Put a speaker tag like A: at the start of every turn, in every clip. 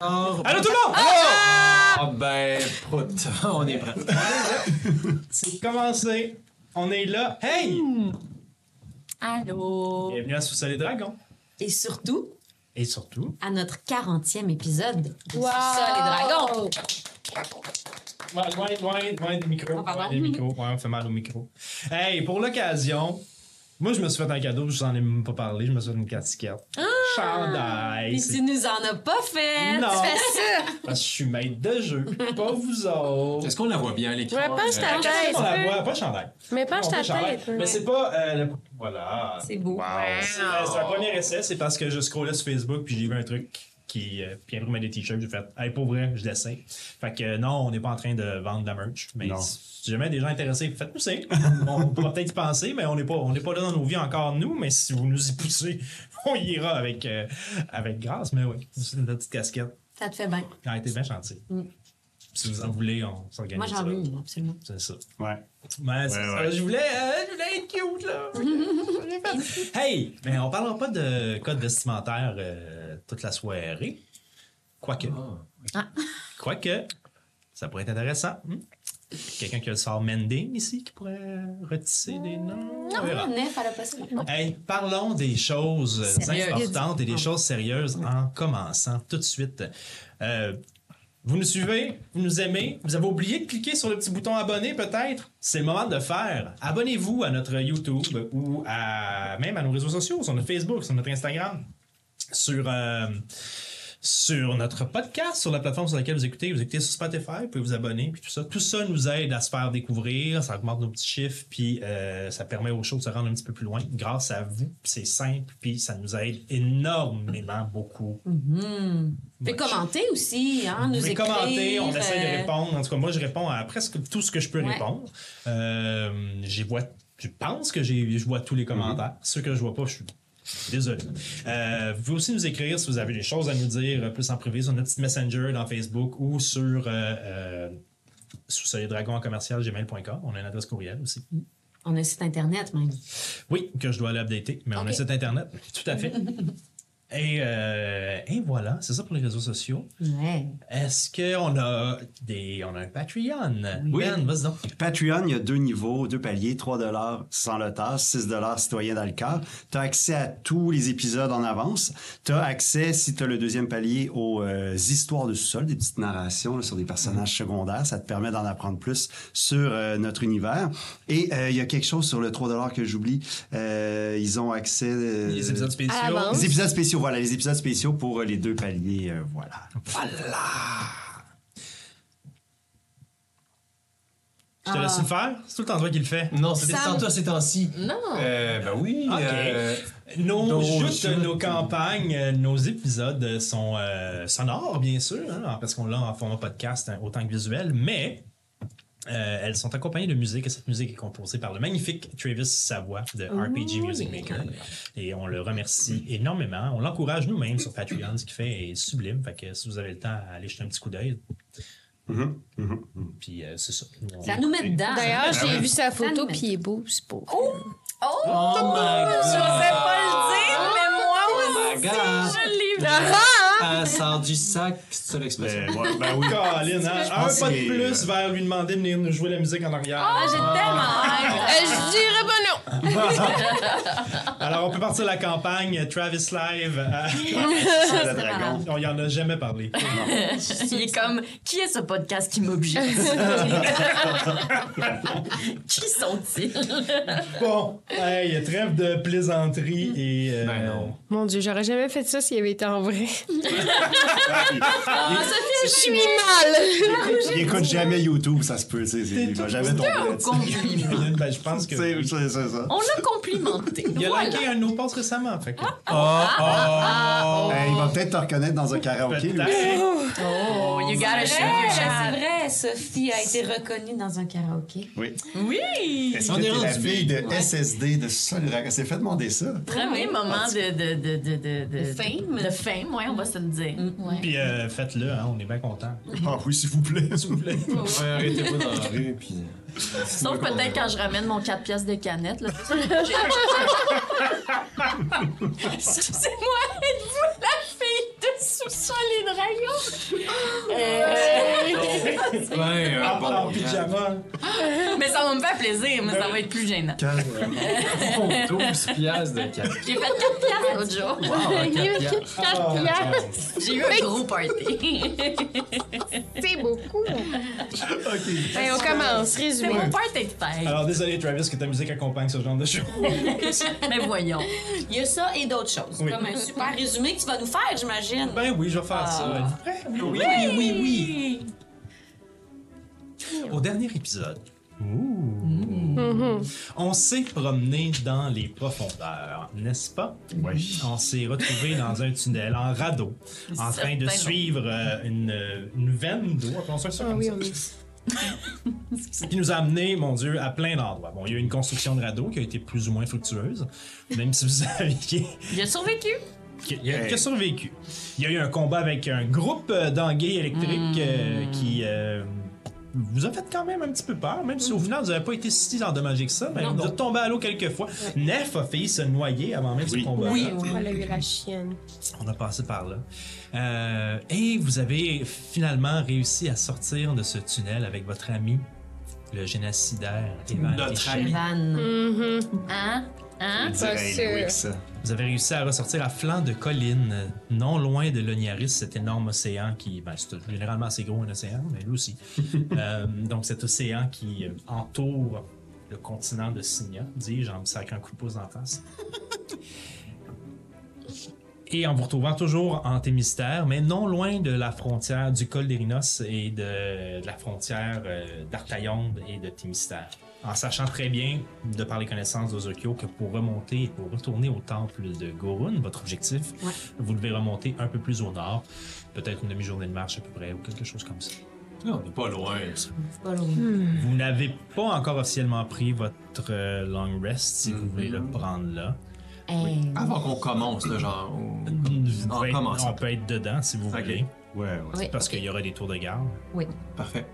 A: Allô tout le monde!
B: Ah ben, prout, on est prêt.
A: C'est commencé. On est là. Hey!
C: Allô!
A: Bienvenue à Sous les Dragons.
C: Et surtout,
A: Et surtout.
C: à notre 40e épisode de
D: Wow!
C: Ça, les dragons!
A: Loin, loin, loin, loin des micros.
C: Ah, pardon.
A: Loin des micros. Ouais, on fait mal au micro. Hey, pour l'occasion, moi je me suis fait un cadeau, je n'en ai même pas parlé, je me suis fait une casquette. Chandail.
C: Et
A: c'est-
C: tu nous en as pas fait!
A: Non.
C: Tu fais ça!
A: Parce que je suis maître de jeu, pas vous autres.
B: Est-ce qu'on la voit bien à l'écran?
D: Ouais, penche ta
B: Euh,
D: tête.
A: On la
D: peu.
A: voit, pas chandail.
D: Mais penche
A: On fait
D: ta
A: chandail.
D: tête.
A: Mais c'est pas. euh, le- Voilà.
C: C'est beau.
A: C'est c'est un premier essai, c'est parce que je scrollais sur Facebook puis j'ai vu un truc qui euh, Pierre met des t-shirts, j'ai fait Hey pour vrai, je l'essaie. Fait que euh, non, on n'est pas en train de vendre de la merch, mais
B: Non.
A: si jamais des gens intéressés, faites-nous ça. on pourra peut-être y penser, mais on n'est pas on n'est pas là dans nos vies encore nous, mais si vous nous y poussez, on y ira avec, euh, avec grâce, mais oui. C'est notre petite casquette.
C: Ça te fait bien.
A: Elle a été bien gentille.
C: Mm.
A: Si vous en voulez, on s'organise.
C: Moi, j'en
A: ça.
C: veux une, absolument.
A: C'est ça.
E: Ouais.
A: Ouais, c'est
E: Ouais,
A: ça.
E: ouais.
A: Je, voulais, euh, je voulais être cute, là. J'ai fait- hey, mais on parlera pas de code vestimentaire euh, toute la soirée. Quoique.
C: Ah.
A: Quoique, ça pourrait être intéressant. hmm? Quelqu'un qui a le sort mending ici qui pourrait retisser des noms. On
C: Euh, Non,
A: verra.
C: non, Nef, elle a pas ça.
A: Hey, parlons des choses
C: Sérieuses.
A: importantes et des
C: Ah.
A: choses sérieuses en commençant tout de suite. Euh, vous nous suivez, vous nous aimez, vous avez oublié de cliquer sur le petit bouton abonner peut-être. C'est le moment de le faire. Abonnez-vous à notre YouTube ou à, même à nos réseaux sociaux, sur notre Facebook, sur notre Instagram, sur euh, sur notre podcast, sur la plateforme sur laquelle vous écoutez. Vous écoutez sur Spotify, vous pouvez vous abonner, puis tout ça. Tout ça nous aide à se faire découvrir, ça augmente nos petits chiffres, puis euh, ça permet aux choses de se rendre un petit peu plus loin grâce à vous. Puis C'est simple, puis ça nous aide énormément, beaucoup.
C: Vous pouvez commenter aussi, hein, nous
A: Vous pouvez
C: écrire.
A: commenter, on essaie de
C: euh,
A: répondre. En tout cas, moi, je réponds à presque tout ce que je peux
C: Ouais.
A: répondre. Euh, j'y vois, je pense que j'ai- je vois tous les commentaires. Ceux que je vois pas, je suis désolé. Euh, vous pouvez aussi nous écrire si vous avez des choses à nous dire euh, plus en privé sur notre petit messenger dans Facebook ou sur euh, euh, sous en commercial gmail.com. On a une adresse courriel aussi.
C: On a un site internet, même.
A: Oui, que je dois aller updater, mais on a
C: Ok.
A: site internet. Tout à fait. Et, euh, et voilà, c'est ça pour les réseaux sociaux.
C: Ouais.
A: Est-ce qu'on a des. On a un Patreon?
E: Oui.
A: Ben, vas-y donc.
E: Patreon, il y a deux niveaux, deux paliers, 3 sans le tas, 6 citoyen dans le cœur. Tu as accès à tous les épisodes en avance. Tu as accès, si tu as le deuxième palier, aux euh, histoires de sous-sol, des petites narrations là, sur des personnages secondaires. Ça te permet d'en apprendre plus sur euh, notre univers. Et euh, il y a quelque chose sur le 3 que j'oublie. Euh, ils ont accès... euh,
A: Les épisodes
D: à
A: spéciaux.
D: l'avance.
E: les épisodes spéciaux, voilà, les épisodes spéciaux pour euh, les deux paliers, euh, voilà.
A: Je te laisse le faire. C'est tout le temps toi qui le fais.
B: Non, c'était
C: Sam.
B: sans toi ces temps-ci.
C: Non!
B: Euh, ben oui.
A: Ok.
B: euh,
A: Nos
B: Nos
A: joutes,
B: joutes.
A: nos campagnes, euh, nos épisodes euh, sont euh, sonores, bien sûr, hein, parce qu'on l'a en format podcast hein, autant que visuel, mais euh, elles sont accompagnées de musique et cette musique est composée par le magnifique Travis Savoie de RPG Music Maker. Et on le remercie énormément. On l'encourage nous-mêmes sur Patreon, ce qui fait est sublime. Fait que si vous avez le temps, allez jeter un petit coup d'œil.
E: Mhm, mhm, mhm.
A: Puis euh, c'est ça. On-
C: Ça nous met dedans.
F: Ah,
D: D'ailleurs,
C: Ça nous met
D: j'ai vu sa
C: Ça
D: photo,
C: nous met-
D: puis il est beau, c'est beau.
C: Oh! Oh!
B: Oh my god.
C: le
B: Oh my god.
C: Je l'ai
D: Ah!
B: Elle sort du sac, c'est ça l'expression.
E: Ben, ouais, ben oui.
A: Colin, hein,
E: Je
A: un
E: pense
A: pas de
E: qu'il est-
A: plus vers lui demander de venir nous jouer la musique en arrière.
C: Ah, j'ai tellement
D: Euh,
C: hâte!
D: je dirais pas non!
A: Alors, on peut partir la campagne euh, Travis Live. euh,
E: Le dragon.
A: on y en a jamais parlé.
F: Il est comme, qui est ce podcast qui m'objecte? qui sont-ils?
A: Bon, hey, trêve de plaisanterie et. euh,
B: Ben non.
D: Mon Dieu, j'aurais jamais fait ça s'il avait été en vrai.
C: Ah, Sophie,
D: Je suis mal!
E: Il écoute jamais YouTube, ça se peut, tu sais. c'est- Il
A: T'es
E: va jamais tomber
F: Au
E: là-dessus.
F: compliment.
A: Ben, je pense que.
E: C'est c'est- c'est ça.
F: On l'a complimenté.
A: Il a
F: Voilà.
A: liké un de nos posts récemment. Fait que.
E: Eh, il va peut-être te reconnaître dans un karaoké, lui.
A: Peut-être.
F: Oh, you gotta
C: C'est
F: shoot your shot.
C: vrai, Sophie a été reconnue dans un karaoké.
E: Oui.
F: Oui!
E: Est-ce
B: On
E: que
B: est
E: t'es la
B: rendu
E: fille de SSD de ça, le dragon? C'est fait demander ça.
F: Premier moment de, de, de, de, de, de-
C: fame. Mm,
F: De fame, ouais, on va se le dire.
A: Puis euh, faites-le, hein, on est bien contents.
E: Ah oui, s'il vous plaît.
B: Ouais, Arrêtez-vous dans la rue, puis.
F: Sauf peut-être quand je ramène mon 4 pièces de canette. là. Excusez-moi, êtes-vous la fille de sous les dragons!
A: Euh,
B: Ouais, euh,
A: Ah,
B: bon,
A: en
B: regarde.
A: pyjama.
F: Euh, Mais ça va me faire plaisir,
A: Ben
F: mais ça va être plus gênant.
B: Oh, 12 piastres de café.
F: J'ai fait 4 piastres l'autre jour.
B: Wow, un quatre piastres.
A: Ah,
F: J'ai eu un gros party.
D: C'est beaucoup.
A: OK.
D: Ben, on commence.
F: C'est
D: Résumé.
F: mon party de fête.
A: Alors, désolé, Travis, que ta musique accompagne ce genre de choses.
F: Mais voyons.
C: Il y a ça et d'autres choses.
A: Oui.
C: Comme un super résumé que tu vas nous faire, j'imagine.
A: Ben oui, je vais faire ça. Êtes-vous prêts?
B: Oui,
A: oui, oui. Au dernier épisode, on s'est promené dans les profondeurs, n'est-ce pas? Oui. On s'est retrouvé dans un tunnel en radeau, en train de
F: Certain,
A: suivre euh, une, une veine d'eau, appelons ça ça
D: Ah
A: comme
D: oui,
A: ça.
D: on est.
A: qui nous a amené, mon Dieu, à plein d'endroits. Bon, il y a eu une construction de radeau qui a été plus ou moins fructueuse, même si vous aviez
F: Il a survécu.
A: qui, il a, qui a survécu. Il y a eu un combat avec un groupe euh, d'anguilles
B: Hmm.
A: électriques euh, qui euh, vous a fait quand même un petit peu peur, même
B: Hmm.
A: si au final vous n'avez pas été si endommagé que ça, mais vous êtes tombé à l'eau quelques fois. Nef a failli se noyer avant même ce combat.
D: On a eu la chienne.
A: On a passé par là. Euh, et vous avez finalement réussi à sortir de ce tunnel avec votre ami, le génocidaire Evan
B: Notre
A: Tichy.
B: ami.
C: Evan. Mm-hmm.
F: Hein? Hein?
E: Dirait
D: Pas
E: Elwick,
D: sûr.
E: ça.
A: Vous avez réussi à ressortir à flanc de colline, euh, non loin de l'Oniaris, cet énorme océan qui, ben, c'est généralement assez gros un océan, mais lui aussi. Euh, donc cet océan qui euh, entoure le continent de Signa, dis-je en me sacrant un coup de pouce en face. Et en vous retrouvant toujours en Thémistère, mais non loin de la frontière du col d'Erinos et de, de la frontière euh, d'Artaïonde et de Thémistère. En sachant très bien, de par les connaissances d'Ozokyo, que pour remonter et pour retourner au temple de Gorun, votre objectif,
C: Ouais.
A: vous devez remonter un peu plus au nord, peut-être une demi-journée de marche à peu près, ou quelque chose comme ça.
B: Non, on est pas loin. ça.
C: C'est pas loin.
F: Hmm.
A: Vous n'avez pas encore officiellement pris votre euh, long rest, si vous voulez le prendre là.
C: Hey.
E: Ah,
B: Avant qu'on commence, là, genre. on-
A: Vous
B: En
A: pouvez être-
B: commençant.
A: on peut être dedans si vous
B: Ok.
A: voulez,
E: Ouais, ouais.
C: Oui.
A: parce qu'il y aura des tours de garde.
C: Oui.
B: Parfait.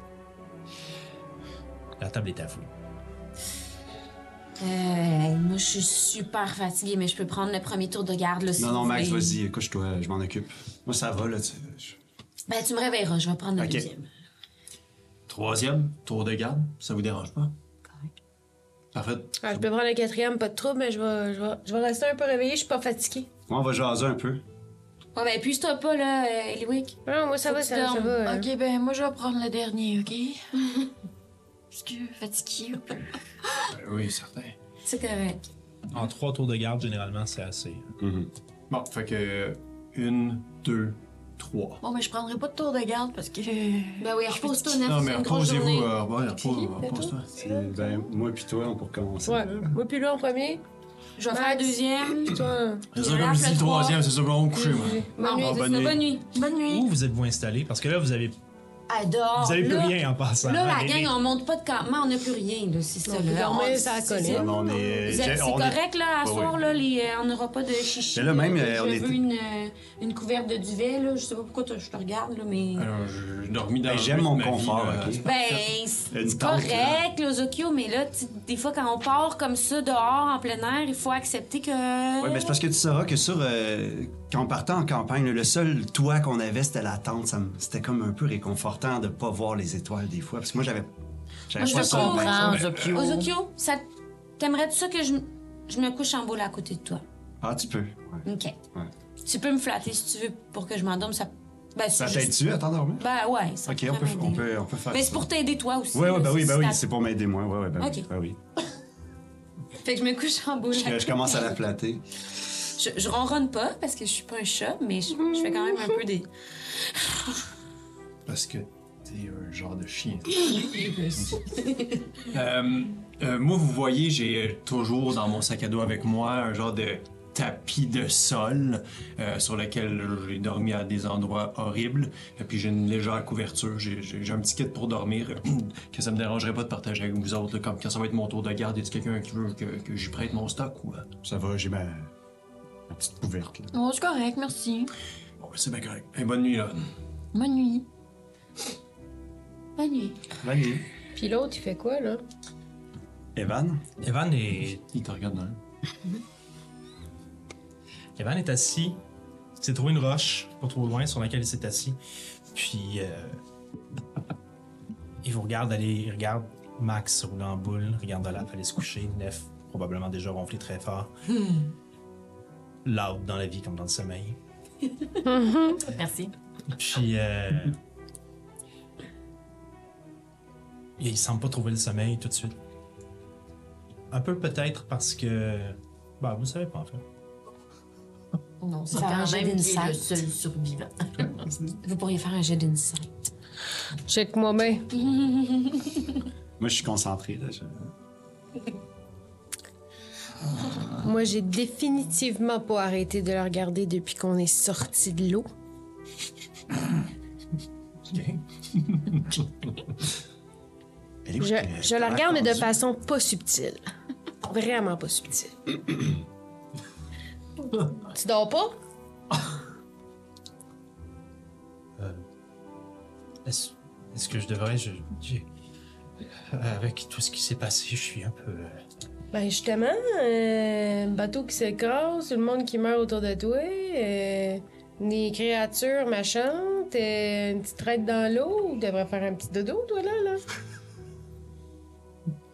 A: La table est à vous.
C: Euh, moi, je suis super fatiguée, mais je peux prendre le premier tour de garde, là, si
E: Non,
C: vous
E: non, Max,
C: voulez.
E: vas-y, couche-toi, je m'en occupe. Moi, ça va, là, tu je-
C: Ben, tu me réveilleras, je vais prendre le
E: Ok.
C: deuxième.
B: Troisième, tour de garde. Ça vous dérange pas? Parfait.
D: Ah, je peux prendre le quatrième, pas de trouble, mais je vais, je vais, je vais rester un peu réveillée, je suis pas fatiguée.
E: Moi, on va jaser un peu.
C: Ouais, ben, puisse-toi pas, là, euh, Eliwick.
D: Non, moi, ça
F: Faut
D: va,
F: que
D: ça,
F: tu
D: ça
F: dormes.
D: va. hein.
F: Ok, ben moi je vais prendre le dernier, ok? Parce que fatiguée un peu.
B: Ben oui, certain.
C: C'est correct.
A: En trois tours de garde, généralement, c'est assez.
B: Bon, fait que. Une, deux, trois.
F: Bon, mais je prendrai pas de tour de garde parce que.
C: Ben oui, repose-toi, Nef,
B: Non,
C: c'est
B: mais
C: une grosse
B: reposez-vous.
C: journée.
B: euh, ouais, repose-
F: Puis,
B: repose-toi.
E: C'est- Ben, moi puis toi, on peut commencer.
D: Ouais. Moi, puis là, en premier.
C: Je vais faire le
D: Max.
C: deuxième.
D: Puis toi.
B: C'est
C: Je
B: ça, comme je
C: lâche
B: dis,
C: le
B: le
C: trois.
B: troisième, c'est ça, bon, coucher, moi.
F: Ah,
D: Bonne nuit.
C: Bon,
E: bonne
C: c'est
E: nuit.
C: ça, bonne nuit.
F: Bonne
C: Mm.
F: nuit!
A: Où vous êtes-vous installé? Parce que là, vous avez,
C: Adore.
A: vous avez plus
C: Ah, Là-
A: rien en passant.
C: Là,
A: hein,
C: la
A: les-
C: gang, on monte pas de campement, on n'a plus rien, là, c'est ça.
D: On peut
C: là.
D: dormir
C: On-
D: sur la
C: c'est-
D: colline.
C: c'est-
E: Non, non, on est-
C: C'est
E: j'ai- on est-
C: correct, là, à
E: Ouais,
C: soir,
E: ouais.
C: là, les, euh, on n'aura pas de chichi.
E: Mais là, même,
C: Je
E: euh, on
C: veux
E: était-
C: une, euh, une couverte de duvet, là, je sais pas pourquoi toi, je te regarde, là, mais...
B: Alors, je dormis dans
E: Ben,
B: le
E: j'aime
B: jeu de
E: mon
B: ma vie,
E: confort,
B: là.
E: ok?
C: Ben,
E: Une
C: c'est
E: Euh, tente, là.
C: correct, là, Ozokyo, mais là, tu- des fois, quand on part comme ça, dehors, en plein air, il faut accepter que...
E: Oui, mais c'est parce que tu sauras que sur. euh, quand on partait en campagne, le seul toit qu'on avait, c'était la tente. Ça me- C'était comme un peu réconfortant de pas voir les étoiles des fois. Parce que moi, j'avais.
C: Moi,
E: J'avais
C: je
E: pas
C: veux
E: ça.
C: pas-
F: Prends,
B: ben,
F: Zokyo.
C: Ozokyo, Oh, ça... t'aimerais-tu ça que je, m- je me couche en boule à côté de toi?
E: Ah, tu peux. ouais.
C: OK.
E: Ouais.
C: Tu peux me flatter si tu veux pour que je m'endorme, ça... Ben,
E: Ça
C: c'est juste-
E: t'aide-tu à t'endormir?
C: Ben, ouais, ça
E: Ok, on peut,
C: pourrait
E: on,
C: m'aider.
E: peut, on peut faire
C: Mais
E: ça.
C: c'est pour t'aider toi aussi.
E: Ouais, ouais,
C: là,
E: ben oui,
C: si
E: ben
C: tu
E: oui,
C: tapes.
E: c'est pour m'aider, moi. Ouais, ouais, ben oui,
C: Ok.
E: ben oui.
C: Fait que je me couche en boule.
E: Je, je commence à la flatter.
C: Je, je ronronne pas parce que je suis pas un chat, mais je, je fais quand même un peu des.
B: Parce que t'es un genre de chien. Euh, euh, moi, vous voyez, j'ai euh, toujours dans mon sac à dos avec moi un genre de tapis de sol euh, sur lequel j'ai dormi à des endroits horribles. Et puis j'ai une légère couverture. J'ai j'ai- j'ai un petit kit pour dormir euh, que ça me dérangerait pas de partager avec vous autres. là, comme quand ça va être mon tour de garde, y a quelqu'un qui veut que, que j'y prête mon stock ou... euh?
E: Ça va, j'ai ma, ma petite couverte. Là.
F: Oh, c'est correct, merci.
B: Bon, ben, c'est bien correct. Eh, bonne nuit, là.
F: Bonne nuit. Bonne nuit.
E: Bonne nuit.
D: Puis l'autre, il fait quoi, là?
E: Evan?
A: Evan est
B: hein? Il te regarde dans le-
A: Evan est assis Il s'est trouvé une roche, pas trop loin, sur laquelle il s'est assis. Puis, euh, il vous regarde aller, il regarde Max roulant en boule, regarde la aller se coucher, Nef probablement déjà ronflé très fort. Loud dans la vie comme dans le sommeil.
F: Merci.
A: Puis, euh, il semble pas trouver le sommeil tout de suite. Un peu peut-être parce que. Bah, vous savez pas en fait.
F: Non, c'est
C: Ça va,
F: quand
C: j'ai
F: même
C: une
F: qu'il est le
C: sac.
F: seul survivant.
C: Vous pourriez faire un jet d'insight.
D: Check moi bien.
E: Moi, je suis concentré. Là, je-
D: Moi, j'ai définitivement pas arrêté de le regarder depuis qu'on est sorti de l'eau.
E: Elle est où,
D: Je,
E: euh,
D: je la regarde, mais de
E: raconte-
D: façon pas subtile. Vraiment pas subtile. tu dors pas?
A: Est-ce est-ce que je devrais. Je, j'ai- euh, avec tout ce qui s'est passé, je suis un peu. euh,
D: Ben justement, euh, bateau qui s'écrase, tout le monde qui meurt autour de toi, euh, des créatures machantes, euh, une petite traite dans l'eau, tu devrais faire un petit dodo, toi, là, là.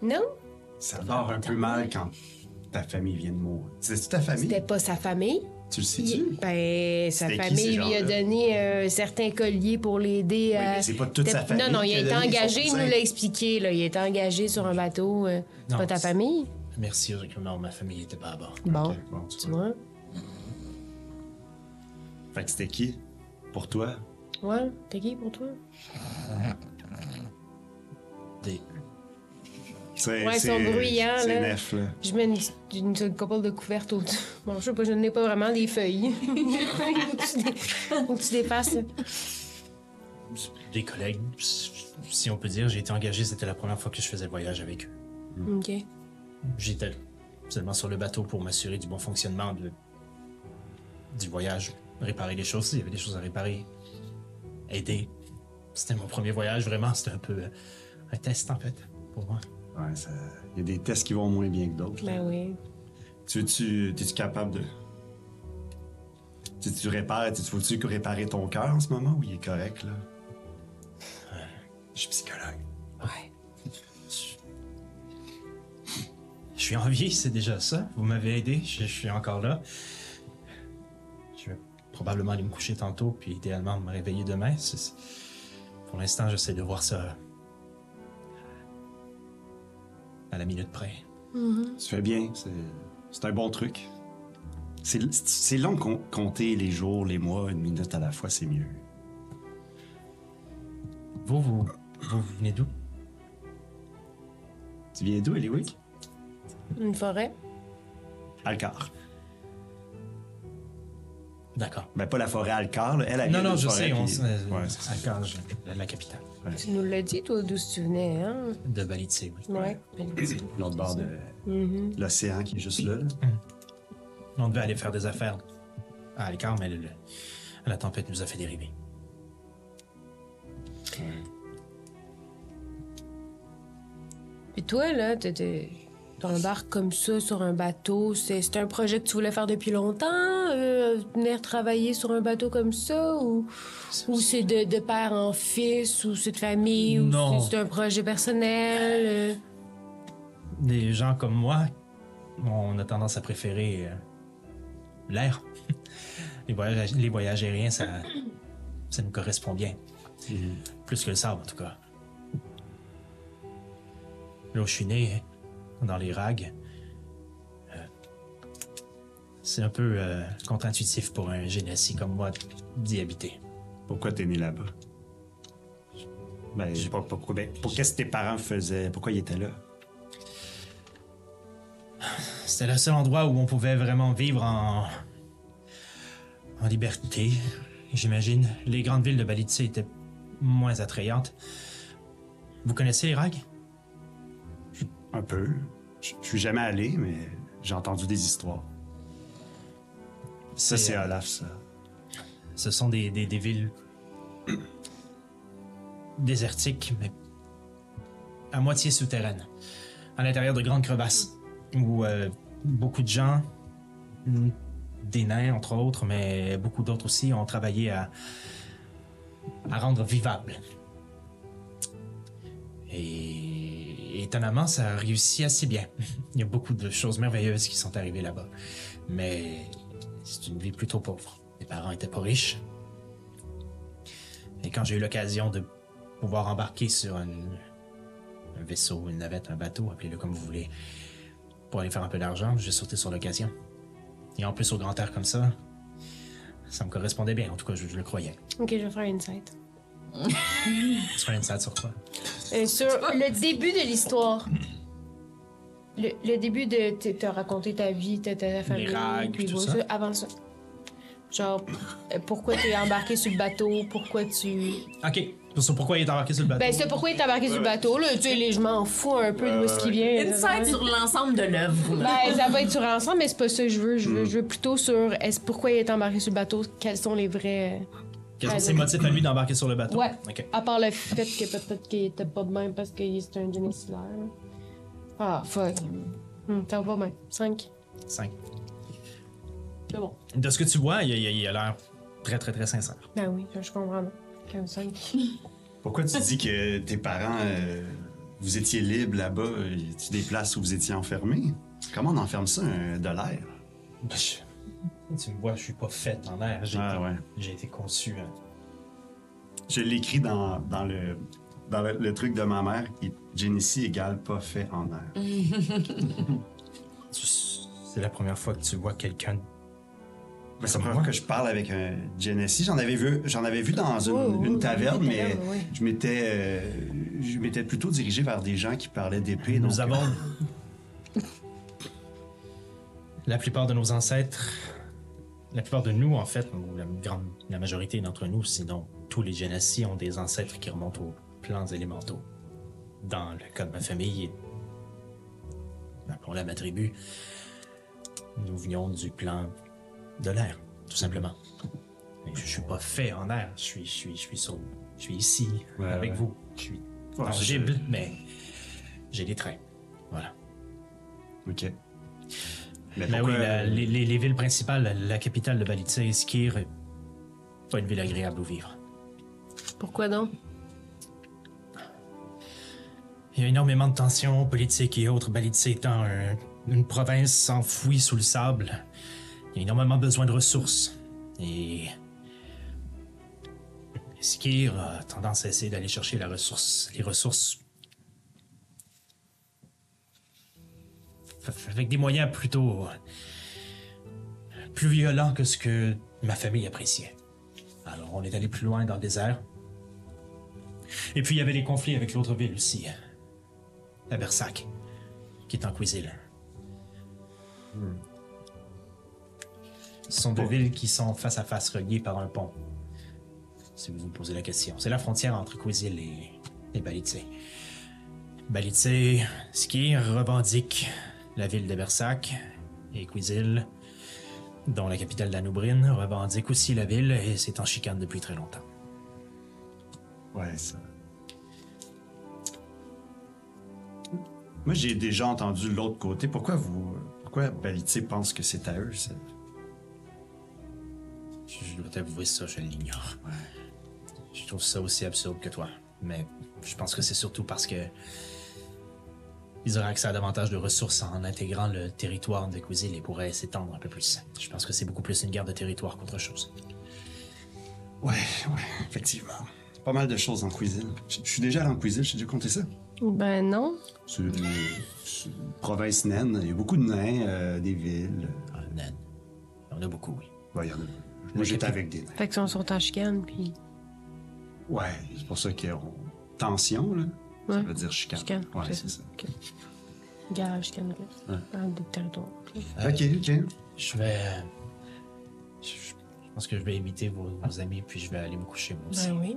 D: Non?
E: Ça dort un peu mal quand ta famille vient de mourir. C'est ta famille?
D: C'était pas sa famille.
E: Tu le sais-tu?
D: Il- ben, sa
E: C'était qui,
D: famille
E: ces
D: lui a
E: gens-là?
D: donné euh, un certain collier pour l'aider
E: Oui,
D: à...
E: mais c'est pas toute sa
D: euh, C'était-
E: famille.
D: Non, non, il a
E: qui
D: été
E: donné son
D: engagé, il nous
E: cousin.
D: l'a expliqué, là. Il a été engagé sur un bateau. euh, c'est
A: Non,
D: pas ta
A: c'est-
D: famille?
A: Merci, non, ma famille n'était pas à bord. euh,
D: Bon,
E: Ok, bon, tu
D: tu
E: vois.
D: vois?
E: Fait que c'était qui? Pour toi?
D: Ouais, t'es qui pour toi?
A: Des-
E: C'est,
D: Ouais, ils sont
E: c'est-
D: bruyants,
E: C'est
D: là.
E: nef, là.
D: Je mets une, une, une couple de couvertes autour. Bon, je sais pas, je n'ai pas vraiment des feuilles. Faut que tu dépasses.
A: Des collègues, si on peut dire, j'ai été engagé, c'était la première fois que je faisais le voyage avec eux.
D: OK.
A: J'étais seulement sur le bateau pour m'assurer du bon fonctionnement de- du voyage, réparer les choses, s'il y avait des choses à réparer, aider. C'était mon premier voyage, vraiment, c'était un peu euh, un test en fait pour moi.
E: Ouais, ça... Il y a des tests qui vont moins bien que d'autres. là.
D: Ben oui.
E: Tu, tu, es-tu capable de... Tu, tu répares, tu faut-tu réparer ton cœur en ce moment ou il est correct, là? Je suis psychologue.
A: Je suis en vie, c'est déjà ça. Vous m'avez aidé, je, je suis encore là. Je vais probablement aller me coucher tantôt, puis idéalement me réveiller demain. C'est- c'est- Pour l'instant, j'essaie de voir ça à la minute près.
E: Tu fais bien, c'est, c'est un bon truc. C'est, c'est long de com- compter les jours, les mois, une minute à la fois, c'est mieux.
A: Vous, vous, vous venez d'où
E: Tu viens d'où, Eliwick?
D: Une forêt.
E: Alcar.
A: D'accord.
E: Ben, pas la forêt Alcar, là. elle a
A: Non, non, je sais, on s- euh,
E: Ouais, c'est ça.
A: Alcor, je- la, la capitale
D: Tu nous l'as dit, toi, d'où tu venais, hein?
A: de Balitse, oui.
D: Ouais.
E: L'autre bord de
D: Mhm.
E: l'océan qui est juste là. là.
A: On devait aller faire des affaires à Alcar, mais le- le- la tempête nous a fait dériver.
D: Puis toi, là, t'es- t'es- t'embarques comme ça sur un bateau. C'est c'est un projet que tu voulais faire depuis longtemps? euh, venir travailler sur un bateau comme ça? Ou, ou c'est de, de père en fils? Ou c'est de famille?
A: Non.
D: Ou c'est c'est un projet personnel? euh?
A: des gens comme moi, on a tendance à préférer euh, l'air. les, voyages, les voyages aériens, ça, ça nous correspond bien. Plus que le sable, en tout cas. Là où je suis né, dans les rags, euh, c'est un peu euh, contre-intuitif pour un génésie comme moi d'y habiter.
E: Pourquoi t'es né là-bas? Ben, je sais pas pourquoi. Ben, pour qu'est-ce que tes parents faisaient? Pourquoi ils étaient là?
A: C'était le seul endroit où on pouvait vraiment vivre en. en liberté, j'imagine. Les grandes villes de Balitse étaient moins attrayantes. Vous connaissez les rags?
E: Un peu. Je je suis jamais allé, mais j'ai entendu des histoires. Ça, c'est
A: euh,
E: Olaf, ça.
A: Ce sont des, des- des villes. désertiques, mais. à moitié souterraines. À l'intérieur de grandes crevasses. Où euh, beaucoup de gens. mm, des nains, entre autres, mais beaucoup d'autres aussi ont travaillé à, à rendre vivable. Et étonnamment, ça a réussi assez bien. Il y a beaucoup de choses merveilleuses qui sont arrivées là-bas. Mais c'est une vie plutôt pauvre. Mes parents étaient pas riches. Et quand j'ai eu l'occasion de pouvoir embarquer sur une- un vaisseau, une navette, un bateau, appelez-le comme vous voulez, pour aller faire un peu d'argent, j'ai sauté sur l'occasion. Et en plus, au grand air comme ça, ça me correspondait bien. En tout cas, je, je le croyais.
D: Ok, je vais faire une insight.
A: Tu fais une salle sur toi.
D: Euh, sur le début de l'histoire. Le, le début de. t- T'as raconté ta vie, ta, ta famille.
A: ragues,
D: puis
A: tout
D: voilà,
A: ça.
D: Avant ça. Genre, euh, pourquoi t'es embarqué sur le bateau, pourquoi tu.
A: Ok. Sur pourquoi il est embarqué sur le bateau.
D: Ben, c'est pourquoi t'es embarqué sur le bateau, là. Tu sais, les- je m'en fous un peu de où ce qui vient. là.
F: Insight sur l'ensemble de l'œuvre. là.
D: Ben, ça va être sur ensemble, mais c'est pas ça que je veux.
A: Hmm.
D: Je veux, je veux plutôt sur est-ce pourquoi il est embarqué sur le bateau, quels sont les vrais.
A: Quels sont ses motifs à lui d'embarquer sur le bateau?
D: euh, Ouais.
A: Ok.
D: À part le fait que peut-être qu'il était pas de même parce que c'était un génocidaire. Ah, fuck. Hum, T'as pas bien. 5.
A: Cinq.
D: C'est bon.
A: De ce que tu vois, il, il- il a l'air très, très, très sincère.
D: Ben oui, je comprends. non? Comme 5.
E: Pourquoi tu dis que tes parents, euh, vous étiez libres là-bas, euh, y a-t-il des places où vous étiez enfermés? Comment on enferme ça, un dollar?
A: Tu me vois, Ben, je suis pas faite en l'air. J'ai
E: Ah,
A: été,
E: ouais.
A: j'ai été conçu. hein.
E: Je l'écris dans, dans le, dans le, le truc de ma mère, qui Genesee égale pas fait en air.
D: Mm.
A: Tu- C'est la première fois que tu vois
E: Ben,
A: quelqu'un.
E: Mais c'est
A: Comme
E: la première fois
A: moi.
E: que je parle avec un Genesee. J'en avais vu, j'en avais vu dans une,
D: Oh,
E: une
D: oui,
E: taverne,
D: une
E: mais
D: taverne, oui.
E: je m'étais, euh, je m'étais plutôt dirigé vers des gens qui parlaient d'épée. donc,
A: Nous
E: euh,
A: avons. la plupart de nos ancêtres, la plupart de nous, en fait, ou la, grande, la majorité d'entre nous, sinon tous les Genassis, ont des ancêtres qui remontent aux plans élémentaux. Dans le cas de ma famille, appelons-la ma tribu, nous venions du plan de l'air, tout simplement. Et je suis pas fait en air, je suis, je suis, je suis, sur- je suis ici,
E: Ouais,
A: avec
E: ouais.
A: vous. Je suis
E: Ouais,
A: tangible, mais j'ai des traits. Voilà.
E: euh, Ok.
A: Mais Ben euh, oui,
E: pourquoi-
A: la- les, les- les villes principales, la capitale de Valitsa et Skir, euh, pas une ville agréable où vivre.
D: Pourquoi donc?
A: Il y a énormément de tensions politiques et autres. Balitsa étant un- une province enfouie sous le sable, il y a énormément besoin de ressources. Et. Skir a euh, tendance à essayer d'aller chercher la ressource, les ressources. f- avec des moyens plutôt. plus violents que ce que ma famille appréciait. Alors on est allé plus loin dans le désert. Et puis il y avait les conflits avec l'autre ville aussi. La Bersac, qui est en Quisil. Ce sont deux villes qui sont face à face reliées par un pont. Si vous vous posez la question. C'est la frontière entre Quisil et, et Balitsé. Balitsé, qui revendique la ville de Bersac et Quisil, dont la capitale d'Anoubrine, revendique aussi la ville et c'est en chicane depuis très longtemps.
E: Ouais, ça. Moi, j'ai déjà entendu l'autre côté. Pourquoi vous. Pourquoi Balité pense que c'est à eux, ça?
A: Je dois t'avouer ça, je l'ignore. Je trouve ça aussi absurde que toi. Mais je pense que c'est surtout parce que ils auraient accès à davantage de ressources en intégrant le territoire de Quisil et pourraient s'étendre un peu plus. Je pense que c'est beaucoup plus une guerre de territoire qu'autre chose.
E: Ouais, ouais, effectivement. Pas mal de choses en cuisine. Je je suis déjà allé en cuisine, j'ai déjà compté ça.
D: Ben non.
E: C'est une, c'est une province naine. Il y a beaucoup de nains, euh, des villes.
A: Ah, naine. Il y en a beaucoup, oui.
E: Ouais, il y en a. Moi, j'étais avec des nains.
D: Fait qu'ils sont sur ta chicane, puis.
E: Ouais, c'est pour ça qu'il y a tension, là. Ça
D: Ouais.
E: veut dire chicane.
D: Chicane,
E: Ouais,
D: c'est
E: c'est ça.
D: Garage chicane, ok. Dans Ah, des territoires.
A: Euh,
E: Ok, ok.
A: Je vais. Je, je pense que je vais imiter vos, vos amis, puis je vais aller me coucher moi aussi.
D: Ben oui.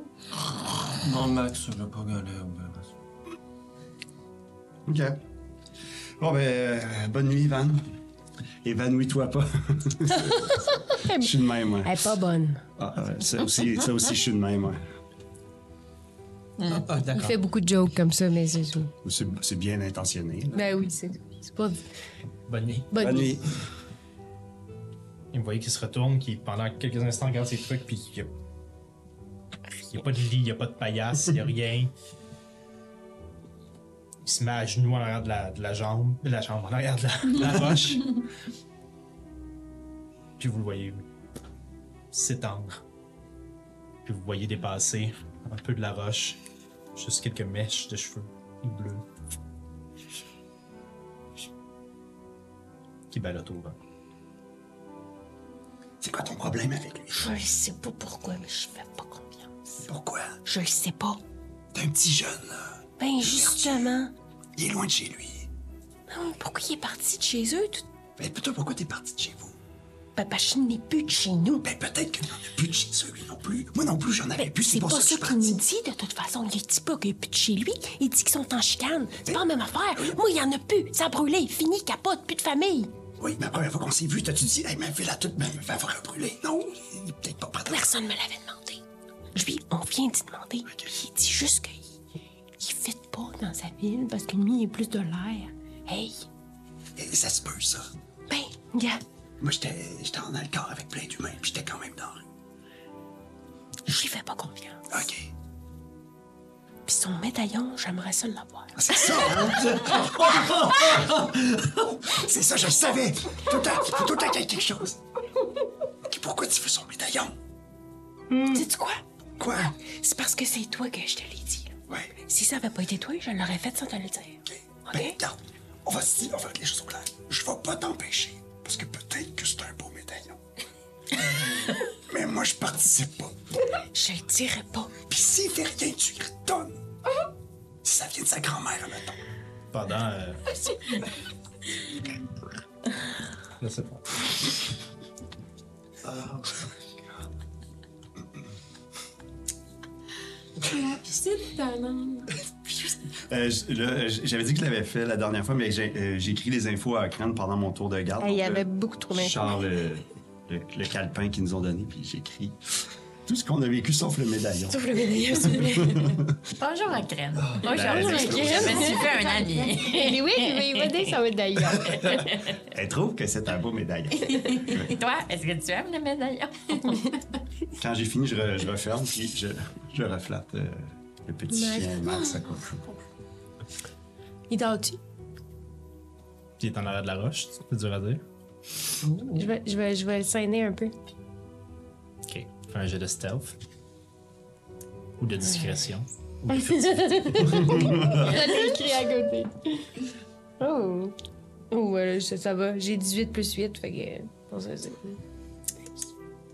B: Non, Max, je vais pas galère. ben,
E: OK. Bon, ben, euh, bonne nuit, Van. Évanouis-toi pas. je suis de même, ouais.
D: Elle est pas bonne.
E: Ah, ouais, ça, aussi, ça aussi, je suis de même, ouais.
A: Ah, ah,
D: Il
A: d'accord.
D: fait beaucoup de jokes comme ça, mais c'est tout.
E: C'est c'est bien intentionné. là.
D: Ben oui, c'est tout. C'est pas
A: Bonne nuit.
D: bonne.
E: Bonne nuit.
A: Et vous voyez qu'il se retourne, qui pendant quelques instants regarde ses trucs, puis il n'y a... il y a pas de lit, il n'y a pas de paillasse, il n'y a rien. Il se met à genoux en arrière de la, de la jambe, de la jambe, en arrière de la, de la roche. puis vous le voyez s'étendre. Puis vous voyez dépasser un peu de la roche, juste quelques mèches de cheveux bleus qui ballottent au vent.
E: C'est quoi ton problème avec lui?
D: Je le sais pas pourquoi, mais je fais pas confiance.
E: Pourquoi?
D: Je le sais pas.
E: T'es un petit jeune, là.
D: Ben justement.
E: Il est loin de chez lui.
D: Non, pourquoi il est parti de chez eux? Tout... Ben,
E: Mais plutôt, Ben, pourquoi t'es parti de chez vous?
D: Papa, je n'ai plus de chez nous.
E: Ben, peut-être qu'il n'y en a plus de chez eux, lui non plus. Moi non plus, j'en avais
D: Ben,
E: plus, c'est
D: c'est
E: pour
D: pas
E: ça que je
D: ça
E: suis
D: qu'il nous
E: parti.
D: dit, de toute façon. Il dit pas qu'il n'y a plus de chez lui. Il dit qu'ils sont en chicane. C'est pas la même affaire. Moi, il y en a plus. Ça a brûlé. Fini, capote. Plus de famille.
E: Oui, mais la première fois qu'on s'est vu, t'as-tu dit, hey, ma ville a toute ma va avoir brûlé? Non, il est peut-être pas prêt à-
D: Personne ne me l'avait demandé. Lui, on vient d'y demander. Il dit juste qu'il il fit pas dans sa ville parce que lui, il est plus de l'air. Hey,
E: Eh, Ça se peut, ça.
D: ben, gars,
E: Moi, j'étais j'étais en alcool avec plein d'humains, puis j'étais quand même dans.
D: j'y fais pas confiance.
E: OK.
D: Puis son médaillon, j'aimerais ça l'avoir.
E: Ah, C'est ça, hein? C'est ça, je le savais. Tout le temps, il faut tout le temps qu'il y ait quelque chose. Ok, Pourquoi tu veux son médaillon?
G: Hmm.
D: Sais-tu quoi?
E: Quoi?
D: C'est parce que c'est toi que je te l'ai dit. là.
E: Ouais,
D: Si ça avait pas été toi, je l'aurais fait sans te le dire.
E: OK.
D: Ok.
E: Ben, regarde, on va se dire, on va mettre les choses au clair. Je vais pas t'empêcher, parce que peut-être que c'est un beau médaillon. Mais moi, je participe pas.
D: Je le dirais pas.
E: Puis s'il fait rien, tu y retournes. Si ça vient de sa grand-mère, admettons.
A: Pendant. euh, Je sais pas.
E: Euh, j- là, j- J'avais dit que je l'avais fait la dernière fois, mais j'ai euh, j'ai écrit les infos à Crane pendant mon tour de garde.
G: Il y
E: Donc,
G: avait
E: euh,
G: beaucoup trop
E: Je
G: d'infos.
E: sors le, le, le calepin qu'ils nous ont donné, puis j'écris tout ce qu'on a vécu sauf le médaillon.
D: Sauf le médaillon, s'il vous plaît.
F: Bonjour la crème.
E: Ben,
D: Bonjour,
E: c'est-
D: Crème.
F: Je me suis fait un ami.
G: Mais oui, mais il va dire ça va d'ailleurs.
E: Elle trouve que c'est un beau médaillon.
F: Et toi, est-ce que tu aimes le médaillon?
E: Quand j'ai fini, je, re- je referme, puis je, je reflatte euh, le petit
D: Max.
E: chien Max à côté.
G: Oh,
D: Il dort-tu?
A: Puis il est en arrière de la roche, c'est dur à dire.
G: Je vais, je, vais, je vais le saigner un peu.
A: Ok. Fais un jet de stealth. Ou de discrétion.
G: J'allais écrit à côté.
D: Oh. Oh, voilà, ça, ça va. J'ai 18 plus 8, fait que. je pense que c'est-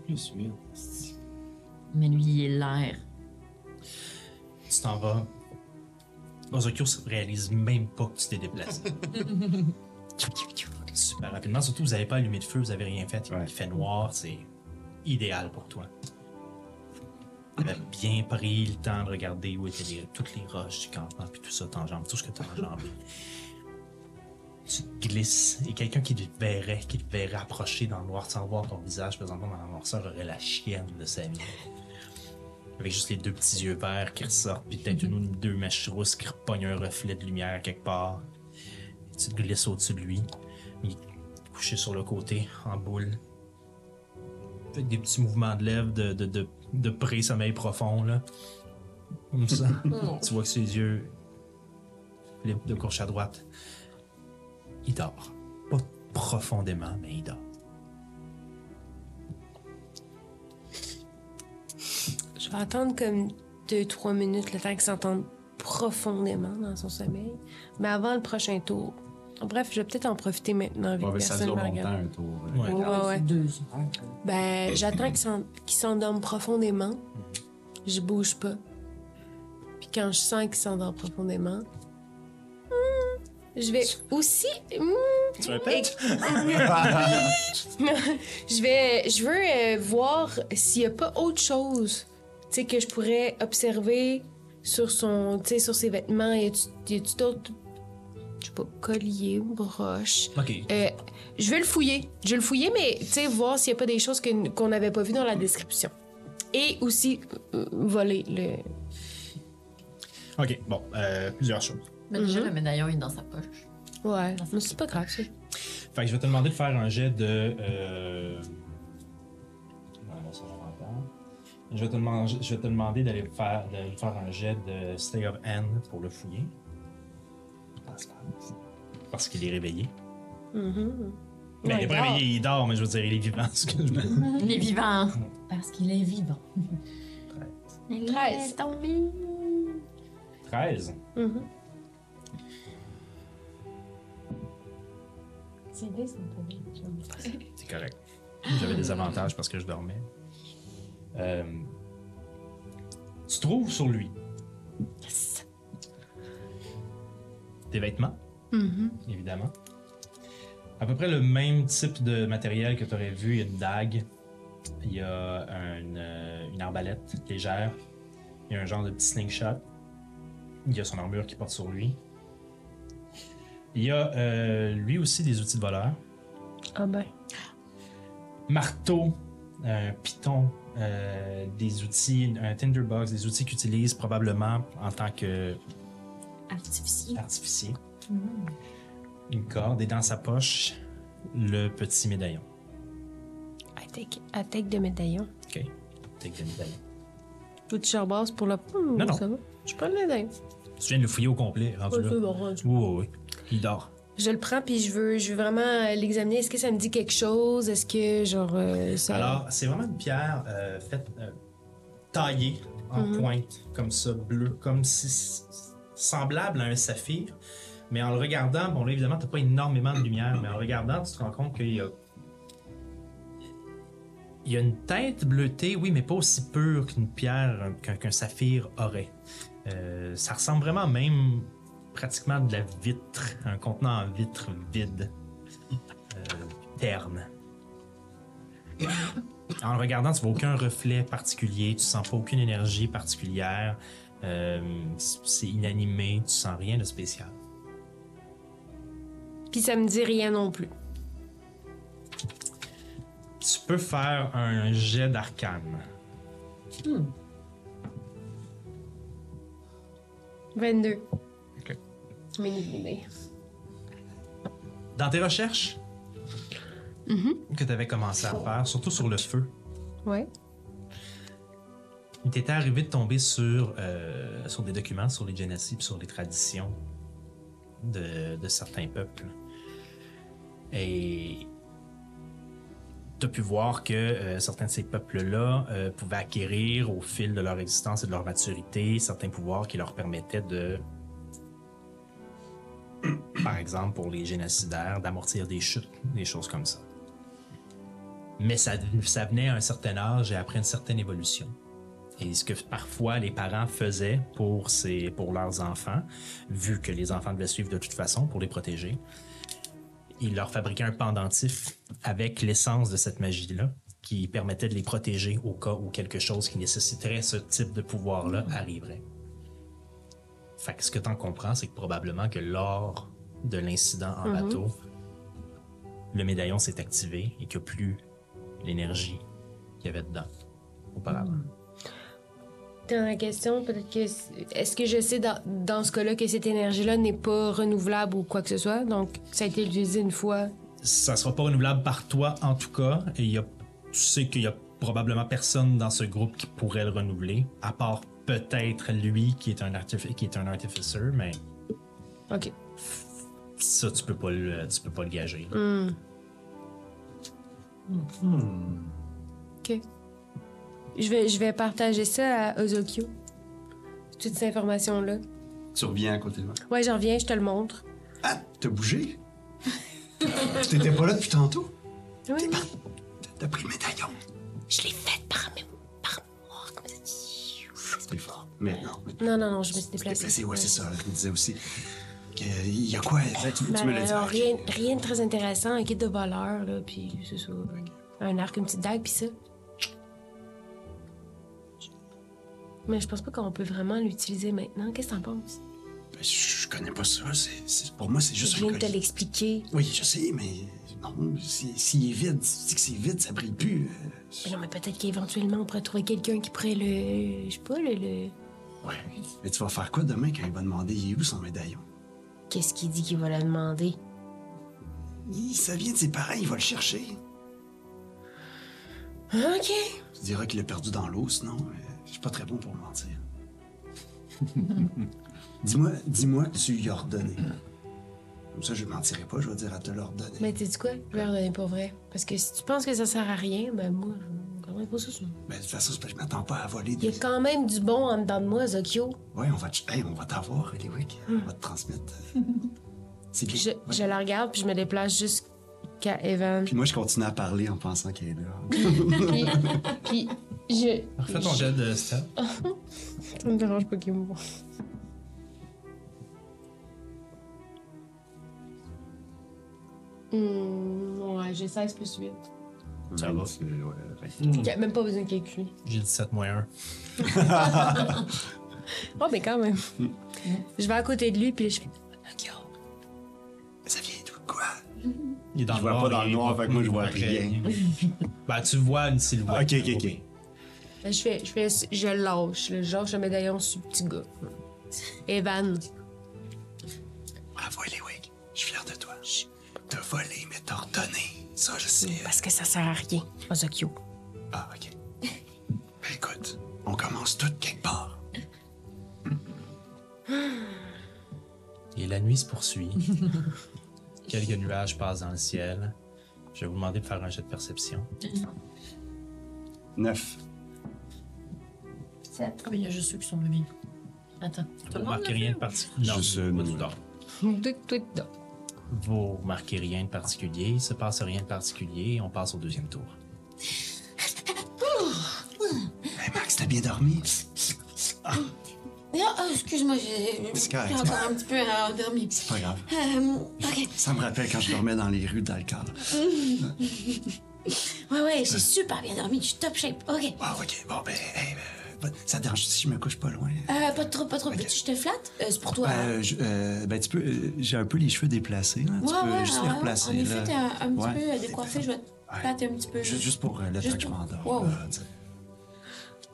B: Je suis.
F: Mais lui, il est l'air.
A: Tu t'en vas. Ozokyo ne réalise même pas que tu t'es déplacé. Super rapidement. Surtout, vous n'avez pas allumé de feu, vous n'avez rien fait.
E: Ouais.
A: Il fait noir, c'est idéal pour toi. Tu avais bien pris le temps de regarder où étaient les- toutes les roches du campement, puis tout ça, t'enjambes, tout ce que t'enjambes. tu te glisses, et quelqu'un qui te verrait, qui te verrait approcher dans le noir sans voir ton visage présentement dans la noirceur aurait la chienne de sa vie avec juste les deux petits yeux verts qui ressortent, puis peut-être une ou deux mèches rousses qui repognent un reflet de lumière quelque part. Tu te glisses au-dessus de lui, il est couché sur le côté, en boule. Fait des petits mouvements de lèvres de, de, de, de pré-sommeil profond, là. Comme ça. tu vois que ses yeux flippent de gauche à droite. Il dort. Pas profondément, mais il dort.
D: Je vais attendre comme 2-3 minutes le temps qu'il s'entende profondément dans son sommeil. Mais avant le prochain tour. Bref, je vais peut-être en profiter maintenant vu que personne ne me regarde.
E: un tour. euh.
A: Ouais.
D: Ouais, ouais.
H: Deux ans.
D: Ben, j'attends qu'il s'en- qu'il s'endorme profondément. Je bouge pas. Puis quand je sens qu'il s'endort profondément, hmm, je vais aussi. hmm,
A: Tu répètes?
D: je vais, je veux euh, voir s'il n'y a pas autre chose, tu sais, que je pourrais observer sur son, tu sais, sur ses vêtements. Y a-tu- y a-tu d'autres, je sais pas, collier, broche.
A: Ok.
D: Euh, je vais le fouiller. Je vais le fouiller, mais tu sais, voir s'il n'y a pas des choses que- qu'on n'avait pas vues dans la description. Et aussi euh, voler le.
A: Ok, bon, euh, plusieurs choses.
F: Mais
D: Mhm.
F: déjà, le médaillon, il est dans sa poche.
D: Ouais, mais c'est pas grave. ça.
A: Fait que je vais te demander de faire un jet de. euh, va sur mon inventaire. Je vais te demander, je vais te demander d'aller me faire, de me faire un jet de Stay of Hand pour le fouiller. Parce que- Parce qu'il est réveillé. Ben, il est
D: Ouais,
A: pas
D: il dort.
A: réveillé, il dort, mais je veux dire, il est vivant, excuse-moi.
F: Il
D: Mhm.
F: est vivant.
A: Mhm.
C: Parce qu'il est vivant.
G: 13.
A: 13.
D: C'est bien, c'est pas bien.
A: C'est correct. J'avais des avantages parce que je dormais. Euh, tu trouves sur lui des vêtements, évidemment. À peu près le même type de matériel que tu aurais vu. Il y a une dague, il y a une, euh, une arbalète légère, il y a un genre de petit slingshot, il y a son armure qui porte sur lui. Il y a euh, lui aussi des outils de voleur
D: Ah ben.
A: marteau, un python, euh, des outils, un tinderbox, des outils qu'ils utilisent probablement en tant qu'artificier.
C: Artificiel.
A: Une corde et dans sa poche, le petit médaillon.
D: Attaque, attaque de médaillon.
A: OK? Take the médaillon.
D: Ou tu charbasses pour la.
A: Non, non.
D: Ça va. Je prends le médaillon.
A: Tu viens de le fouiller au complet, rendu là.
D: c'est bon, rendu.
A: Oui, oui, oui. Il dort.
D: Je le prends puis je veux, je veux vraiment euh, l'examiner. Est-ce que ça me dit quelque chose? Est-ce que, genre, euh, ça.
A: Alors, c'est vraiment une pierre euh, faite, euh, taillée en pointe, comme ça, bleu, comme si semblable à un saphir. Mais en le regardant, bon là évidemment t'as pas énormément de lumière, mais en le regardant tu te rends compte qu'il y a il y a une tête bleutée, oui, mais pas aussi pure qu'une pierre euh, qu'un qu'un saphir aurait. Euh, ça ressemble vraiment même pratiquement à de la vitre, un contenant en vitre vide, Euh, terne. En le regardant, tu vois aucun reflet particulier, tu sens pas aucune énergie particulière. Euh, c- c'est inanimé, tu sens rien de spécial.
D: Puis ça me dit rien non plus.
A: Tu peux faire un jet d'arcane.
D: 22.
A: Ok.
D: Mini-idée.
A: Dans tes recherches que tu avais commencé à faire, surtout sur le feu,
D: Ouais.
A: il t'était arrivé de tomber sur, euh, sur des documents, sur les génésies, puis sur les traditions de, de certains peuples. Et tu as pu voir que euh, certains de ces peuples-là euh, pouvaient acquérir au fil de leur existence et de leur maturité certains pouvoirs qui leur permettaient de, par exemple pour les génocidaires, d'amortir des chutes, des choses comme ça. Mais ça, ça venait à un certain âge et après une certaine évolution. Et ce que parfois les parents faisaient pour, ces- pour leurs enfants, vu que les enfants devaient suivre de toute façon pour les protéger, ils leur fabriquaient un pendentif avec l'essence de cette magie-là qui permettait de les protéger au cas où quelque chose qui nécessiterait ce type de pouvoir-là arriverait. Fait que ce que t'en comprends, c'est que probablement que lors de l'incident en bateau, le médaillon s'est activé et qu'il n'y a plus l'énergie qu'il y avait dedans auparavant.
D: Dans la question, peut-être que. c'est- Est-ce que je sais dans, dans ce cas-là que cette énergie-là n'est pas renouvelable ou quoi que ce soit? Donc, ça a été utilisé une fois.
A: ça sera pas renouvelable par toi en tout cas. Et il y a, tu sais qu'il y a probablement personne dans ce groupe qui pourrait le renouveler, à part peut-être lui qui est un artifi- qui est un artificer, mais
D: OK.
A: ça tu peux pas le, tu peux pas le gager.
D: OK. Je vais, je vais partager ça à Ozokyo. Toute cette information-là.
E: Tu reviens à côté de moi.
D: Ouais, j'en reviens, je te le montre.
E: Ah, t'as bougé? tu t'étais pas là depuis tantôt?
D: Oui.
E: T'as pris le médaillon. Je l'ai fait par, par moi, comme ça.
D: Non, non, non, je me suis
E: Mais non,
D: déplacée.
E: c'est ouais, c'est ça. Je me disais aussi. que Il y a quoi? Là, tu, tu
D: Ben,
E: me l'as dit.
D: alors,
E: ok.
D: rien, rien de très intéressant, un kit de voleur, là, puis c'est ça. Un arc, une petite dague, puis ça. Mais je pense pas qu'on peut vraiment l'utiliser maintenant. Qu'est-ce que t'en penses?
E: Ben, je je connais pas ça. c'est- c'est- pour moi, c'est
D: Je
E: juste un
D: viens de te
E: collier.
D: l'expliquer.
E: Oui, je sais, mais non, si- s'il est vide, si tu dis que c'est vide, ça brille plus. euh.
D: Mais Non, mais peut-être qu'éventuellement, on pourrait trouver quelqu'un qui pourrait le. Je sais pas, le. le-
E: Ouais. Mais tu vas faire quoi demain quand il va demander il est où son médaillon?
D: Qu'est-ce qu'il dit qu'il va la demander?
E: Il, ça vient de ses parents, il va le chercher.
D: Ah, Ok.
E: Tu diras qu'il l'a perdu dans l'eau, sinon, euh, je suis pas très bon pour mentir. dis-moi, dis-moi que tu lui as ordonné. Comme ça, je ne mentirai pas, je vais dire à te l'ordonner.
D: Mais t'es du quoi? Je vais leur donner pour vrai. Parce que si tu penses que ça sert à rien, ben moi, je comprends pas ça. ça.
E: Mais de toute façon, c'est parce que je m'attends pas à voler
D: Il
E: des.
D: y a quand même du bon en dedans de moi, Zokyo.
E: Ouais, on va, te- hey, on va t'avoir, Eliwick. On va te transmettre. c'est bien.
D: Puis Ah. Je,
E: Ouais.
D: je la regarde, puis je me déplace jusqu'à Evan.
E: Puis moi, je continue à parler en pensant qu'elle est là.
G: Puis, puis je.
A: Refais ton jet de stat.
D: Ça me dérange pas qu'il me voit.
G: Hmm, ouais, j'ai 16 plus 8.
E: Ça va.
D: Il a même pas besoin de calculer.
A: J'ai 17 moins 1.
D: Oh, mais quand même. Je vais à côté de lui, puis je fais oh. Zokyo.
E: Ça vient d'où, quoi?
A: Il est dans
E: Je vois pas dans le
A: il-
E: noir, fait que moi, je vois
A: Fait que-
E: rien.
A: Ben, tu vois une silhouette.
E: Ah, Ok, ok, ok.
D: Là, Ben, Je fais, je fais, je lâche, là, je lâche le médaillon sur le petit gars. Evan.
E: Bravo, Eliwick. Je suis fier de toi. T'as volé, mais t'as ordonné. Ça, je sais.
D: Parce que ça sert à rien, Ozokyo.
E: Ah, ok. Ben, écoute, on commence tout quelque part.
A: Et la nuit se poursuit. Quelques nuages passent dans le ciel. Je vais vous demander de faire un jet de perception.
E: Neuf.
F: Ah, mais il y a juste ceux qui sont venus. Attends.
A: Vous remarquez rien de particulier.
E: Juste, euh,
A: pas
E: nous.
A: du tout.
D: Tout, tout, tout.
A: Vous remarquez rien de particulier. Il se passe rien de particulier. On passe au deuxième tour.
E: Hey, Max, t'as bien dormi?
F: Ah, ah, excuse-moi, j'ai
E: C'est correct.
F: j'ai encore un petit peu à endormir.
E: C'est pas grave.
F: Euh, ok.
E: Ça me rappelle quand je dormais dans les rues d'Alcar.
F: Ouais, ouais, j'ai super bien dormi, je suis top shape. Ok.
E: Ah, ok. Bon, ben, hey, ben, ça te dérange si je me couche pas loin?
F: Euh, pas trop, pas trop. Veux-tu que je te flatte? Euh, c'est pour toi. hein?
E: Ben, je- euh, ben, tu peux. euh, J'ai un peu les cheveux déplacés. Là. tu peux juste les
F: ouais,
E: replacer.
F: En effet,
E: là.
F: t'es un, un petit
E: Ouais.
F: peu euh, décoiffé, je vais te
E: Ouais.
F: flatter un petit peu.
E: Ju- Juste pour euh, le
F: Juste
E: temps que je
F: pour-
E: m'endors.
F: Wow.
E: là, tu sais.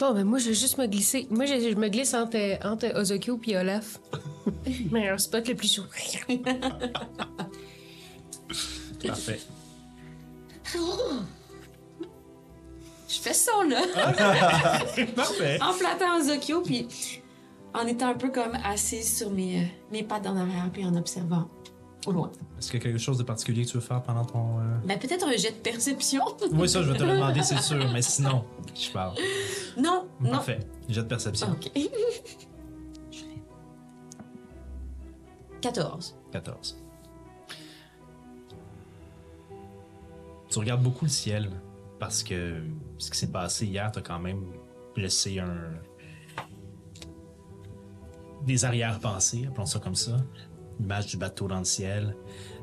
D: Bon, ben moi, je vais juste me glisser. Moi, je, je me glisse entre, entre Ozokyo puis Olaf. Meilleur spot le plus chaud.
A: Parfait.
F: Je fais ça, là,
A: Parfait.
F: en flattant Zokyo, puis en étant un peu comme assise sur mes, euh, mes pattes en arrière, puis en observant au loin.
A: Est-ce qu'il y a quelque chose de particulier que tu veux faire pendant ton. euh,
F: Ben, peut-être un jet de perception.
A: Oui, ça, je vais te le demander, c'est sûr. Mais sinon, je parle.
F: non, non.
A: Parfait. Jet de perception.
F: Ok. 14.
A: 14. Tu regardes beaucoup le ciel parce que ce qui s'est passé hier t'as quand même laissé un. des arrière-pensées, appelons ça comme ça. L'image du bateau dans le ciel,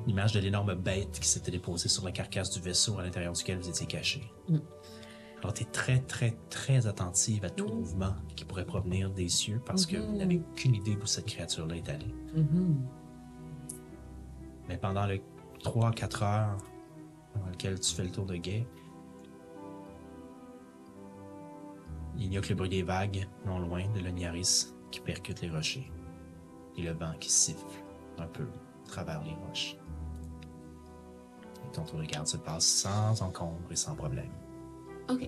A: l'image de l'énorme bête qui s'était déposée sur la carcasse du vaisseau à l'intérieur duquel vous étiez cachés. Alors, tu es très, très, très attentive à tout mouvement qui pourrait provenir des cieux parce que vous n'avez aucune idée où cette créature-là est allée. Mais pendant les 3-4 heures dans lesquelles tu fais le tour de guet, il n'y a que le bruit des vagues, non loin de l'Oniaris, qui percute les rochers. Et le vent qui siffle un peu à travers les roches. Et ton tour de garde se passe sans encombre et sans problème.
F: Ok.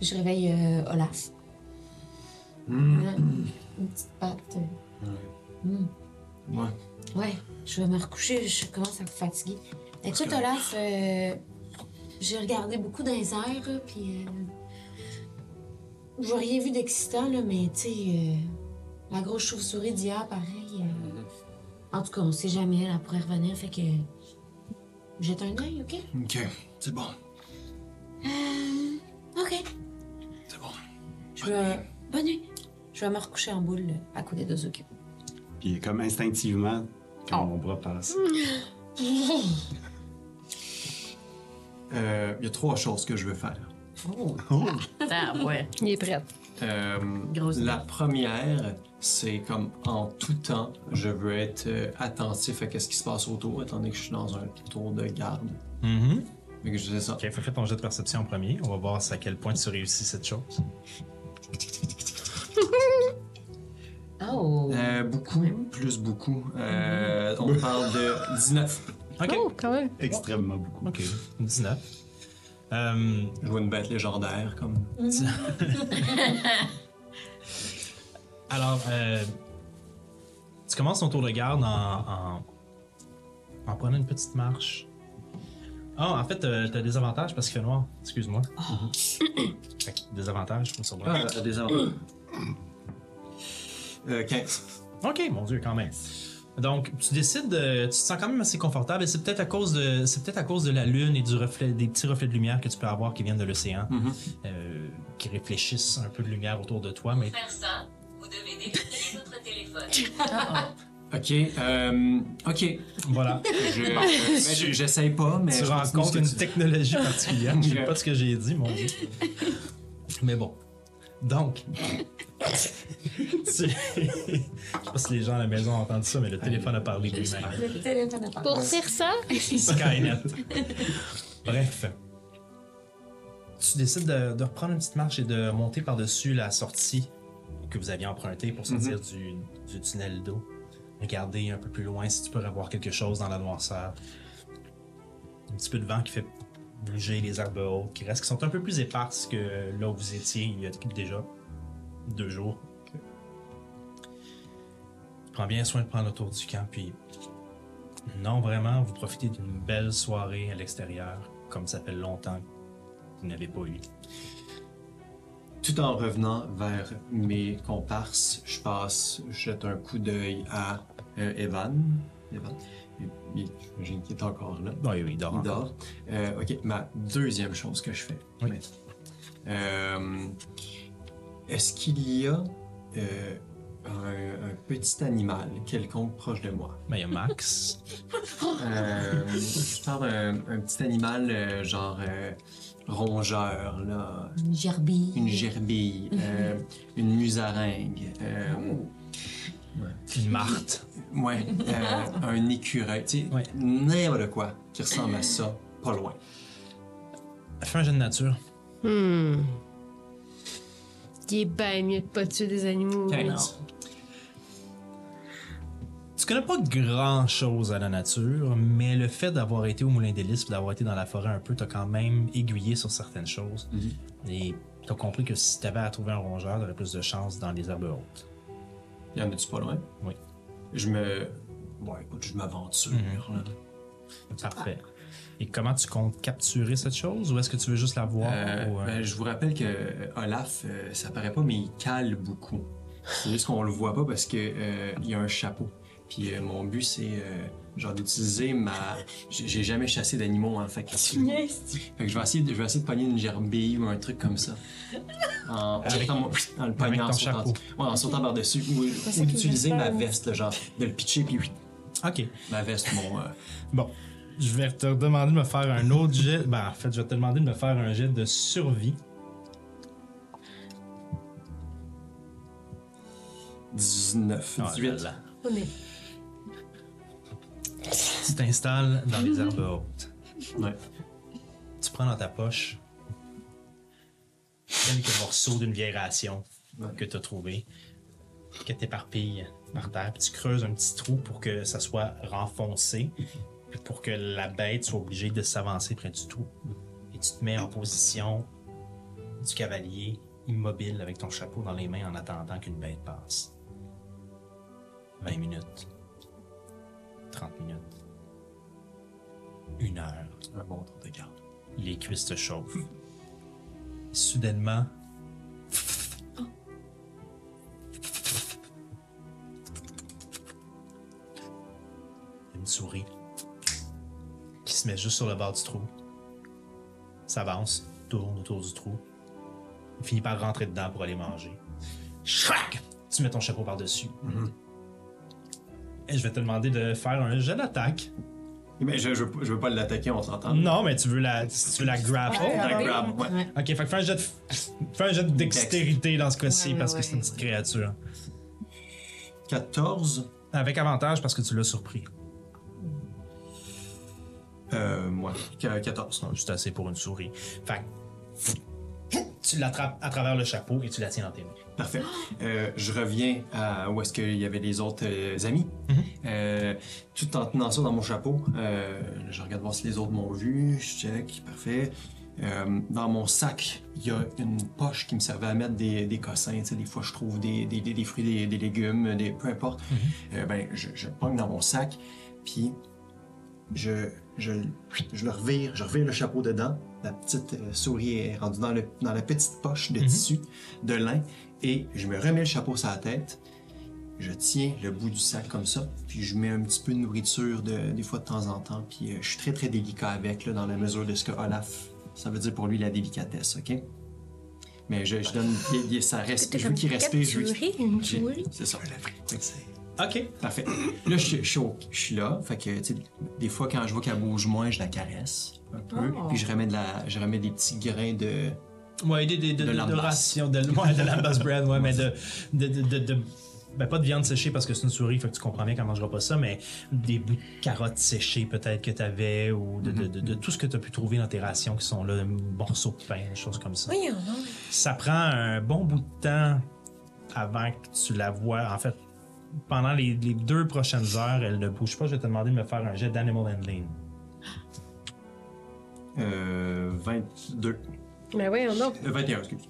F: Je réveille euh, Olaf.
B: Hmm.
F: Hein, Une petite patte. euh,
B: Ouais.
F: Ouais, je vais me recoucher, je commence à me fatiguer. Écoute, Olaf, euh, j'ai regardé beaucoup dans les airs, là, puis. euh, j'ai rien vu d'excitant, là, mais tu sais, euh, la grosse chauve-souris d'hier, pareil. euh,
B: Mm-hmm.
F: En tout cas, on sait jamais, elle pourrait revenir, fait que. Jette un œil, ok?
B: Ok. C'est bon.
F: Ok.
B: C'est bon.
F: Je vais... Bonne nuit. Je vais me recoucher en boule euh, à côté de Zuki.
E: Puis comme instinctivement, quand
F: Oh.
E: mon bras passe.
B: Euh, Il y a trois choses que je veux faire.
F: Ah ouais.
D: Il est prêt.
B: Euh,
F: Grosse
B: la première, c'est comme en tout temps, je veux être euh, attentif à ce qui se passe autour, étant donné que je suis dans un tour de garde. Fait que je fais ça.
A: Ok, fais ton jet de perception en premier. On va voir à quel point tu réussis cette chose.
F: Oh.
B: Euh, beaucoup, plus beaucoup. Euh, on parle de 19.
A: Ok.
D: Oh, quand même.
E: Extrêmement beaucoup.
A: Ok. 19. Euh,
B: Je vois une bête légendaire, comme.
A: Alors, euh, tu commences ton tour de garde en, en, en prenant une petite marche. Ah, en fait, euh, t'as des avantages parce qu'il fait noir. Excuse-moi. Fait que des avantages, pour savoir.
B: Ah, des enfants. Euh, 15.
A: Ok, mon dieu, quand même. Donc, tu décides, de- tu te sens quand même assez confortable et c'est peut-être à cause de, c'est peut-être à cause de la lune et du reflet, des petits reflets de lumière que tu peux avoir qui viennent de l'océan, euh, qui réfléchissent un peu de lumière autour de toi, mais
H: faire ça, vous devez déconnecter votre téléphone.
B: Ok, euh, ok.
A: voilà.
B: Je, mais je- j'essaye pas, mais.
A: tu
B: je continue ce
A: rencontres
B: que
A: une
B: tu dis.
A: technologie particulière. Je sais
B: Ok.
A: pas ce que j'ai dit, mon dieu. Mais bon. Donc. tu- Je sais pas si les gens à la maison ont entendu ça, mais le téléphone a parlé lui-même.
F: Le téléphone à part.
G: Pour faire ça,
A: Skynet. Bref. Tu décides de, de reprendre une petite marche et de monter par-dessus la sortie que vous aviez empruntée pour sortir du, du tunnel d'eau. Regardez un peu plus loin si tu peux avoir quelque chose dans la noirceur. Un petit peu de vent qui fait bouger les arbres hautes qui restent, qui sont un peu plus éparses que là où vous étiez il y a déjà deux jours. Prends bien soin de prendre le tour du camp, puis non, vraiment, vous profitez d'une belle soirée à l'extérieur, comme ça fait longtemps que vous n'avez pas eu.
B: Tout en revenant vers mes comparses, je passe, je jette un coup d'œil à euh, Evan. Evan. Il- il- J'imagine qu'il est encore là.
A: Oui, oui, il dort.
B: Il
A: encore.
B: dort. Euh, ok, ma deuxième chose que je fais.
A: Oui.
B: maintenant. Euh, Est-ce qu'il y a euh, un, un petit animal quelconque proche de moi?
A: Mais Ben, il y a Max.
B: Euh, je parle d'un un petit animal euh, genre euh, rongeur, là.
F: Une gerbille.
B: Une gerbille, euh, une musaringue, euh,
A: une Marthe.
B: ouais, euh, un écureuil, tu sais,
A: Ouais.
B: n'importe quoi qui ressemble à ça, pas loin.
A: Fais un jeu de nature.
D: Hmm. Il est bien mieux de pas tuer des animaux. Oh, Non.
B: 15.
A: Tu connais pas grand chose à la nature, mais le fait d'avoir été au Moulin des Lys et d'avoir été dans la forêt un peu, t'as quand même aiguillé sur certaines choses. Et t'as compris que si t'avais à trouver un rongeur, t'aurais plus de chance dans les herbes hautes.
B: Y en a-tu pas loin?
A: Oui.
B: Je me. Ouais, écoute, je m'aventure. là.
A: Parfait. Et comment tu comptes capturer cette chose ou est-ce que tu veux juste la voir
B: Euh,
A: ou, euh,
B: ben, je vous rappelle que euh, Olaf, euh, ça paraît pas, mais il cale beaucoup. C'est juste qu'on le voit pas parce que euh, il y a un chapeau. Puis euh, mon but, c'est euh, genre d'utiliser ma. J'ai j'ai jamais chassé d'animaux, en fait. Fait que je vais essayer de, je vais essayer de pogner une gerbille ou un truc comme ça. En, en jetant mon- en le
A: Avec
B: pognant, en
A: ton
B: sautant,
A: chapeau.
B: ouais, en sautant par-dessus. Ou, ou d'utiliser ma veste, là, genre de le pitcher, puis oui,
A: Ok.
B: ma veste, mon. euh,
A: Bon, je vais te demander de me faire un autre jet. Ben, en fait, je vais te demander de me faire un jet de survie.
B: 19,
A: Ah,
B: 18.
D: On est
A: Tu t'installes dans les herbes hautes.
B: Ouais.
A: Tu prends dans ta poche quelques morceaux d'une vieille ration que tu as trouvée, que tu éparpilles par terre, puis tu creuses un petit trou pour que ça soit renfoncé, puis pour que la bête soit obligée de s'avancer près du trou. Et tu te mets en position du cavalier, immobile, avec ton chapeau dans les mains en attendant qu'une bête passe. 20 minutes. 30 minutes. Une heure.
B: Un bon tour de garde.
A: Les cuisses te chauffent. Soudainement. Une souris qui se met juste sur le bord du trou. S'avance, tourne autour du trou. Il finit par rentrer dedans pour aller manger. Chouac! Tu mets ton chapeau par-dessus. Et je vais te demander de faire un jet d'attaque.
B: Mais je, je, je veux pas l'attaquer, on s'entend.
A: Non, mais tu veux la, si tu veux la grapple.
B: La grab, ouais.
A: Ok, fait que fais un jet de, fais un jet de dextérité dans ce cas-ci
F: Ouais, ouais,
A: parce que
F: ouais,
A: c'est une petite créature.
B: 14.
A: Avec avantage parce que tu l'as surpris.
B: Euh, moi. Qu- 14.
A: Juste assez pour une souris. Fait que tu l'attrapes à travers le chapeau et tu la tiens dans tes mains.
B: Parfait. Euh, je reviens à où est-ce qu'il y avait les autres euh, amis. Euh, tout en tenant ça dans mon chapeau, euh, je regarde voir si les autres m'ont vu. Je check. Parfait. Euh, dans mon sac, il y a une poche qui me servait à mettre des, des cossins. tu sais, Des fois, je trouve des, des- des- des fruits, des, des légumes, des, peu importe. Euh, ben, je, je le pogne dans mon sac, puis je, je, je le revire, je revire le chapeau dedans. La petite euh, souris est rendue dans, le, dans la petite poche de tissu, de lin, et je me remets le chapeau sur la tête. Je tiens le bout du sac comme ça, puis je mets un petit peu de nourriture de- des fois de temps en temps, puis euh, je suis très très délicat avec, là, dans la mesure de ce que Olaf, ça veut dire pour lui la délicatesse, ok? Mais je, je donne, il- il- ça reste, je veux qu'il respire, je veux qu'il- j'ai- C'est ça, Fait que c'est-
A: Ok.
B: Parfait. Là, je suis chaud. Je suis là. Fait que, tu sais, des fois, quand je vois qu'elle bouge moins, je la caresse un peu.
A: Oh.
B: Puis je remets, de la, je remets des petits grains de.
A: Ouais, des, des, de,
B: De
A: de, de
B: l'ambasse.
A: rations, de, ouais, de l'ambasse bread, ouais, mais de, de, de, de- de- ben, pas de viande séchée parce que c'est une souris, fait que tu comprends bien qu'elle mangera pas ça, mais des bouts de carottes séchées peut-être que t'avais ou de, de, de, de tout ce que t'as pu trouver dans tes rations qui sont là, morceaux de pain, des choses comme ça.
D: Voyons, non.
A: Ça prend un bon bout de temps avant que tu la vois. En fait, pendant les, les deux prochaines heures, elle ne bouge pas. Je vais te demander de me faire un jet d'animal handling.
B: Euh, 22.
D: Mais Ben, voyons, non.
B: Euh, 21, excuse.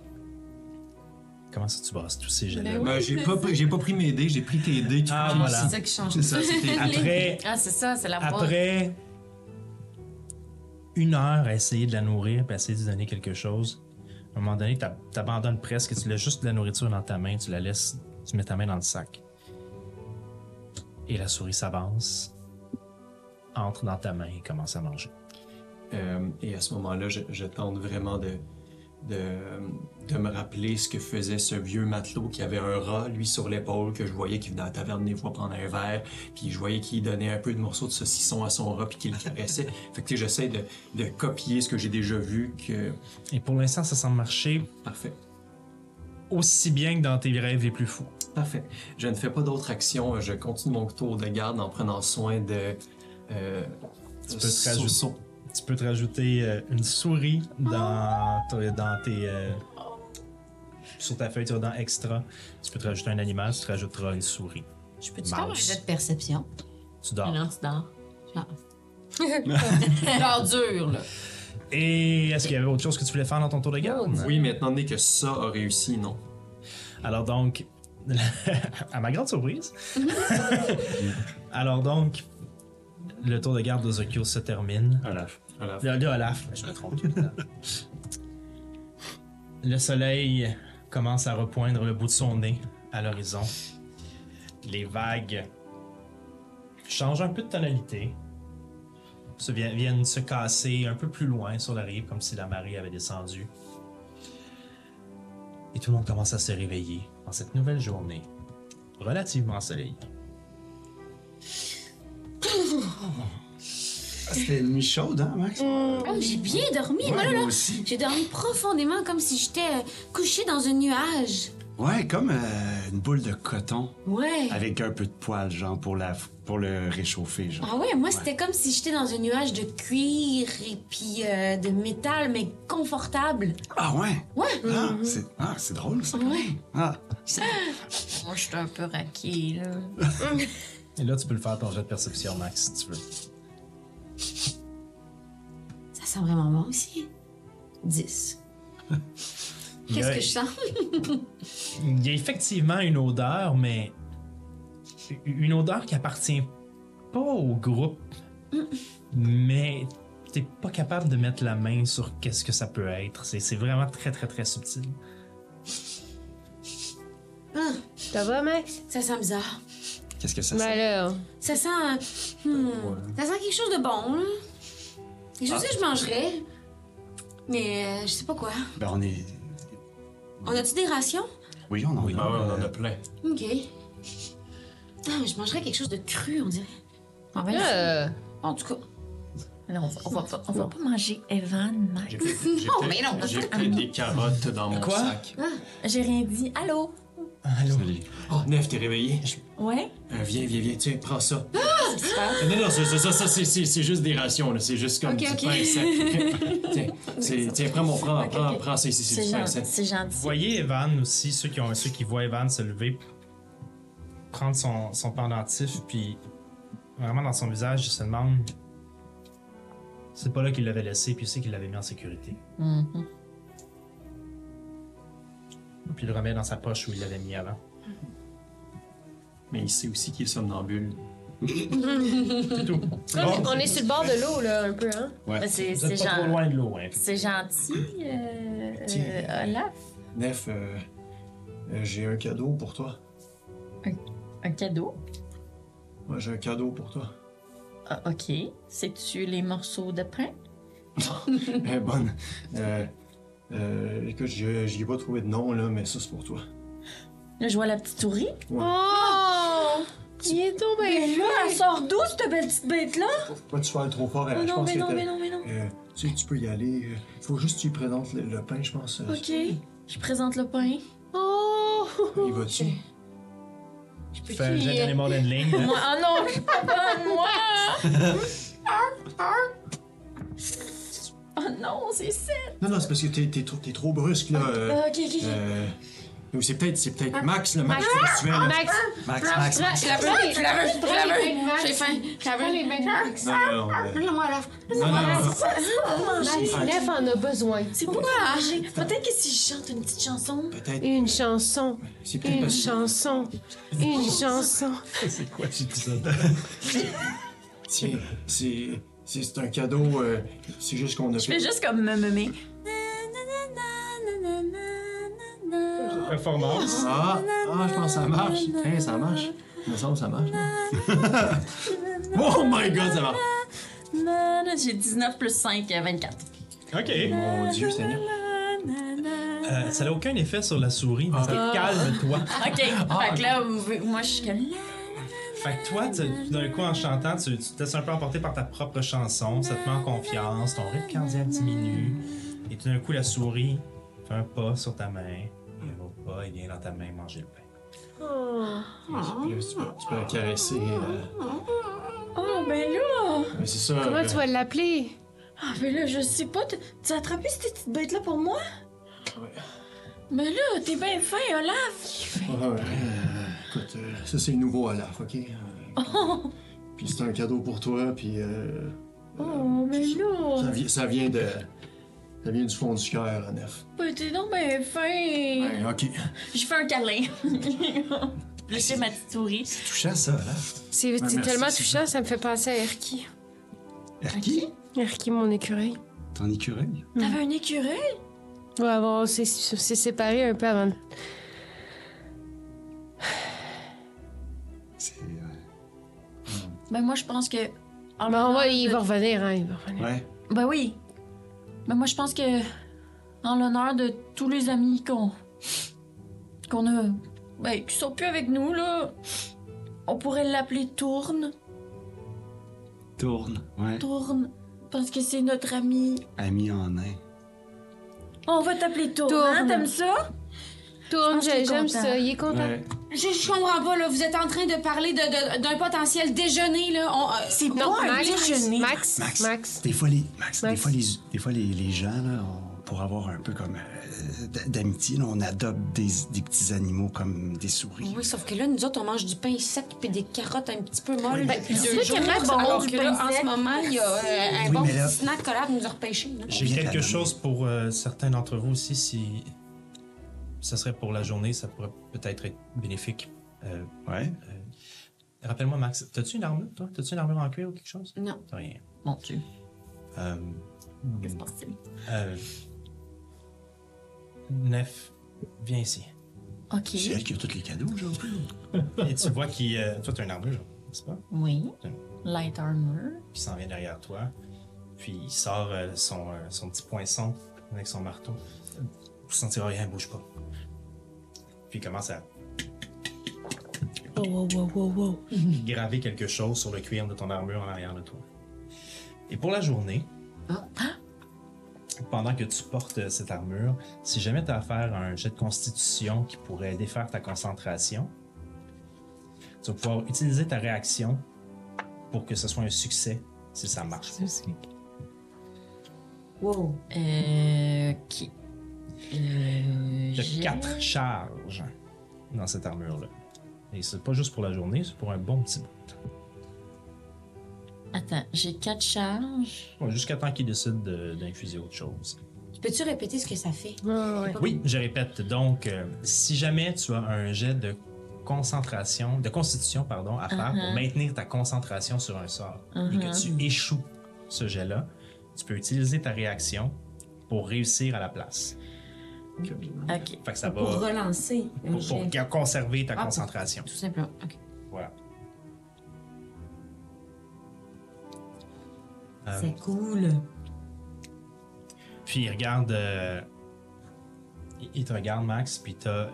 A: Comment ça tu bosses tous ces jets-là?
D: Ben oui.
B: Ben, j'ai pas, pris- j'ai pas pris mes dés, j'ai pris tes dés. tu
A: Ah,
B: pris-
A: voilà.
C: C'est ça qui change.
B: C'est ça, c'était.
A: Après,
C: Ah, c'est ça, c'est la boîte.
A: Après une heure à essayer de la nourrir, puis à essayer de lui donner quelque chose, à un moment donné, t'ab- t'abandonnes presque, tu laisses juste de la nourriture dans ta main, tu la laisses, tu mets ta main dans le sac. Et la souris s'avance, entre dans ta main et commence à manger.
B: Euh, et à ce moment-là, je, je tente vraiment de, de, de me rappeler ce que faisait ce vieux matelot qui avait un rat, lui, sur l'épaule, que je voyais qui venait à la taverne des fois prendre un verre, puis je voyais qu'il donnait un peu de morceau de saucisson à son rat, puis qu'il le caressait. fait que tu sais, j'essaie de, de copier ce que j'ai déjà vu, que...
A: Et pour l'instant, ça semble marcher
B: Parfait.
A: aussi bien que dans tes rêves les plus fous.
B: Parfait. Je ne fais pas d'autres actions. Je continue mon tour de garde en prenant soin de... Euh,
A: Tu peux te rajouter, tu peux te rajouter euh, une souris dans, ta- dans tes. euh, sur ta feuille, tu vas dans extra. Tu peux te rajouter un animal, tu te rajouteras une souris.
C: Je peux-tu
A: Mouse.
C: faire un jet de perception?
A: Tu
H: Ah.
A: dors.
C: Non, tu dors. Genre. Genre dur, là.
A: Et est-ce qu'il y avait autre chose que tu voulais faire dans ton tour de garde?
B: Oui, mais étant donné que ça a réussi, non.
A: Alors donc, à ma grande surprise, alors donc, le tour de garde d'Ozokyo se termine.
E: Olaf.
B: Voilà.
A: De, de Olaf, je me trompe. le soleil commence à repoindre le bout de son nez à l'horizon. Les vagues changent un peu de tonalité, se vi- viennent se casser un peu plus loin sur la rive, comme si la marée avait descendu. Et tout le monde commence à se réveiller en cette nouvelle journée, relativement ensoleillée.
E: C'était une nuit chaude, hein, Max?
F: Ah, j'ai bien dormi,
E: Ouais,
F: moi, là.
E: moi aussi.
F: J'ai dormi profondément comme si j'étais euh, couchée dans un nuage.
E: Ouais, comme euh, une boule de coton
F: Ouais.
E: avec un peu de poil, genre, pour, la, pour le réchauffer, genre.
F: Ah ouais, moi c'était comme si j'étais dans un nuage de cuir et puis euh, de métal, mais confortable.
E: Ah ouais?
F: Ouais.
E: Ah, c'est ah, c'est drôle, ça.
F: Ouais.
E: Ah,
C: Moi, je suis un peu raquée, là.
A: Et là, tu peux le faire ton jet de perception, Max, si tu veux.
F: Ça sent vraiment bon aussi. hein.
C: 10.
A: Il y
F: Qu'est-ce
A: a-
F: que je sens?
A: Il y a effectivement une odeur, mais une odeur qui appartient pas au groupe, mais t'es pas capable de mettre la main sur qu'est-ce que ça peut être. C'est c'est vraiment très très très subtil.
D: Ça va, Max?
F: Ça sent bizarre.
E: qu'est-ce que ça
D: Ben
E: sent?
D: là,
F: Ça sent. euh, hmm, Ça sent quelque chose de bon, là. Quelque
E: Ah.
F: chose que je mangerais. Mais euh, je sais pas quoi.
E: Ben, on est.
F: On a-tu des rations?
E: Oui, on en
A: Euh,
B: Ah ouais,
E: a. Euh,
B: on en a plein.
F: Ok. Ah, mais je mangerais quelque chose de cru, on dirait.
H: En
D: là,
F: En tout cas.
H: Ah, ben, on va, on va, pas- on va pas manger Evan, Mike.
B: J'ai peut- j'ai
F: mais non.
B: peut- j'ai peut-être des carottes dans mon
A: Quoi?
B: sac.
H: J'ai rien dit. Allô?
A: Allô?
B: Oh, Nef, t'es réveillé?
H: Ouais? Ah,
B: Euh, viens, viens, viens, tiens, prends ça. non, non, ça, ça, ça, ça, c'est- c'est c'est juste des rations, là. C'est juste comme
F: Ok,
B: du
F: ok.
B: pain sec. tiens, c'est- tiens, prends mon prends, prends, prends, c'est c'est- c'est
H: C'est
B: du pain
H: gen-
B: sec.
H: c'est gentil.
A: Vous voyez Evan aussi, ceux qui, ont, ceux qui voient Evan se lever, prendre son, son pendentif, puis vraiment dans son visage, il se demande C'est pas là qu'il l'avait laissé, puis il sait qu'il l'avait mis en sécurité. Mm-hmm.
H: Mhm.
A: Puis il le remet dans sa poche où il l'avait mis avant.
B: Mais il sait aussi qu'il est somnambule.
A: C'est tout.
D: On, est sur le bord de l'eau, là, un peu, hein?
H: Ben, C'est
A: Vous
H: c'est
A: êtes pas trop
H: gen-
A: loin de l'eau, hein.
H: c'est gentil, euh, euh, Olaf.
B: Nef, euh, euh, j'ai un cadeau pour toi.
H: Un cadeau.
B: Moi, j'ai un cadeau pour toi.
H: Ah, ok. C'est-tu les morceaux de pain?
B: Eh, bonne. Euh, euh, écoute, je j'y ai pas trouvé de nom, là, mais ça, c'est pour toi.
H: Là, je vois la petite souris.
D: Oh! Il est tombé!
H: Là, elle sort d'où, cette belle petite bête-là?
B: Faut Pas tu parles trop fort.
H: Oh
B: elle, Euh, je
H: non,
B: pense
H: mais
B: que
H: non,
B: t'as-
H: mais non, mais non.
B: Euh, tu, sais, tu peux y aller. euh, Faut juste que tu lui présentes le, le pain, je pense. euh,
H: Ok. Je présente le pain.
D: Oh!
B: Il va-tu?
A: Fais un jet d'animal handling.
H: Moi, oh non, je suis pas bonne, moi! oh non, c'est ça!
B: Non, non, c'est parce que t'es, t'es trop, t'es trop brusque, là. euh,
H: Ah, ok, ok, Ah. ok.
B: euh, ou c'est peut-être, c'est peut-être Max, le Ah, Max, tu
H: Ah,
B: là.
D: Max,
E: Max, Max, Max.
F: Je la veux, je la veux, je la veux. J'ai faim, je la
G: les
F: veux.
G: bains de Max.
B: Non, non, non,
H: Ah,
B: euh,
F: Prends-moi la
B: non, non, non.
D: Max, Nef en a besoin.
H: C'est pour manger. Peut-être que si je chante une petite chanson.
B: Peut-être,
D: Une chanson,
B: c'est peut-être
D: une
B: parce que
D: chanson, une chanson.
A: C'est quoi cet épisode?
B: c'est, c'est, c'est, c'est un cadeau, euh, c'est juste qu'on a
H: Je fais
B: fait.
H: juste comme me memer.
A: Oh. Performance.
B: Ah, ah, je pense que ça marche. Hein, ça marche. Il me semble que ça marche. hein. oh my god, ça marche.
H: J'ai 19 plus euh, 5, 24.
A: Ok.
B: Eh, Mon dieu, Seigneur.
A: Euh, ça n'a aucun effet sur la souris.
D: Ah.
A: parce que Calme-toi.
H: Ah, Ok, fait que là, vous- moi je suis comme.
A: Fait que toi, tu- d'un coup, en chantant, tu, tu te laisses un peu emporter par ta propre chanson, ça te met en confiance, ton rythme cardiaque diminue, et tout d'un coup, la souris fait un pas sur ta main, et un autre pas, il vient dans ta main manger le pain.
B: Puis là, tu peux, tu peux la caresser. euh,
H: Oh, ben là!
B: mais c'est ça.
D: Comment
B: euh,
D: tu vas l'appeler?
H: Ah, ben là, je sais pas. Tu tu as attrapé cette petite bête-là pour moi?
B: Ouais.
H: Mais là, t'es bien fin, Olaf!
B: Ouais, ouais, euh, écoute, euh, ça c'est nouveau à l'AF, ok? Euh, puis c'est un cadeau pour toi, puis euh,
H: Oh, mais
B: ça,
H: là!
B: vi- ça vient de. Ça vient du fond du cœur, la nef.
H: Ben, T'es donc bien fin!
B: Ouais, ok.
H: Je fais un câlin. Je fais ma petite souris.
E: Touchant ça, là.
D: C'est c'est
B: merci,
D: tellement
B: c'est
D: touchant, ça me fait penser à Erki.
E: Erki,
D: Erki, mon écureuil.
E: ton écureuil.
H: T'avais un écureuil?
D: Ouais, bon, on s'est on s'est séparés un peu avant. de-
E: C'est. euh,
H: Ben, moi, je pense que.
D: Ben, on va, il va revenir, hein, il va revenir.
E: Ouais.
H: Ben oui. Ben, moi, je pense que. En l'honneur de tous les amis qu'on. qu'on a. Ben, qui sont plus avec nous, là. On pourrait l'appeler Tourne.
E: Tourne. Ouais.
H: Tourne. Parce que c'est notre ami.
E: Ami en nain.
H: On va t'appeler Tourne.
D: Tourne.
H: hein, T'aimes ça?
D: Tourne,
H: Je pense qu'il est
D: j'aime
H: content.
D: ça, il est content.
B: Ouais.
F: Je, je comprends pas, là. Vous êtes en train de parler de- de- d'un potentiel déjeuner, là. On, euh,
H: C'est
F: on-
H: pas un déjeuner.
E: Max.
D: Max, Max, Max.
E: Des fois, les, Max, Des
D: Max.
E: fois, les, des fois les, les gens, là, on- pour avoir un peu comme euh, d- d'amitié, là, on adopte des, des petits animaux comme des souris.
F: Oui, sauf que là, nous autres, on mange du pain sec puis des carottes un petit peu molles depuis
H: c'est
F: deux
H: ça
F: jours.
H: Ben, que Max a
F: alors
H: du
F: que
H: pain
F: là, en
H: sec.
F: ce moment, il y a euh, un
E: Oui,
F: bon
E: mais là-
F: petit snack collab nous a repêché. là.
E: On
A: J'ai
E: vient de la
A: quelque
E: nommer.
A: chose pour euh, certains d'entre vous aussi, si ça serait pour la journée, ça pourrait peut-être être bénéfique. Euh,
E: Ouais.
A: Rappelle-moi, Max, t'as-tu une armure, toi? T'as-tu une armure en cuir ou quelque chose?
F: Non.
A: T'as rien.
H: Mon Dieu.
A: Euh,
H: Qu'est-ce que c'est?
A: euh, Nef, viens ici.
E: C'est
H: Ok.
E: elle qui a tous les cadeaux aujourd'hui.
A: Et tu vois qu'il. euh, toi, t'as une armure, n'est-ce pas?
H: Oui. Light armor.
A: Puis il s'en vient derrière toi. Puis il sort euh, son, euh, son petit poinçon avec son marteau. Vous sentirez rien, bouge pas. Puis il commence à
D: Wow, wow, wow, wow, wow.
A: graver quelque chose sur le cuir de ton armure en arrière de toi. Et pour la journée,
D: Ah.
A: pendant que tu portes euh, cette armure, si jamais tu as affaire à un jet de constitution qui pourrait défaire ta concentration, tu vas pouvoir utiliser ta réaction pour que ce soit un succès si ça marche. pas.
H: Wow. Euh. Qui? Euh.
A: Il y
H: j'ai-
A: a quatre charges dans cette armure-là. Et c'est pas juste pour la journée, c'est pour un bon petit bout.
H: Attends, j'ai quatre charges.
A: Bon, Jusqu'à temps qu'il décide de- d'infuser autre chose.
F: Peux-tu répéter ce que ça fait?
D: Ouais, ouais.
A: Oui, je répète. Donc, euh, si jamais tu as un jet de concentration, de constitution, pardon, à faire pour
H: Uh-huh.
A: maintenir ta concentration sur un sort et que
H: Uh-huh.
A: tu échoues ce jet-là, tu peux utiliser ta réaction pour réussir à la place.
H: Ok,
A: Fait que ça
F: Pour
A: va
F: relancer. un
A: pour, pour
F: jet.
A: ga- conserver ta
F: Ah, pour-
A: concentration.
H: tout simplement. Ok.
A: Voilà. Euh,
F: C'est cool.
A: Puis il regarde. euh, il- il te regarde, Max, puis t'as.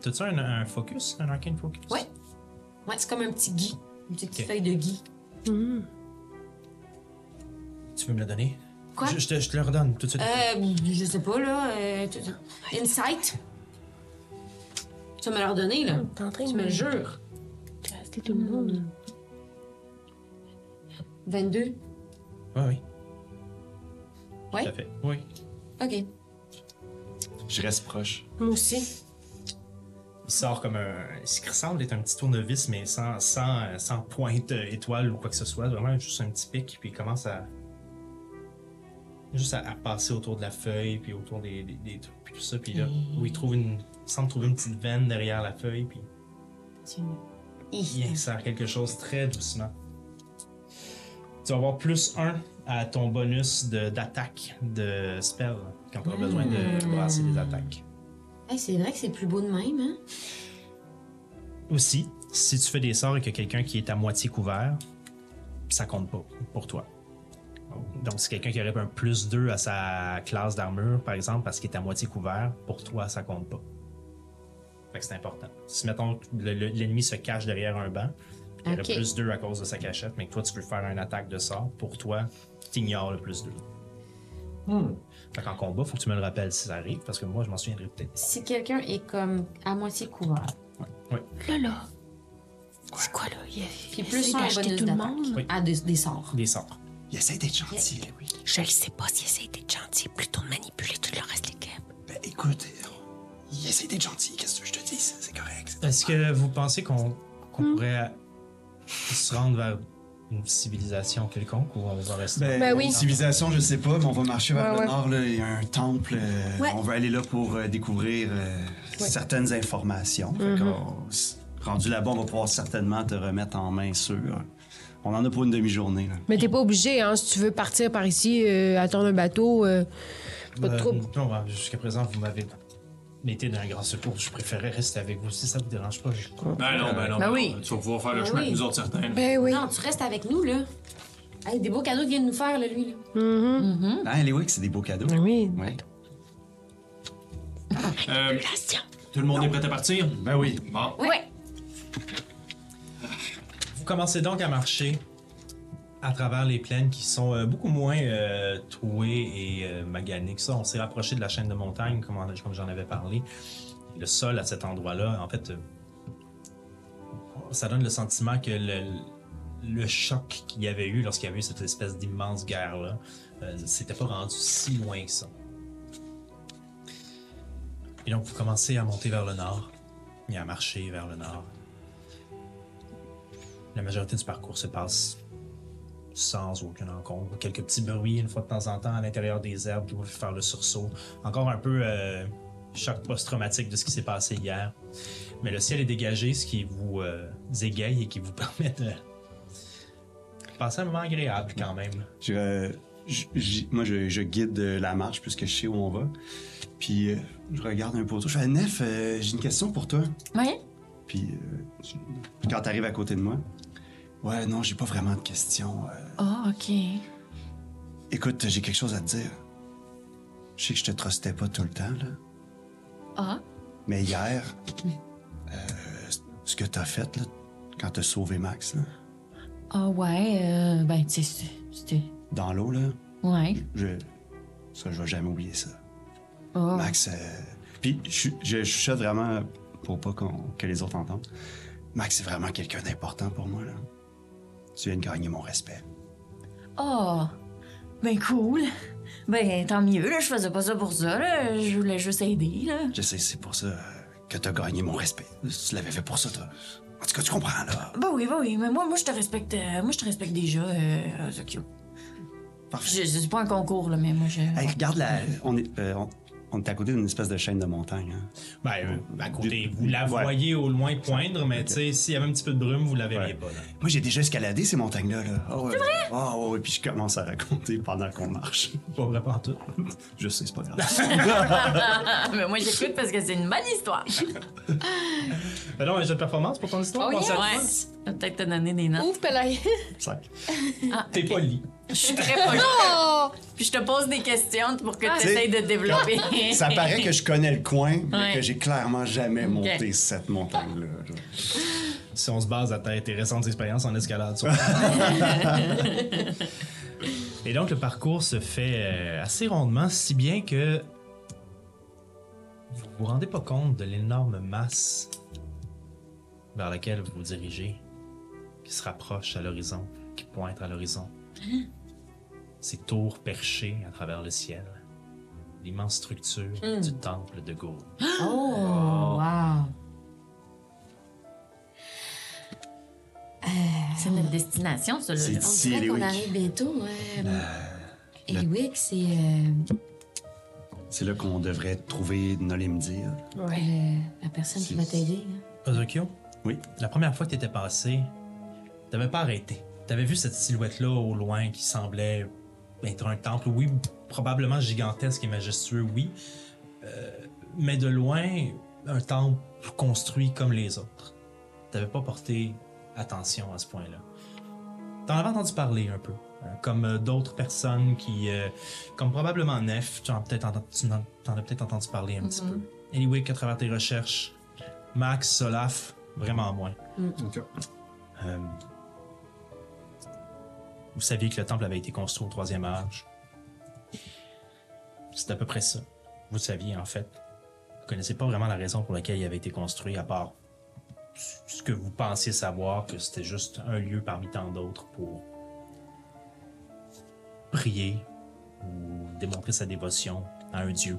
A: T'as-tu un, un focus, un arcane focus?
F: Ouais. Ouais, c'est comme un petit gui. Une petite
A: Ok.
F: feuille de gui.
D: Mhm.
A: Tu veux me le donner?
F: Quoi?
A: Je, je te, je te le redonne tout de suite.
F: Euh, je sais pas, là. euh, tu- Insight. Tu vas me leur donner, là.
D: Oh, T'es en train
F: Tu
D: de
F: me le
D: me
F: jures.
D: jaster tout le monde.
F: 22.
A: Oui, oui.
F: Ouais?
A: Tout à fait. Oui.
F: OK.
E: Je reste proche.
D: Moi aussi.
A: Il sort comme un. Ce qui ressemble être un petit tournevis, mais sans, sans, euh, sans pointe euh, étoile ou quoi que ce soit. Vraiment juste un petit pic, puis il commence à. Juste à, à passer autour de la feuille, puis autour des, des, des trucs, puis tout ça. Puis là, où il trouve une. Il semble trouver une petite veine derrière la feuille, puis il insère quelque chose très doucement. Tu vas avoir plus 1 à ton bonus de- d'attaque de, spell quand tu auras besoin de brasser des attaques.
F: Hey, c'est vrai que c'est plus beau de même, hein?
A: Aussi, si tu fais des sorts et qu'il y a quelqu'un qui est à moitié couvert, ça compte pas pour toi. Donc, si quelqu'un qui aurait un plus 2 à sa classe d'armure, par exemple, parce qu'il est à moitié couvert, pour toi, ça compte pas. Fait que c'est important. Si, mettons, le- le- l'ennemi se cache derrière un banc, puis il
F: Ok.
A: aurait plus 2 à cause de sa cachette, mais que toi, tu veux faire une attaque de sort, pour toi, t'ignores le plus 2. Fait qu'en combat, faut que tu me le rappelles si ça arrive, parce que moi, je m'en souviendrai peut-être.
F: Si quelqu'un est comme à moitié couvert,
D: Là, là. C'est quoi, là? Il y a-
F: puis
D: il
F: plus
D: essaie
F: un
D: d'acheter
F: bonus
D: tout le
F: d'attaque
D: monde.
A: Oui.
F: à des, des sorts.
A: Des sorts.
E: Il essaie d'être gentil, oui.
D: Eh Je le sais pas s'il essaie d'être gentil, plutôt de manipuler tout le reste des câbles.
E: Ben écoute, il essaie d'être gentil, qu'est-ce que je te dis? C'est correct.
A: Est-ce que vous pensez qu'on qu'on
D: Hmm?
A: pourrait se rendre vers une civilisation quelconque ou on va rester
D: Ben oui.
E: Civilisation, je sais pas, mais on va marcher vers
D: Ouais,
E: le
D: ouais.
E: nord, là. Il y a un temple. euh,
F: Ouais.
E: On va aller là pour euh, découvrir euh, certaines informations. Fait
D: Mm-hmm.
E: qu'on- s- rendu là-bas, on va pouvoir certainement te remettre en main sur. On en a pour une demi-journée, là.
D: Mais t'es pas obligé, hein, si tu veux partir par ici, euh, attendre un bateau, euh, pas de
A: Euh,
D: trouble.
A: Non, ben, jusqu'à présent, vous m'avez été d'un grand secours. Je préférais rester avec vous si ça vous dérange pas. Je...
B: Ben non, ben non.
H: Ben
B: non.
H: oui.
B: Tu vas pouvoir faire le
F: Ben
B: chemin
F: oui.
B: que nous autres, certains.
D: Ben oui.
F: Non, tu restes avec nous, là. Hey, des beaux cadeaux qu'il vient de nous faire, là, lui. Là.
D: Mhm.
E: Ah, les Wicks, c'est des beaux cadeaux.
D: Ben Oui.
E: Ouais.
B: Euh, tout le monde est prêt à partir?
E: Ben oui.
B: Bon.
A: Vous commencez donc à marcher à travers les plaines qui sont euh, beaucoup moins euh, trouées et euh, maganées que ça. On s'est rapproché de la chaîne de montagne, comme, on- comme j'en avais parlé. Le sol à cet endroit-là, en fait, euh, ça donne le sentiment que le, le choc qu'il y avait eu lorsqu'il y avait eu cette espèce d'immense guerre-là, euh, c'était pas rendu si loin que ça. Et donc, vous commencez à monter vers le nord et à marcher vers le nord. La majorité du parcours se passe sans aucun encombre. Quelques petits bruits une fois de temps en temps à l'intérieur des herbes qui vont faire le sursaut. Encore un peu euh, choc post-traumatique de ce qui s'est passé hier. Mais le ciel est dégagé, ce qui vous euh, égaye et qui vous permet de passer un moment agréable quand même.
E: Je, euh, je- je- moi, je, je guide euh, la marche puisque je sais où on va. Puis euh, je regarde un poteau. Je fais Nef, euh, j'ai une question pour toi.
H: Oui?
E: Puis euh, je- quand t'arrives à côté de moi, ouais, non, j'ai pas vraiment de questions. Euh,
H: Ah, ok.
E: écoute, j'ai quelque chose à te dire. Je sais que je te trustais pas tout le temps, là.
H: Ah,
E: Mais hier, euh, ce que t'as fait, là, quand t'as sauvé Max, là,
H: ah ouais, euh, ben, tu sais, c'était.
E: dans l'eau, là,
H: Ouais.
E: je. Ça, je vais jamais oublier ça.
H: Ah.
E: Max, euh, puis je, je chuchote vraiment pour pas qu'on- que les autres entendent. Max, c'est vraiment quelqu'un d'important pour moi, là. Tu viens de gagner mon respect.
H: Ah, ben cool. Ben tant mieux, là, je faisais pas ça pour ça, là. je voulais juste aider. Là.
E: Je sais, c'est pour ça euh, que t'as gagné mon respect. Tu l'avais fait pour ça, toi. En tout cas, tu comprends, là.
H: Bah oui, bah oui, mais moi, moi je te respecte. euh, moi je te respecte déjà, euh, Zokyo.
E: Parfait.
H: Je- C'est pas un concours, là, mais moi je.
E: Hey, regarde, la, on, est, euh, on, on est à côté d'une espèce de chaîne de montagne. hein.
A: Ben, euh, à côté,
E: Du-
A: vous la
E: Ouais.
A: voyez au loin poindre, mais tu sais, s'il y avait un petit peu de brume, vous la verriez
E: Ouais.
A: pas. là.
E: Moi, j'ai déjà escaladé ces montagnes-là. Là. C'est vrai? Ah ouais, ouais, puis je commence à raconter pendant qu'on marche.
A: Pas vrai pas en tout.
E: Je sais, c'est pas grave.
H: Ah, mais moi j'écoute parce que c'est une bonne histoire.
A: Ben non, un jeu de performance pour ton histoire. pensez à toi.
H: Oh, yes. Je vais Peut-être te donner des notes.
D: Ouf, Pelay.
E: Cinq.
A: T'es poli.
H: Je suis très polie. Puis je te pose des questions pour que
E: tu
H: tu essayes de développer.
E: Ah. Ça paraît que je connais le coin, mais
H: Ouais.
E: que j'ai clairement jamais monté
H: Ok.
E: cette montagne-là. là.
A: Si on se base à tes, tes récentes expériences en escalade. sur- Et donc, le parcours se fait euh, assez rondement, si bien que vous vous rendez pas compte de l'énorme masse vers laquelle vous vous dirigez, qui se rapproche à l'horizon, qui pointe à l'horizon. Ces tours perchées à travers le ciel, l'immense structure du temple de Gaulle.
F: Oh, wow.
H: C'est notre destination, ça. là.
E: C'est
F: On
E: ici,
F: dirait
E: les
F: qu'on
E: Wick.
F: arrive bientôt. ouais. Eliwick, c'est. euh,
E: C'est là qu'on devrait trouver Nolimdir.
F: euh, la personne qui va t'aider. hein. là.
A: Ozokyo?
E: Oui.
A: La première fois que t'étais passé, t'avais pas arrêté. T'avais vu cette silhouette-là au loin qui semblait être un temple, oui, probablement gigantesque et majestueux, oui, Euh, mais de loin, un temple construit comme les autres. T'avais pas porté attention à ce point-là. T'en avais entendu parler un peu, hein, comme euh, d'autres personnes qui, euh, comme probablement Nef, tu en, as peut-être enten- tu en- t'en as peut-être entendu parler un petit peu. Anyway, qu'à travers tes recherches, Max, Solaf, vraiment moins.
B: Ok.
A: Euh, vous saviez que le temple avait été construit au troisième âge. C'est à peu près ça. Vous le saviez, en fait. Vous connaissez pas vraiment la raison pour laquelle il avait été construit, à part ce que vous pensiez savoir, que c'était juste un lieu parmi tant d'autres pour prier ou démontrer sa dévotion à un dieu.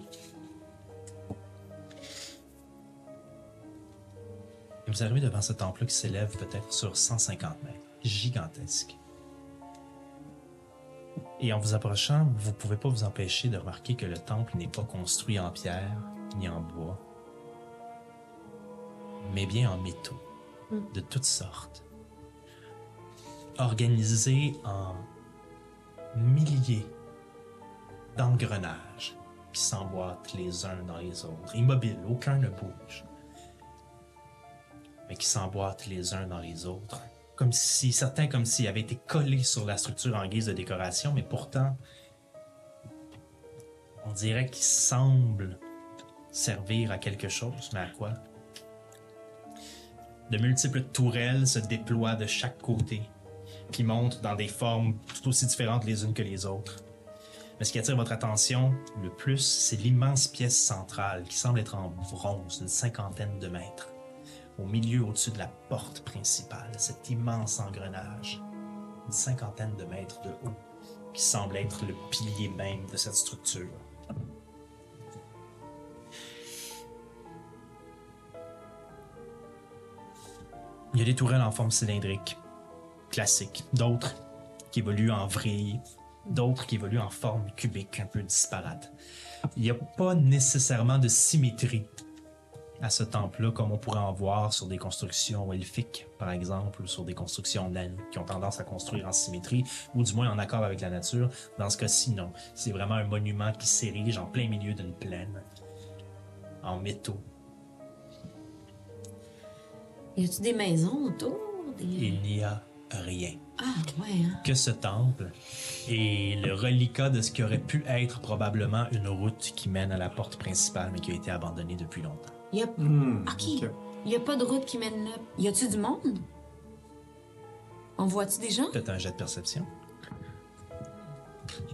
A: Et vous arrivez devant ce temple qui s'élève peut-être sur 150 mètres. Gigantesque. Et en vous approchant, vous ne pouvez pas vous empêcher de remarquer que le temple n'est pas construit en pierre ni en bois, mais bien en métaux, de toutes sortes. Organisés en milliers d'engrenages qui s'emboîtent les uns dans les autres, immobiles, aucun ne bouge mais qui s'emboîtent les uns dans les autres. Comme si certains comme s'ils avaient été collés sur la structure en guise de décoration, mais pourtant, on dirait qu'ils semblent servir à quelque chose, mais à quoi De multiples tourelles se déploient de chaque côté, qui montent dans des formes tout aussi différentes les unes que les autres. Mais ce qui attire votre attention le plus, c'est l'immense pièce centrale qui semble être en bronze d'une cinquantaine de mètres au milieu au-dessus de la porte principale, cet immense engrenage, une cinquantaine de mètres de haut, qui semble être le pilier même de cette structure. Il y a des tourelles en forme cylindrique, classique, d'autres qui évoluent en vrille, d'autres qui évoluent en forme cubique, un peu disparate. Il n'y a pas nécessairement de symétrie à ce temple-là, comme on pourrait en voir sur des constructions elfiques, par exemple, ou sur des constructions naines, qui ont tendance à construire en symétrie, ou du moins en accord avec la nature. Dans ce cas-ci, non. C'est vraiment un monument qui s'érige en plein milieu d'une plaine, en métaux.
F: Y a-tu des maisons autour? Des-
A: Il n'y a rien.
F: Ah, ouais, hein.
A: que ce temple et le reliquat de ce qui aurait pu être probablement une route qui mène à la porte principale, mais qui a été abandonnée depuis longtemps.
F: Y a,
B: Hmm,
F: Ok.
B: ok.
F: y a pas de route qui mène là. Y a-tu du monde? On voit-tu des gens?
A: Peut-être un jet de perception.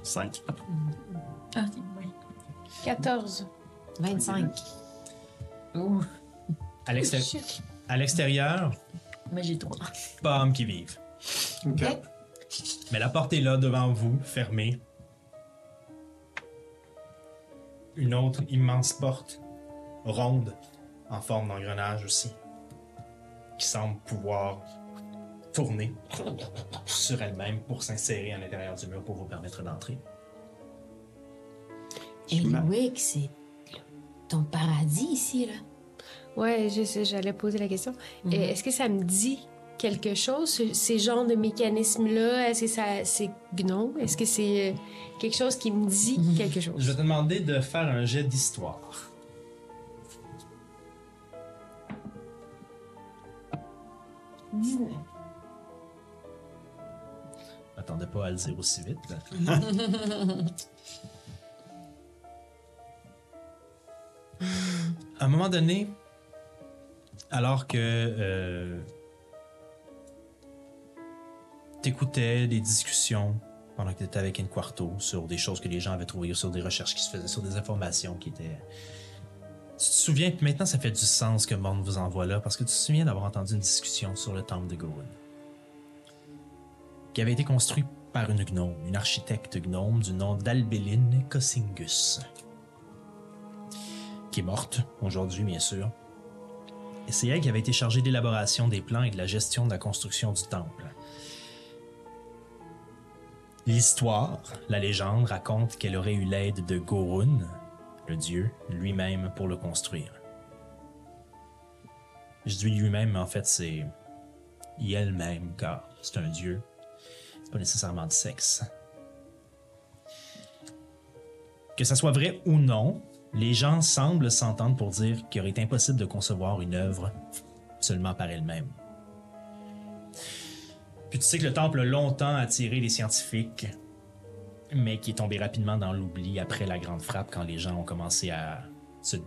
E: Cinq.
H: Ah, oui.
D: 14.
F: 25.
A: À l'exté- à l'extérieur,
H: Mais j'ai trois.
A: pas homme qui vive.
B: Ok.
A: Mais la porte est là devant vous, fermée. Une autre immense porte, ronde, en forme d'engrenage aussi, qui semble pouvoir tourner sur elle-même pour s'insérer à l'intérieur du mur pour vous permettre d'entrer.
F: Et
E: m'a-
F: Wick, c'est ton paradis ici, là.
D: Ouais, je sais, j'allais poser la question. Et Est-ce que ça me dit quelque chose, ce- ces genres de mécanismes-là? Est-ce que ça, c'est non? Est-ce que c'est euh, quelque chose qui me dit quelque
A: Je vais
D: chose?
A: te demander de faire un jet d'histoire. Attendez pas à le dire aussi vite. là. à un moment donné, alors que euh, t'écoutais des discussions pendant que t'étais avec Enquarto sur des choses que les gens avaient trouvées, sur des recherches qui se faisaient, sur des informations qui étaient. Tu te souviens, puis maintenant ça fait du sens que Morne vous envoie là, parce que tu te souviens d'avoir entendu une discussion sur le temple de Gowen qui avait été construit par une gnome, une architecte gnome du nom d'Albéline Cosingus, qui est morte aujourd'hui, bien sûr. Et c'est elle qui avait été chargée d'élaboration des plans et de la gestion de la construction du temple. L'histoire, la légende raconte qu'elle aurait eu l'aide de Gorun, le dieu, lui-même pour le construire. Je dis lui-même, mais en fait c'est il elle-même, car c'est un dieu c'est pas nécessairement de sexe. Que ça soit vrai ou non, les gens semblent s'entendre pour dire qu'il aurait été impossible de concevoir une œuvre seulement par elle-même. Puis tu sais que le temple a longtemps attiré les scientifiques, mais qui est tombé rapidement dans l'oubli après la grande frappe quand les gens ont commencé à se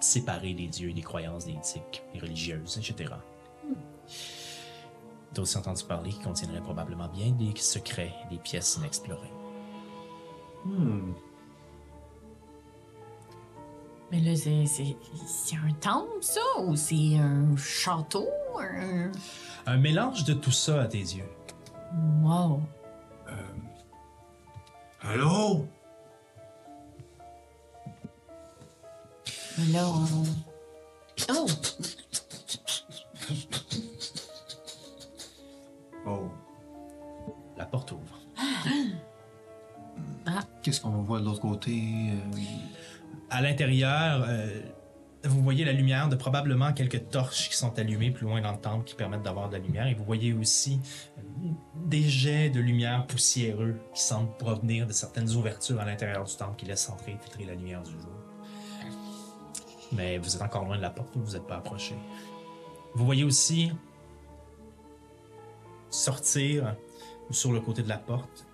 A: séparer des dieux, des croyances, des éthiques, des religieuses, Hmm. etc t'as aussi entendu parler qui contiendrait probablement bien des secrets, et des pièces inexplorées.
H: Mais là, c'est- c'est c'est un temple, ça? Ou c'est un château? Un...
A: Un mélange de tout ça à tes yeux.
H: Wow.
B: Allô?
H: Mais là, on...
C: euh,
H: Oh!
B: Oh.
A: La porte ouvre.
B: Ah. Qu'est-ce qu'on voit de l'autre côté? euh,
A: À l'intérieur, euh, vous voyez la lumière de probablement quelques torches qui sont allumées plus loin dans le temple qui permettent d'avoir de la lumière. Et vous voyez aussi euh, des jets de lumière poussiéreux qui semblent provenir de certaines ouvertures à l'intérieur du temple qui laissent entrer et filtrer la lumière du jour. Mais vous êtes encore loin de la porte, vous vous êtes pas approché. Vous voyez aussi sortir sur le côté de la porte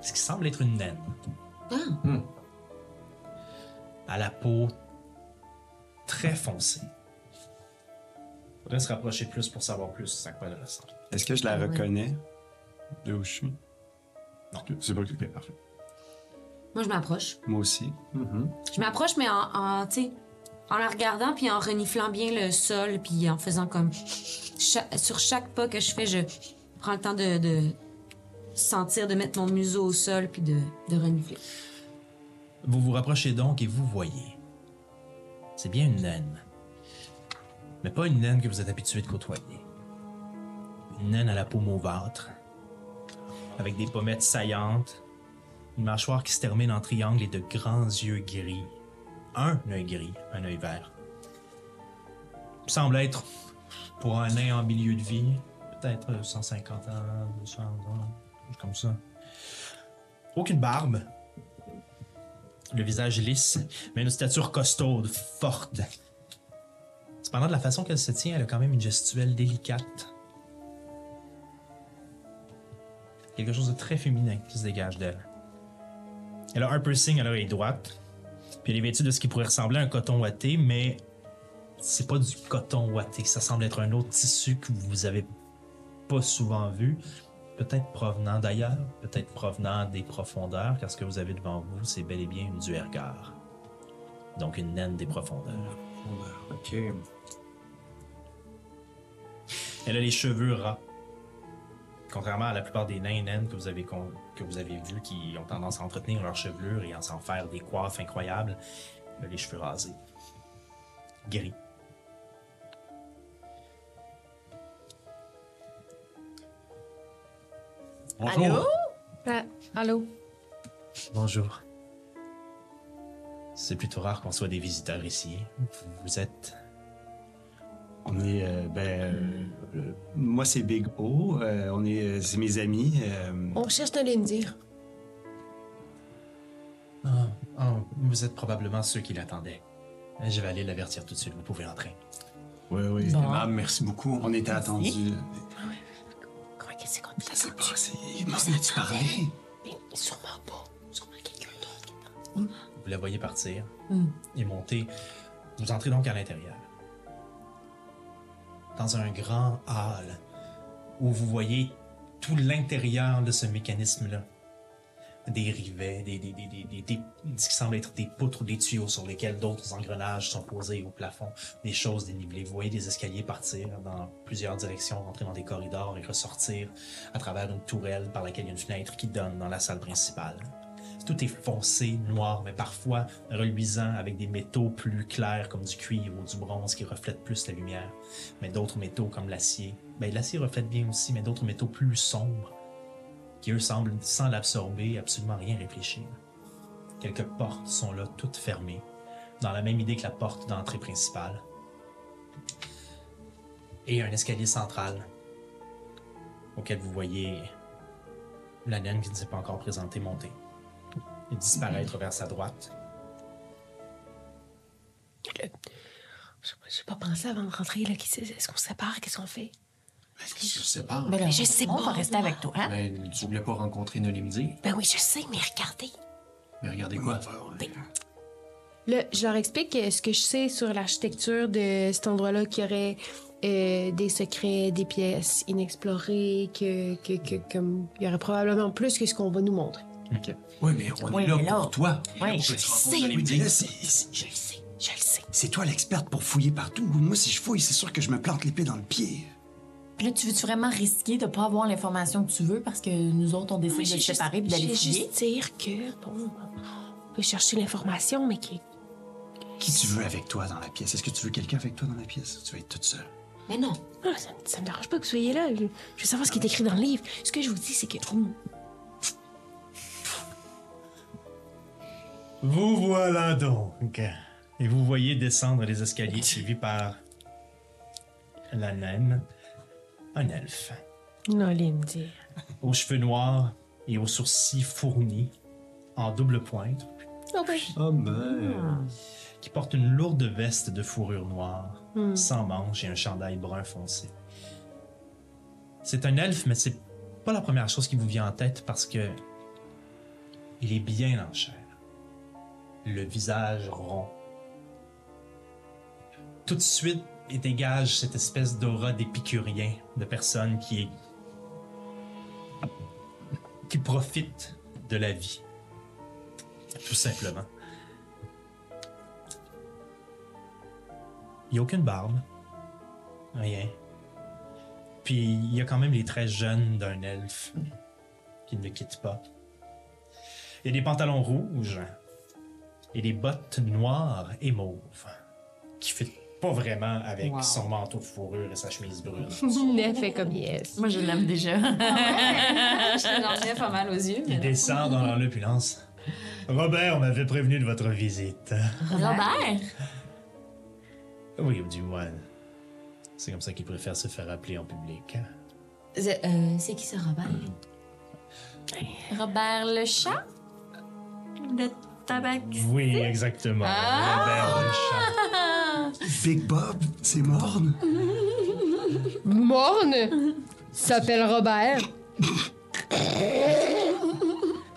A: ce qui semble être une naine.
B: Hmm.
A: À la peau très foncée. Faudrait se rapprocher plus pour savoir plus à quoi elle ressemble.
E: Est-ce que je la reconnais de où je suis?
A: Non.
E: C'est pas ok, parfait.
F: Moi, je m'approche.
E: Moi aussi.
F: Je m'approche, mais en, en, tu sais, en la regardant, puis en reniflant bien le sol, puis en faisant comme... cha- sur chaque pas que je fais, je prends le temps de, de sentir, de mettre mon museau au sol, puis de, de renifler.
A: Vous vous rapprochez donc et vous voyez. C'est bien une naine. Mais pas une naine que vous êtes habitué de côtoyer. Une naine à la peau mauvâtre, avec des pommettes saillantes, une mâchoire qui se termine en triangle et de grands yeux gris. Un œil gris, un œil vert. Semble être, pour un nain en milieu de vie, peut-être 150 ans, 200 ans, quelque chose comme ça. Aucune barbe, le visage lisse, mais une stature costaude, forte. Cependant, de la façon qu'elle se tient, elle a quand même une gestuelle délicate. Quelque chose de très féminin qui se dégage d'elle. Elle a un piercing à l'oreille droite, puis elle est vêtue de ce qui pourrait ressembler à un coton ouaté, mais c'est pas du coton ouaté. Ça semble être un autre tissu que vous avez pas souvent vu. Peut-être provenant d'ailleurs, peut-être provenant des profondeurs, car ce que vous avez devant vous, c'est bel et bien une duergare. Donc une naine des profondeurs.
B: Ok.
A: Elle a les cheveux ras. Contrairement à la plupart des nains et naines que vous avez, con- que vous avez vus qui ont tendance à entretenir leur chevelure et à s'en faire des coiffes incroyables, elle a les cheveux rasés. Gris. Bonjour.
H: Allô?
D: Ah, allô?
A: Bonjour. C'est plutôt rare qu'on soit des visiteurs ici. Vous- Vous êtes.
E: On est, euh, ben, euh, euh, moi c'est Big O, euh, on est, euh, c'est mes amis. euh,
D: On cherche de dire.
A: Ah, ah, vous êtes probablement ceux qui l'attendaient. Je vais aller l'avertir tout de suite. Vous pouvez entrer.
E: oui, oui.
B: Ah, merci beaucoup.
E: On était attendus.
D: Comment qu'est-ce qu'on dit?
E: C'est pas, c'est, m'en as-tu parlé?
D: Mais sûrement pas. Sûrement quelqu'un d'autre.
A: Vous la voyez partir
C: Hmm.
A: et monter. Vous entrez donc à l'intérieur. Dans un grand hall où vous voyez tout l'intérieur de ce mécanisme-là. Des rivets, des, des, des- des- des- des- ce qui semble être des poutres ou des tuyaux sur lesquels d'autres engrenages sont posés au plafond, des choses dénivelées. Vous voyez des escaliers partir dans plusieurs directions, rentrer dans des corridors et ressortir à travers une tourelle par laquelle il y a une fenêtre qui donne dans la salle principale. Tout est foncé, noir, mais parfois reluisant avec des métaux plus clairs comme du cuivre ou du bronze qui reflètent plus la lumière. Mais d'autres métaux comme l'acier, ben, l'acier reflète bien aussi, mais d'autres métaux plus sombres qui eux semblent, sans l'absorber, absolument rien réfléchir. Quelques portes sont là, toutes fermées, dans la même idée que la porte d'entrée principale. Et un escalier central auquel vous voyez la naine qui ne s'est pas encore présentée monter et disparaître vers sa droite.
D: J'ai pas pensé avant de rentrer, là. qui sait- Est-ce qu'on se sépare? Qu'est-ce qu'on fait?
B: Est-ce que je sais pas?
C: Ben là,
D: je sais
C: on
D: pas,
C: va rester avec toi, hein?
B: Mais Ben, tu voulais pas rencontrer Nolimdi?
D: Ben oui, je sais, mais regardez.
B: Mais regardez quoi?
D: Là, je leur explique euh, ce que je sais sur l'architecture de cet endroit-là, qu'il y aurait euh, des secrets, des pièces inexplorées, que, que, que- comme, il y aurait probablement plus que ce qu'on va nous montrer.
B: Oui, mais on
C: Oui,
B: est là
C: mais là-
B: pour toi.
C: Oui,
B: je
C: je
B: sais.
E: Oui, mais là, c'est, c'est-
C: Je le sais, je le sais.
E: c'est toi l'experte pour fouiller partout. Moi, si je fouille, c'est sûr que je me plante l'épée dans le pied.
C: Puis là, tu veux-tu vraiment risquer de pas avoir l'information que tu veux parce que nous autres, on décide
D: Moi,
C: de
D: j'ai
C: se
D: juste-
C: séparer puis d'aller
D: j'ai
C: fouiller?
D: juste dire que, bon, on peut chercher l'information, mais qui
E: Qui tu veux avec toi dans la pièce? Est-ce que tu veux quelqu'un avec toi dans la pièce? ou Tu vas être toute seule.
F: Mais non,
D: Ah, ça, ça me dérange pas que vous soyez là. Je, je veux savoir ce qui est écrit dans le livre. Ce que je vous dis, c'est que... oh,
A: Vous voilà donc. Et vous voyez descendre les escaliers suivis par la naine, un elfe,
D: Non, Lindy.
A: aux cheveux noirs et aux sourcils fournis, en double pointe,
E: Oh,
B: Hmm.
E: ben.
A: qui porte une lourde veste de fourrure noire, sans manches et un chandail brun foncé. C'est un elfe, mais c'est pas la première chose qui vous vient en tête parce que il est bien en chair. Le visage rond. Tout de suite, il dégage cette espèce d'aura d'épicurien, de personne qui est qui profite de la vie. Tout simplement. Il n'y a aucune barbe. Rien. Puis il y a quand même les traits jeunes d'un elfe qui ne le quitte pas. Il y a des pantalons rouges et des bottes noires et mauves qui ne pas vraiment avec son manteau de fourrure et sa chemise brune.
D: Nef fait comme yes.
H: Moi, je l'aime déjà.
C: Oh, J'en ai pas mal aux yeux,
A: Il descend dans leur lance. Robert m'avait prévenu de votre visite.
C: Robert!
A: Oui, ou du moins. C'est comme ça qu'il préfère se faire appeler en public. hein?
F: c'est euh, c'est qui ce Robert?
A: Hmm.
H: Robert le chat? De tabac.
A: Oui, exactement. Robert le chat.
E: Big Bob, c'est morne?
D: Morne s'appelle Robert.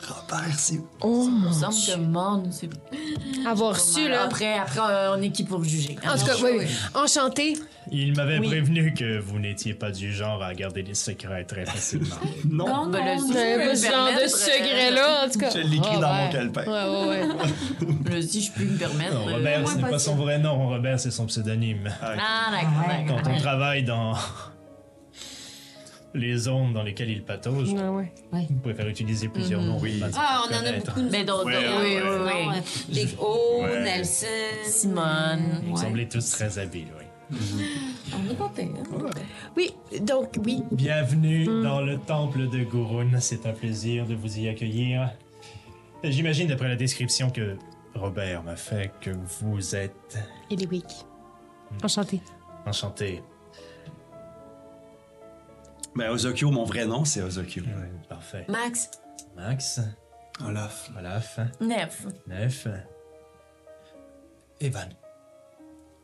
E: Robert, c'est.
D: Oh
H: Il me semble que Morne, c'est pas
D: Avoir su,
H: mal.
D: là.
H: Après, après, euh, on est qui pour juger?
C: Ah,
D: En tout cas, oui, oui. Enchantée.
A: Il m'avait prévenu que vous n'étiez pas du genre à garder des secrets très facilement.
E: Non,
H: Ben, le- si je
D: J'avais
H: peux
D: pas
H: me
D: ce genre de
H: permettre,
D: secret-là, en tout cas.
E: je l'écris dans mon
D: Robert.
E: calepin.
D: Ouais, ouais, ouais.
H: euh, le- si je peux me permettre.
A: Non,
H: euh,
A: Robert,
H: moi,
A: ce n'est pas son vrai nom. Robert, c'est son pseudonyme.
H: Ah, d'accord.
A: Quand
H: d'accord.
A: on travaille dans les zones dans lesquelles il patauge,
D: Ouais, ouais.
A: vous pouvez faire utiliser plusieurs noms. pour pas se
F: Ah, on
A: faire
F: en a
A: connaître.
F: beaucoup de
H: Ben, d'autres.
E: Ouais,
H: oui,
E: ouais.
H: oui, oui.
F: noms. euh, Big O, Nelson.
H: Simone.
A: Vous semblez tous très habiles, oui.
F: On n'est pas pire. hein.
D: Oui, donc oui.
A: Bienvenue
F: Mhm.
A: dans le temple de Gurun. C'est un plaisir de vous y accueillir. J'imagine, d'après la description que Robert m'a fait, que vous êtes
D: Il est weak. Enchanté.
A: enchanté.
E: Ben, Ozokyo, mon vrai nom, c'est Ozokyo.
A: Parfait.
F: Max,
A: Max,
B: Olaf.
A: Olaf,
H: Neuf.
A: Neuf. Evan.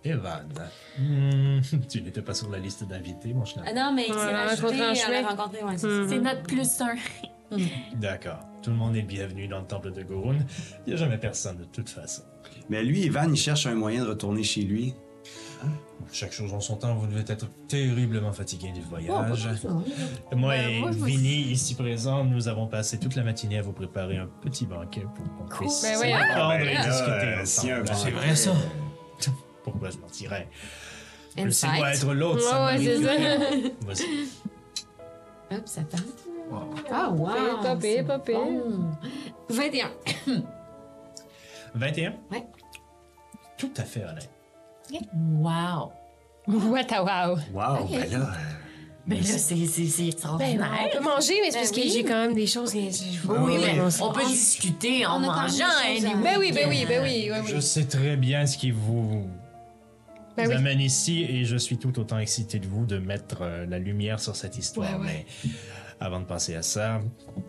A: Evan. Hmm, tu n'étais pas sur la liste d'invités, mon
F: Ah
A: chenal.
F: non, mais il s'est
D: Ouais,
F: rajouté
D: rencontrer en
F: à
D: chemin.
F: la rencontrer, ouais, c'est
H: C'est notre plus un.
A: D'accord. Tout le monde est bienvenu dans le temple de Gurun. Il n'y a jamais personne, de toute façon.
E: Mais lui, Evan, il cherche un moyen de retourner chez lui.
A: Chaque chose en son temps, vous devez être terriblement fatigué du voyage.
F: ça. Oh,
A: Moi
H: Ben,
A: et
H: moi, je me
A: Vinny, ici présents, nous avons passé toute la matinée à vous préparer un petit banquet pour qu'on puisse
D: Ben oui,
A: s'entendre
E: Ah, ben
A: et
E: là,
A: discuter
E: euh, s'il y a un
A: ensemble.
E: banquet.
B: vrai ça.
A: Pourquoi je mentirais
F: Insight.
A: Laissez-moi être l'autre, ça
D: Ouais, ouais, c'est
A: m'arrive.
D: ça.
A: Vas-y.
F: Hop, ça tente.
B: Wow.
F: Ah, wow!
D: Pas pire,
F: c'est
D: pas pire.
F: bon. 21.
A: 21?
F: Ouais.
A: Tout à fait honnête.
H: Wow.
D: What a wow.
E: Wow, ben là.
H: Mais là, c'est c'est- c'est
D: Ben,
H: extraordinaire.
D: on peut manger, mais c'est parce que
F: oui.
D: j'ai quand même des choses. que je- je-
H: oui,
D: je-
H: mais
D: je-
H: on peut discuter en
F: on a quand même
H: mangeant.
F: des choses à-
H: anyway.
D: Ben oui, ben oui, ben oui, ben oui.
A: Je sais très bien ce qui vous,
D: Ben
A: vous
D: oui.
A: amène ici et je suis tout autant excité de vous de mettre euh, la lumière sur cette histoire.
D: Ouais, ouais.
A: Mais avant de passer à ça,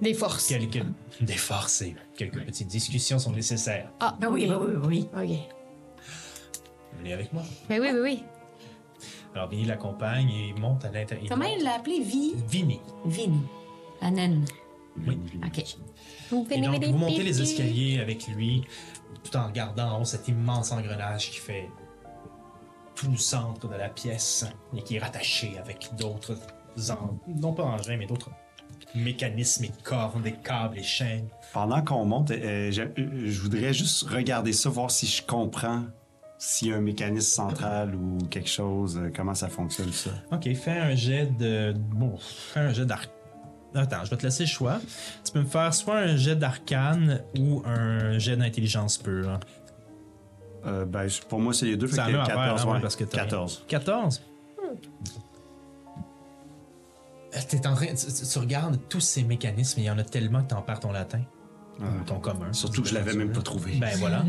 D: Des forces.
A: quelques des forces et quelques petites discussions sont nécessaires.
D: Ah,
H: Ben oui, ben oui, ben oui.
D: OK.
A: Venez avec moi.
D: Ben oui, ben oui.
A: Alors Vinny l'accompagne et il monte à l'intérieur.
F: Comment il l'a appelé? Vi?
A: Vinny.
F: Vin. La naine.
A: Oui.
F: OK.
A: Et donc, vous montez les escaliers avec lui, tout en regardant en haut cet immense engrenage qui fait tout le centre de la pièce et qui est rattaché avec d'autres, en- non pas engins, mais d'autres mécanismes et cordes, des câbles et chaînes.
E: Pendant qu'on monte, euh, j'aime- euh, je voudrais juste regarder ça, voir si je comprends s'il y a un mécanisme central ou quelque chose, euh, comment ça fonctionne ça.
A: Ok, fais un jet de. Bon, fais un jet d'arc. Attends, je vais te laisser le choix. Tu peux me faire soit un jet d'arcane ou un jet d'intelligence pure.
E: Euh, ben, je- pour moi, c'est les deux. fait
A: Ça a
E: que
A: même affaire, hein, ouais,
E: ouais,
A: parce que t'as
E: 14.
A: 14. Hmm. Euh, T'es en train, tu, tu- tu regardes tous ces mécanismes, il y en a tellement que t'en perds ton latin, ou ton commun.
E: Surtout que je l'avais même pas trouvé.
A: Ben voilà.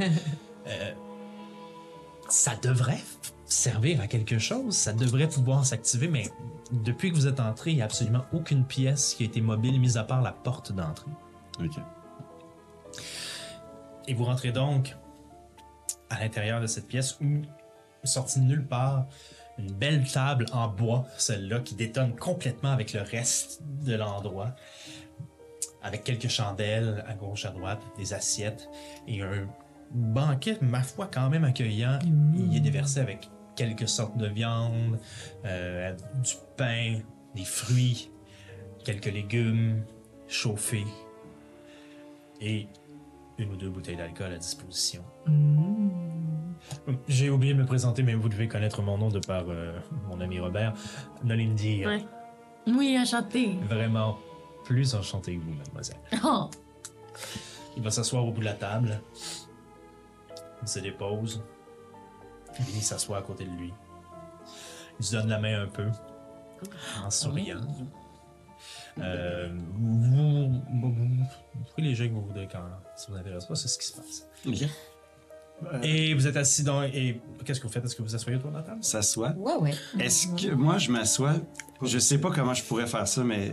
A: Euh, ça devrait f- servir à quelque chose, ça devrait pouvoir s'activer, mais depuis que vous êtes entré, il n'y a absolument aucune pièce qui a été mobile, mis à part la porte d'entrée.
E: Ok.
A: Et vous rentrez donc à l'intérieur de cette pièce où, sortie de nulle part, une belle table en bois, celle-là, qui détonne complètement avec le reste de l'endroit, avec quelques chandelles à gauche, à droite, des assiettes et un banquet, ma foi, quand même accueillant. Il est déversé avec quelques sortes de viande, euh, du pain, des fruits, quelques légumes chauffés et une ou deux bouteilles d'alcool à disposition. J'ai oublié de me présenter, mais vous devez connaître mon nom de par euh, mon ami Robert. Nolindir,
D: Ouais.
H: Oui, enchanté.
A: vraiment plus enchanté que vous, mademoiselle.
H: Oh,
A: Il va s'asseoir au bout de la table. Il se dépose. Vinny s'assoit à côté de lui. Il se donne la main un peu, en souriant. Euh, vous, vous, vous- vous ferez les jeux que vous voudrez quand ça vous intéresse pas, c'est ce qui se passe. Et vous êtes assis dans. Et qu'est-ce que vous faites? Est-ce que vous asseyez autour de la table?
E: S'assoit.
F: Ouais, ouais.
E: Est-ce que moi, je m'assois Je sais pas comment je pourrais faire ça, mais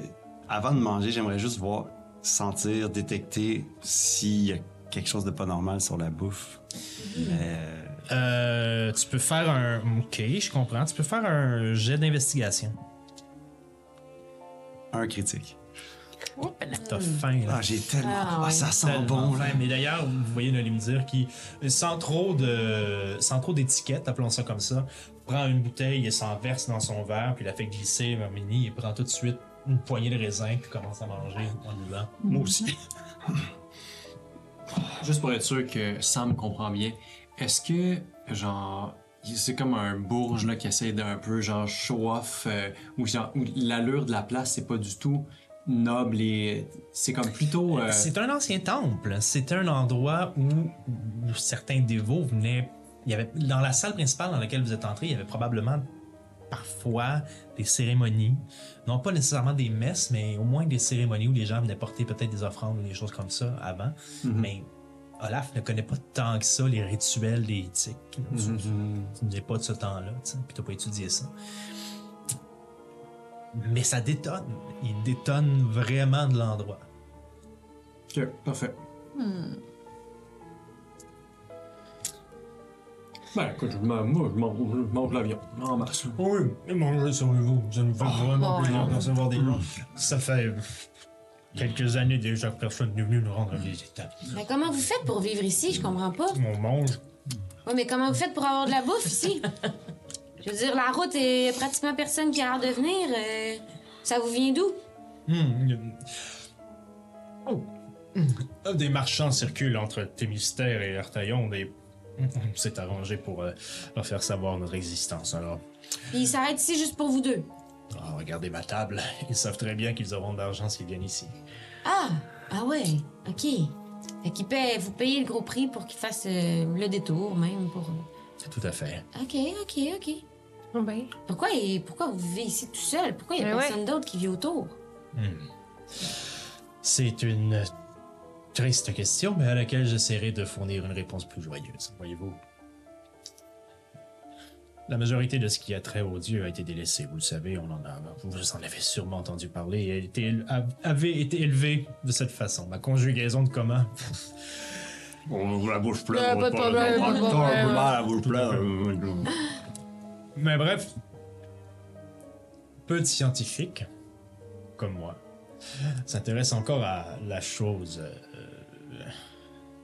E: avant de manger, j'aimerais juste voir, sentir, détecter s'il y a quelque chose de pas normal sur la bouffe. Mais,
A: Euh, tu peux faire un. Ok, je comprends. Tu peux faire un jet d'investigation.
E: un critique.
A: T'as faim, là.
E: Ah, j'ai tellement.
F: Ah,
E: Ah,
F: ouais.
E: ça sent
A: Tellement
E: bon, là.
A: faim. Mais d'ailleurs, vous voyez Nolim dire qui, sans trop de, sans trop d'étiquette, appelons ça comme ça, prend une bouteille et s'en verse dans son verre, puis la fait glisser vers Mini et prend tout de suite une poignée de raisin puis commence à manger en buvant.
E: Moi aussi.
B: Juste pour être sûr que Sam comprend bien, est-ce que, genre, c'est comme un bourge là, qui essaie d'un peu, genre, show-off, euh, ou genre, ou l'allure de la place, c'est pas du tout noble et. C'est comme plutôt. euh,
A: C'est un ancien temple. C'est un endroit où certains dévots venaient il y avait, dans la salle principale dans laquelle vous êtes entré, il y avait probablement parfois des cérémonies. Non pas nécessairement des messes, mais au moins des cérémonies où les gens venaient porter peut-être des offrandes ou des choses comme ça avant. Mais Olaf ne connaît pas tant que ça les rituels, les éthiques. Tu-
B: Mhm.
A: Tu ne viens pas de ce temps-là, tu sais, puis tu n'as pas étudié ça. Mais ça détonne. Il détonne vraiment de l'endroit.
B: Ok, parfait. Ben, écoute, je m'en- moi, je m'en- je monte l'avion en masse.
A: Oh Oui, mais mangez sur vous. Ça nous fait vraiment
H: bon,
A: plaisir de recevoir des gens. Ça fait euh, quelques années déjà que personne n'est venu nous rendre visite.
F: Mais comment vous faites pour vivre ici? Je comprends pas.
A: On mange.
F: Ouais, mais comment vous faites pour avoir de la bouffe ici? Je veux dire, la route est pratiquement personne qui a l'air de venir. euh, ça vous vient d'où?
A: Hmm, euh, oh. Hmm. Des marchands circulent entre Thémistère et Artaillon. Des... On s'est arrangé pour euh, leur faire savoir notre existence. Alors,
F: Puis ils s'arrêtent ici juste pour vous deux.
A: Ah, regardez ma table. Ils savent très bien qu'ils auront de l'argent s'ils viennent ici.
F: Ah! Ah ouais, ok. Fait qu'ils paient- vous payez le gros prix pour qu'ils fassent euh, le détour, même. pour. euh,
A: Tout à fait.
F: Ok, ok, ok.
D: Ah ben.
F: Pourquoi, et pourquoi vous vivez ici tout seul? Pourquoi il n'y a
D: Ben ouais.
F: personne d'autre qui vit autour?
A: C'est une triste question, mais à laquelle j'essaierai de fournir une réponse plus joyeuse, voyez-vous. La majorité de ce qui a trait aux dieux a été délaissée, vous le savez, on en a, vous en avez sûrement entendu parler, et a été éle- a- avait été élevée de cette façon. Ma conjugaison de commun.
E: On Oh, la bouche pleine.
D: Ouais, on Ah, pas de parle
E: Ah,
D: problème, pas de pas de problème. problème,
E: la bouche pleine.
A: Mais bref, peu de scientifiques, comme moi, s'intéressent encore à la chose euh,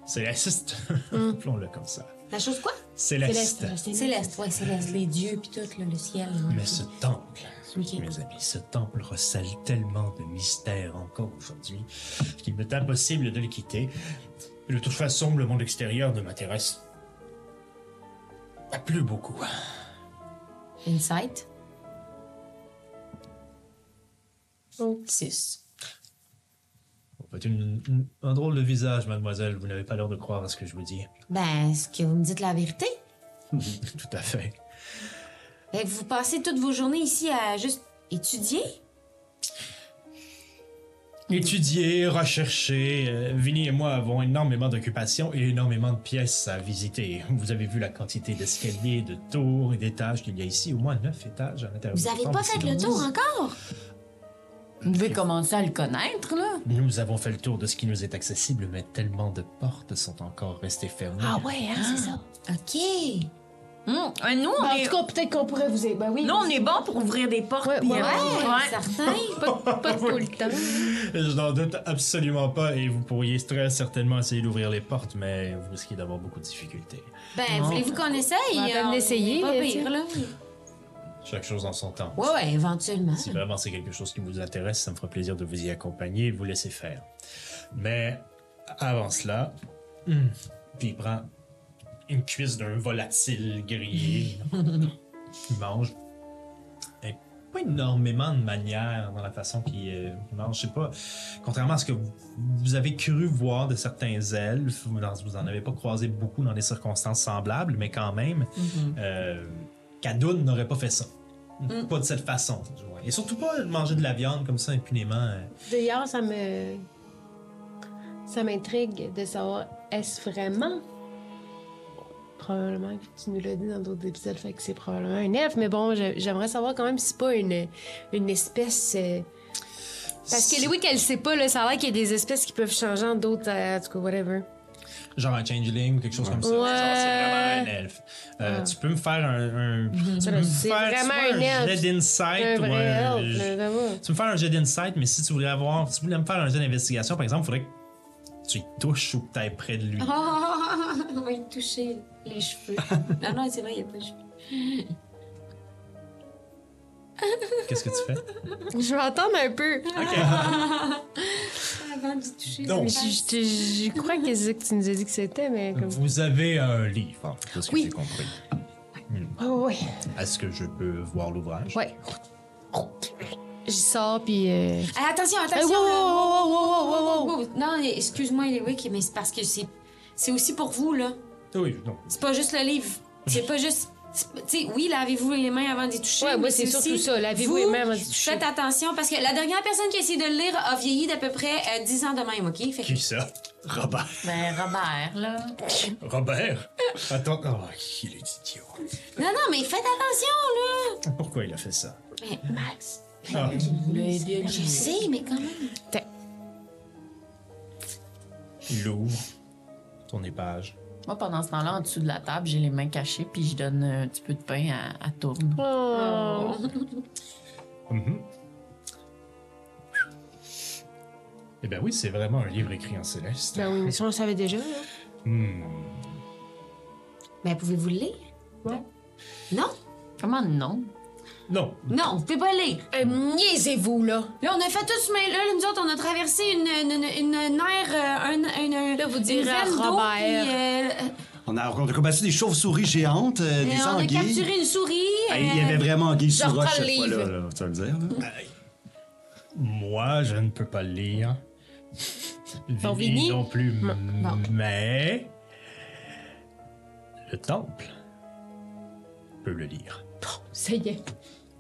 A: céleste, appelons-le comme ça.
F: La chose quoi?
A: Céleste.
F: Céleste, ouais, Céleste, les dieux, puis tout, là, le ciel. ouais.
A: Mais ce temple,
F: Ok.
A: mes amis, ce temple recèle tellement de mystères encore aujourd'hui qu'il m'est impossible de le quitter. Et de toute façon, le monde extérieur ne m'intéresse pas plus beaucoup.
F: Insight.
D: Oh.
F: 6.
A: Vous faites une- une- un drôle de visage, mademoiselle. Vous n'avez pas l'air de croire à ce que je vous dis.
F: Ben, est-ce que vous me dites la vérité?
A: Tout à fait.
F: Fait que Ben, vous passez toutes vos journées ici à juste étudier?
A: Étudier, rechercher. euh, Vinny et moi avons énormément d'occupations et énormément de pièces à visiter. Vous avez vu la quantité d'escaliers, de tours et d'étages qu'il y a ici, au moins neuf étages à l'intérieur.
F: Vous
A: du
F: n'avez
A: temple,
F: pas
A: c'est
F: fait le
A: immense.
F: tour hein encore?
H: Vous devez commencer à le connaître, là.
A: Nous avons fait le tour de ce qui nous est accessible, mais tellement de portes sont encore restées fermées.
D: Ah
F: Ah
H: ouais, hein?
G: C'est ça.
F: OK.
H: Hum, ouais, nous, on
G: Ben, en
H: est...
G: tout cas, peut-être qu'on pourrait vous aider. Ben oui.
H: nous, on est bon pour ouvrir des portes.
D: Ouais,
H: puis,
D: ouais,
H: euh, ouais.
F: Certain.
D: Pas, pas tout le temps.
A: Je n'en doute absolument pas et vous pourriez très certainement essayer d'ouvrir les portes, mais vous risquez d'avoir beaucoup de difficultés.
F: Ben, voulez-vous qu'on essaye?
D: On va peine
F: Euh,
D: l'essayer,
F: Pas
D: euh,
F: pire,
D: tiens.
F: là.
A: Chaque chose en son temps.
F: Ouais, ouais, éventuellement.
A: Si vraiment c'est quelque chose qui vous intéresse, ça me fera plaisir de vous y accompagner et vous laisser faire. Mais avant cela, hum, puis il prend une cuisse d'un volatile grillé. il mange. Et pas énormément de manière dans la façon qu'il euh, mange. Je sais pas. Contrairement à ce que vous, vous avez cru voir de certains elfes, vous n'en vous en avez pas croisé beaucoup dans des circonstances semblables, mais quand même, euh, Cadoun n'aurait pas fait ça.
D: Mm.
A: Pas de cette façon. du moins. Et surtout pas manger de la viande comme ça impunément. euh.
D: D'ailleurs, ça me. Ça m'intrigue de savoir est-ce vraiment. Probablement que tu nous l'as dit dans d'autres épisodes, fait que c'est probablement un elfe, mais bon, je- j'aimerais savoir quand même si c'est pas une, une espèce. euh, Parce que Louis, qu'elle sait pas, là, ça a l'air qu'il y a des espèces qui peuvent changer en d'autres, euh, en tout cas, whatever.
A: Genre un changeling ou quelque chose comme ça.
D: Ouais. Ah.
A: Genre, c'est vraiment un elfe. Euh, Tu peux me faire un. un- tu peux me
D: Mm-hmm. C'est
A: faire-
D: vraiment
A: tu peux
D: un
A: un
D: elfe.
A: jet d'insight
D: Un
A: ou
D: vrai
A: un-
D: elfe,
A: je-
D: là, vraiment.
A: Tu peux me faire un jet d'insight, mais si tu voulais avoir. Si tu voulais me faire un jet d'investigation, par exemple, il faudrait que tu y touches ou que tu ailles près de lui.
F: Ah, on va y toucher les cheveux. non, non, c'est vrai, il n'y a pas de cheveux.
A: Qu'est-ce que tu fais?
D: Je vais attendre un peu.
F: Avant d'y toucher.
A: Donc.
F: c'est vrai.
D: Je, je- je crois que c'est ça que tu nous as dit que c'était, mais comme.
A: Vous avez un livre, en tout cas, ce que
D: Oui.
A: j'ai compris.
D: Oh, ouais.
A: Est-ce que je peux voir l'ouvrage?
D: Ouais. J'y sors, puis. euh,
F: Ah, attention,
D: Hey,
F: attention.
D: wow, wow,
F: là.
D: wow, wow, wow, wow, wow, wow.
F: Oh, Non, excuse-moi, Eliwick, mais c'est parce que c'est. C'est aussi pour vous, là.
A: Oui, non.
F: C'est pas juste le livre. C'est pas juste. c'est- Tu sais, oui, lavez-vous les mains avant d'y toucher.
D: Ouais,
F: mais
D: moi, c'est surtout
F: aussi-
D: ça. Lavez-vous
F: vous,
D: les mains avant de toucher.
F: Faites attention parce que la dernière personne qui a essayé de le lire a vieilli d'à peu près euh, 10 ans de même, OK? Fait que-
A: Qui ça?
E: Robert.
H: Ben, Robert, là.
A: Robert? Attends. Oh, il est idiot.
F: Non, non, mais faites attention,
A: Pourquoi il a fait ça?
F: là! Mais Max,
A: Ah.
F: je sais, mais quand même.
A: Il l'ouvre. Ton épage.
H: Moi, pendant ce temps-là, en dessous de la table, j'ai les mains cachées, puis je donne un petit peu de pain à, à Tourne.
D: Oh.
A: Mhm. Eh bien oui, c'est vraiment un livre écrit en céleste.
D: Ben oui, mais ça, on le savait déjà. là.
A: Hmm.
F: Ben, pouvez-vous le lire?
D: Ouais.
F: Non?
H: Comment non?
A: Non,
F: Non, vous pouvez pas le lire.
D: Euh, niaisez-vous, là.
F: Là, on a fait tout ce mail-là, là, nous autres, on a traversé une, une, une, une ère, euh, un, un, un-
D: Là, vous
F: une
D: direz à
F: veine d'eau,
D: Robert.
F: puis, euh,
E: On a, on a combattu des chauves-souris géantes, euh,
F: euh,
E: des
F: on a
E: anguilles.
F: capturé une souris.
E: Ah, il y
F: euh,
E: avait vraiment anguilles sur
D: reprends
E: roche
D: le
E: cette
D: livre.
E: fois-là, là, tu vas le dire. là.
A: moi, je ne peux pas le lire.
D: Ton
A: Vivi
D: Vini?
A: non plus,
D: non.
A: mais... Le temple peut le lire.
D: Ça y est.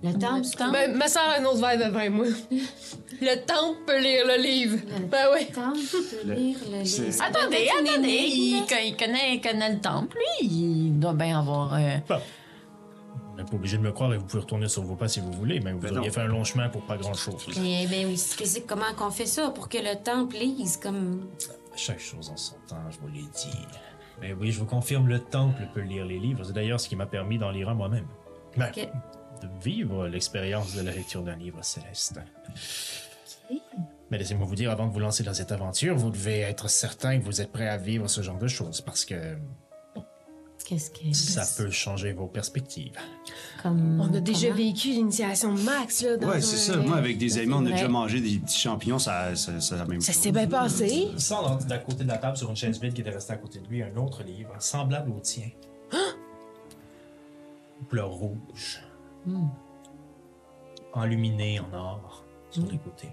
F: Le temps du temps.
D: Ben, ma soeur a un autre verre de vin, moi. Le temple peut lire le livre. Ben oui.
F: Le temps de
E: Le-
F: lire le
E: c'est-
F: livre.
H: Attendez,
F: Peut-être une
H: attendez,
F: énigme,
H: il,
F: là.
H: co- il connaît, il connaît le temple, lui. Il doit bien avoir. euh,
A: Vous n'êtes pas obligé de me croire et vous pouvez retourner sur vos pas si vous voulez, mais vous
E: Ben
A: auriez
E: non.
A: fait un long chemin pour pas grand-chose.
F: Eh ben oui, c'est- c'est comment qu'on fait ça pour que le temple lise comme.
A: Chaque chose en son temps, je vous l'ai dit. Mais oui, je vous confirme, le temple peut lire les livres. C'est d'ailleurs ce qui m'a permis d'en lire un moi-même. Ben,
F: Ok.
A: de vivre l'expérience de la lecture d'un livre céleste. Mais laissez-moi vous dire, avant de vous lancer dans cette aventure, vous devez être certain que vous êtes prêt à vivre ce genre de choses, parce que
F: Qu'est-ce que.
A: ça peut changer vos perspectives.
F: Comme.
D: On a déjà
F: comment?
D: vécu l'initiation de Max, là. Dans
E: Ouais,
D: un-
E: c'est ça. Moi, avec des amis, on a
F: vrai.
E: déjà mangé des petits champignons, ça, ça, ça, la même
D: Ça
E: chose.
D: s'est bien passé.
A: Sans d'à côté de la table, sur une chaise vide qui était restée à côté de lui, un autre livre, semblable au tien. Bleu rouge. Enluminé en or, sur les côtés.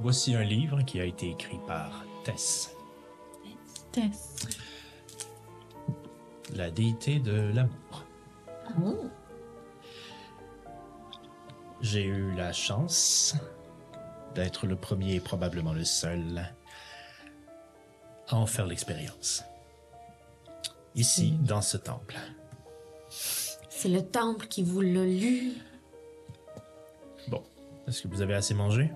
A: Voici un livre qui a été écrit par Tess, la déité de l'amour. J'ai eu la chance d'être le premier et probablement le seul à en faire l'expérience. Ici, dans ce temple.
F: C'est le temple qui vous l'a lu.
A: Bon, est-ce que vous avez assez mangé?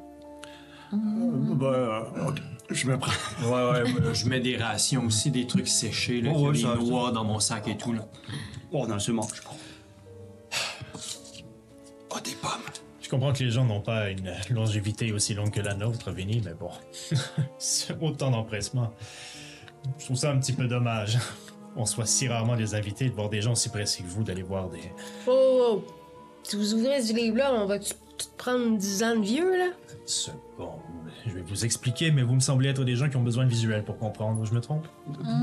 E: Ben, euh, ok, je me prends.
B: Ouais, ouais, euh, je mets des rations aussi, des trucs séchés, là,
E: Oh,
B: il y a
E: ouais,
B: des
E: ça-
B: noix dans mon sac et tout, là.
E: Oh non, c'est mort, je crois. Oh, des pommes.
A: Je comprends que les gens n'ont pas une longévité aussi longue que la nôtre, Vinny, mais bon, c'est autant d'empressement. Je trouve ça un petit peu dommage. On soit si rarement les invités de voir des gens aussi pressés que vous d'aller voir des...
D: Oh, oh, oh. Si vous ouvrez ce livre-là, on va t- t- prendre 10 ans de vieux, là.
A: Second, je vais vous expliquer, mais vous me semblez être des gens qui ont besoin de visuel pour comprendre, je me trompe?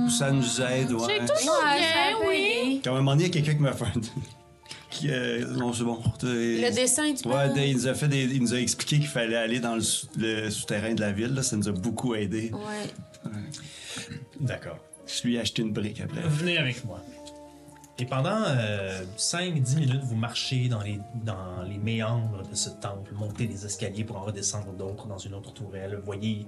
E: Ça nous aide, ouais.
C: ça peut aider.
E: Quand à un moment donné, il y a quelqu'un qui m'a fait. qui, euh, non, c'est bon.
C: Le dessin, tu
E: Ouais,
C: peux-
E: Dave, il nous a, fait des- il nous a expliqué qu'il fallait aller dans le, sou- le souterrain de la ville. là, Ça nous a beaucoup aidé.
F: Ouais.
A: D'accord.
E: Je lui ai acheté une brique après.
A: Venez avec moi. Et pendant 5-10 minutes, vous marchez dans les, dans les méandres de ce temple, montez des escaliers pour en redescendre d'autres dans une autre tourelle. Vous voyez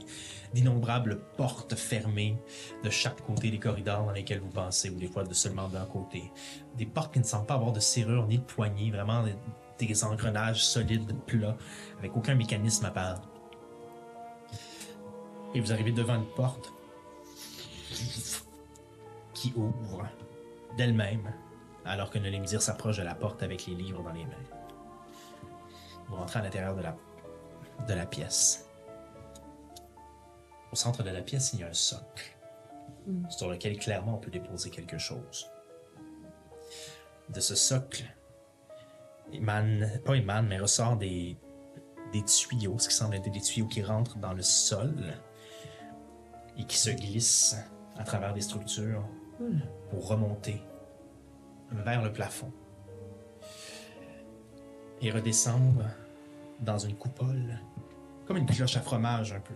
A: d'innombrables portes fermées de chaque côté des corridors dans lesquels vous passez, ou des fois de seulement d'un côté. Des portes qui ne semblent pas avoir de serrure ni de poignée, vraiment des, des engrenages solides, plats, avec aucun mécanisme à part. Et vous arrivez devant une porte qui ouvre d'elle-même, alors que Nolémdir s'approche de la porte avec les livres dans les mains. Vous rentrez à l'intérieur de la, de la pièce. Au centre de la pièce, il y a un socle sur lequel clairement on peut déposer quelque chose. De ce socle émane, pas émane, mais ressort des, des tuyaux, ce qui semble être des tuyaux qui rentrent dans le sol et qui se glissent à travers des structures pour remonter vers le plafond et redescendre dans une coupole, comme une cloche à fromage un peu,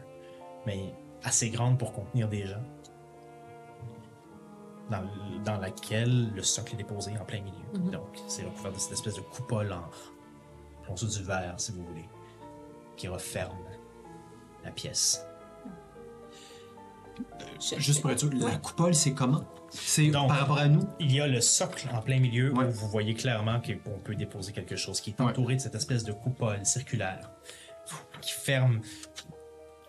A: mais assez grande pour contenir des gens, dans, dans laquelle le socle est déposé en plein milieu. Donc, c'est recouvert de cette espèce de coupole en ponceau du verre, si vous voulez, qui referme la pièce.
B: Juste pour être sûr, la coupole, c'est comment? C'est
A: Donc-
B: par rapport à nous?
A: Il y a le socle en plein milieu
B: Ouais.
A: où vous voyez clairement que- qu'on peut déposer quelque chose qui est
B: Ouais.
A: entouré de cette espèce de coupole circulaire qui ferme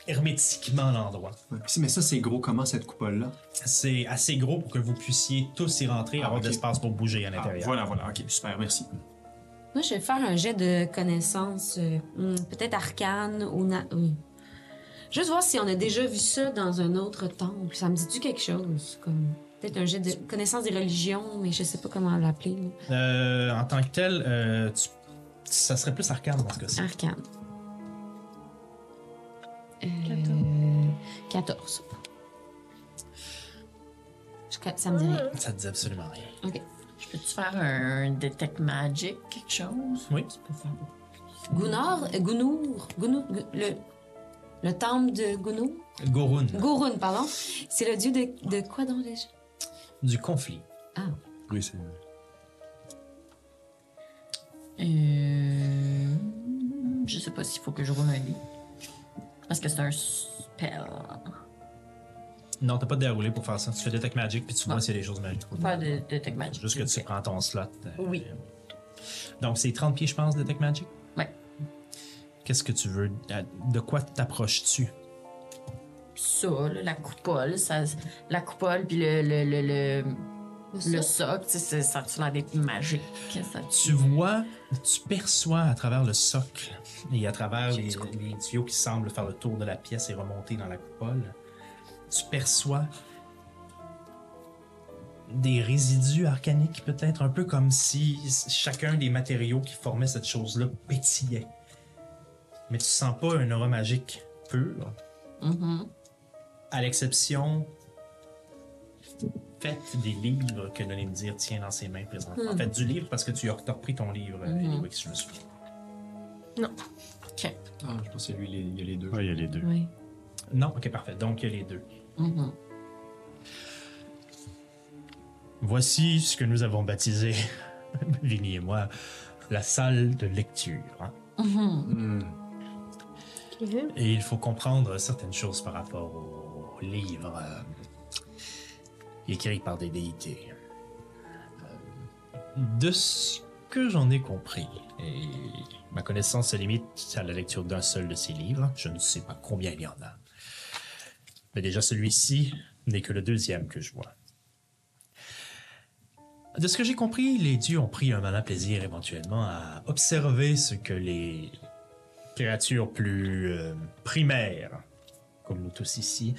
A: hermétiquement l'endroit.
B: Ouais. Mais ça, c'est gros comment, cette coupole-là?
A: C'est assez gros pour que vous puissiez tous y rentrer et
B: Ah,
A: avoir
B: ok.
A: de l'espace pour bouger à
B: Ah,
A: l'intérieur.
B: voilà, voilà. OK, super, merci.
F: Moi, je vais faire un jet de connaissances, euh, hmm, peut-être arcane ou. na- hmm. Juste voir si on a déjà vu ça dans un autre temple. Ça me dit-tu quelque chose? Comme... Peut-être un jet de connaissance des religions, mais je sais pas comment l'appeler. là.
A: Euh, en tant que tel, euh, tu- ça serait plus arcane dans ce cas-ci.
F: Arcane. Euh, 14. Je- Ça me dit rien.
A: Ça te dit absolument rien.
H: Je peux-tu faire un detect magic, quelque chose?
A: Oui.
H: Tu peux faire-
F: Gounor, euh, Gounour, Gounou- Gou- le, le temple de Gounour,
A: Gorun,
F: Gourun, pardon. C'est le dieu de, de quoi donc déjà?
A: du conflit.
E: Oui, c'est
H: Euh, Je sais pas s'il faut que je roule un dé. Parce que c'est un spell.
A: Non, t'as pas de déroulé pour faire ça. Tu fais Detect Magic puis tu vois
H: Ouais.
A: s'il y a des choses magiques.
H: Pas de de detect magic.
A: Juste que tu
H: Ok.
A: prends ton slot. euh,
H: Oui.
A: Donc, c'est 30 pieds, je pense, de Tech Magic?
H: Ouais.
A: Qu'est-ce que tu veux? à- De quoi t'approches-tu?
H: Ça, là, la coupole, ça, la coupole puis le le le le, le socle, tu sais, c'est- ça a l'air d'être magique. Ça,
A: Tu vois, tu perçois à travers le socle et à travers les, les tuyaux qui semblent faire le tour de la pièce et remonter dans la coupole, tu perçois des résidus arcaniques peut-être, un peu comme si chacun des matériaux qui formaient cette chose-là pétillait. Mais tu sens pas un aura magique pur.
H: Mhm.
A: à l'exception faite des livres que Nolimdir tient dans ses mains présentement. En fait, du livre parce que tu as repris ton livre, euh,
H: Mhm.
A: Eliwick, si je me souviens.
H: Ok.
B: Ah, je pense que c'est lui, il y a les deux.
E: Oui, il y a les deux.
H: Oui.
A: Non, ok, parfait. Donc, il y a les deux.
H: Mhm.
A: Voici ce que nous avons baptisé, Vinny et moi, la salle de lecture. hein.
H: Mhm.
D: Mhm.
A: Et il faut comprendre certaines choses par rapport aux livres euh, écrits par des déités. Euh, De ce que j'en ai compris, et ma connaissance se limite à la lecture d'un seul de ces livres, je ne sais pas combien il y en a. Mais déjà celui-ci n'est que le deuxième que je vois. De ce que j'ai compris, les dieux ont pris un malin plaisir éventuellement à observer ce que les créatures plus euh, primaires, comme nous tous ici,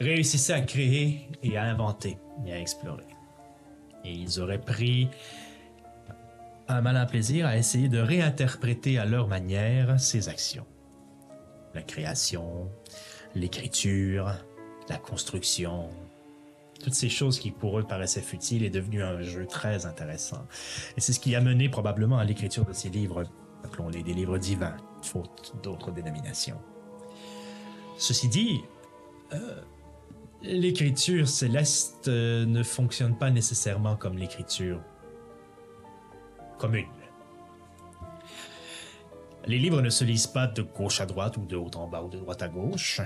A: réussissaient à créer et à inventer et à explorer. Et ils auraient pris un malin plaisir à essayer de réinterpréter à leur manière ces actions. La création, l'écriture, la construction, toutes ces choses qui pour eux paraissaient futiles est devenu un jeu très intéressant. Et c'est ce qui a mené probablement à l'écriture de ces livres appelons-les des livres divins, faute d'autres dénominations. Ceci dit, euh, l'écriture céleste euh, ne fonctionne pas nécessairement comme l'écriture commune. Les livres ne se lisent pas de gauche à droite ou de haut en bas ou de droite à gauche.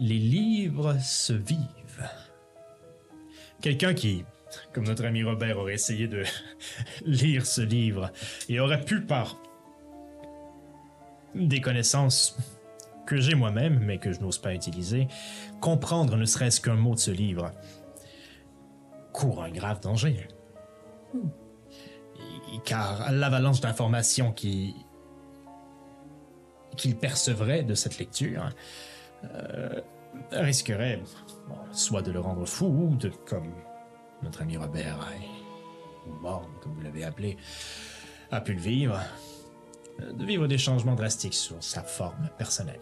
A: Les livres se vivent. Quelqu'un qui, comme notre ami Robert, aurait essayé de lire ce livre et aurait pu, par des connaissances que j'ai moi-même, mais que je n'ose pas utiliser, comprendre ne serait-ce qu'un mot de ce livre, court un grave danger. Et- Car l'avalanche d'informations qui qu'il percevrait de cette lecture euh, risquerait bon, soit de le rendre fou ou de, comme notre ami Robert est- ou Morne, comme vous l'avez appelé, a pu le vivre, euh, de vivre des changements drastiques sur sa forme personnelle.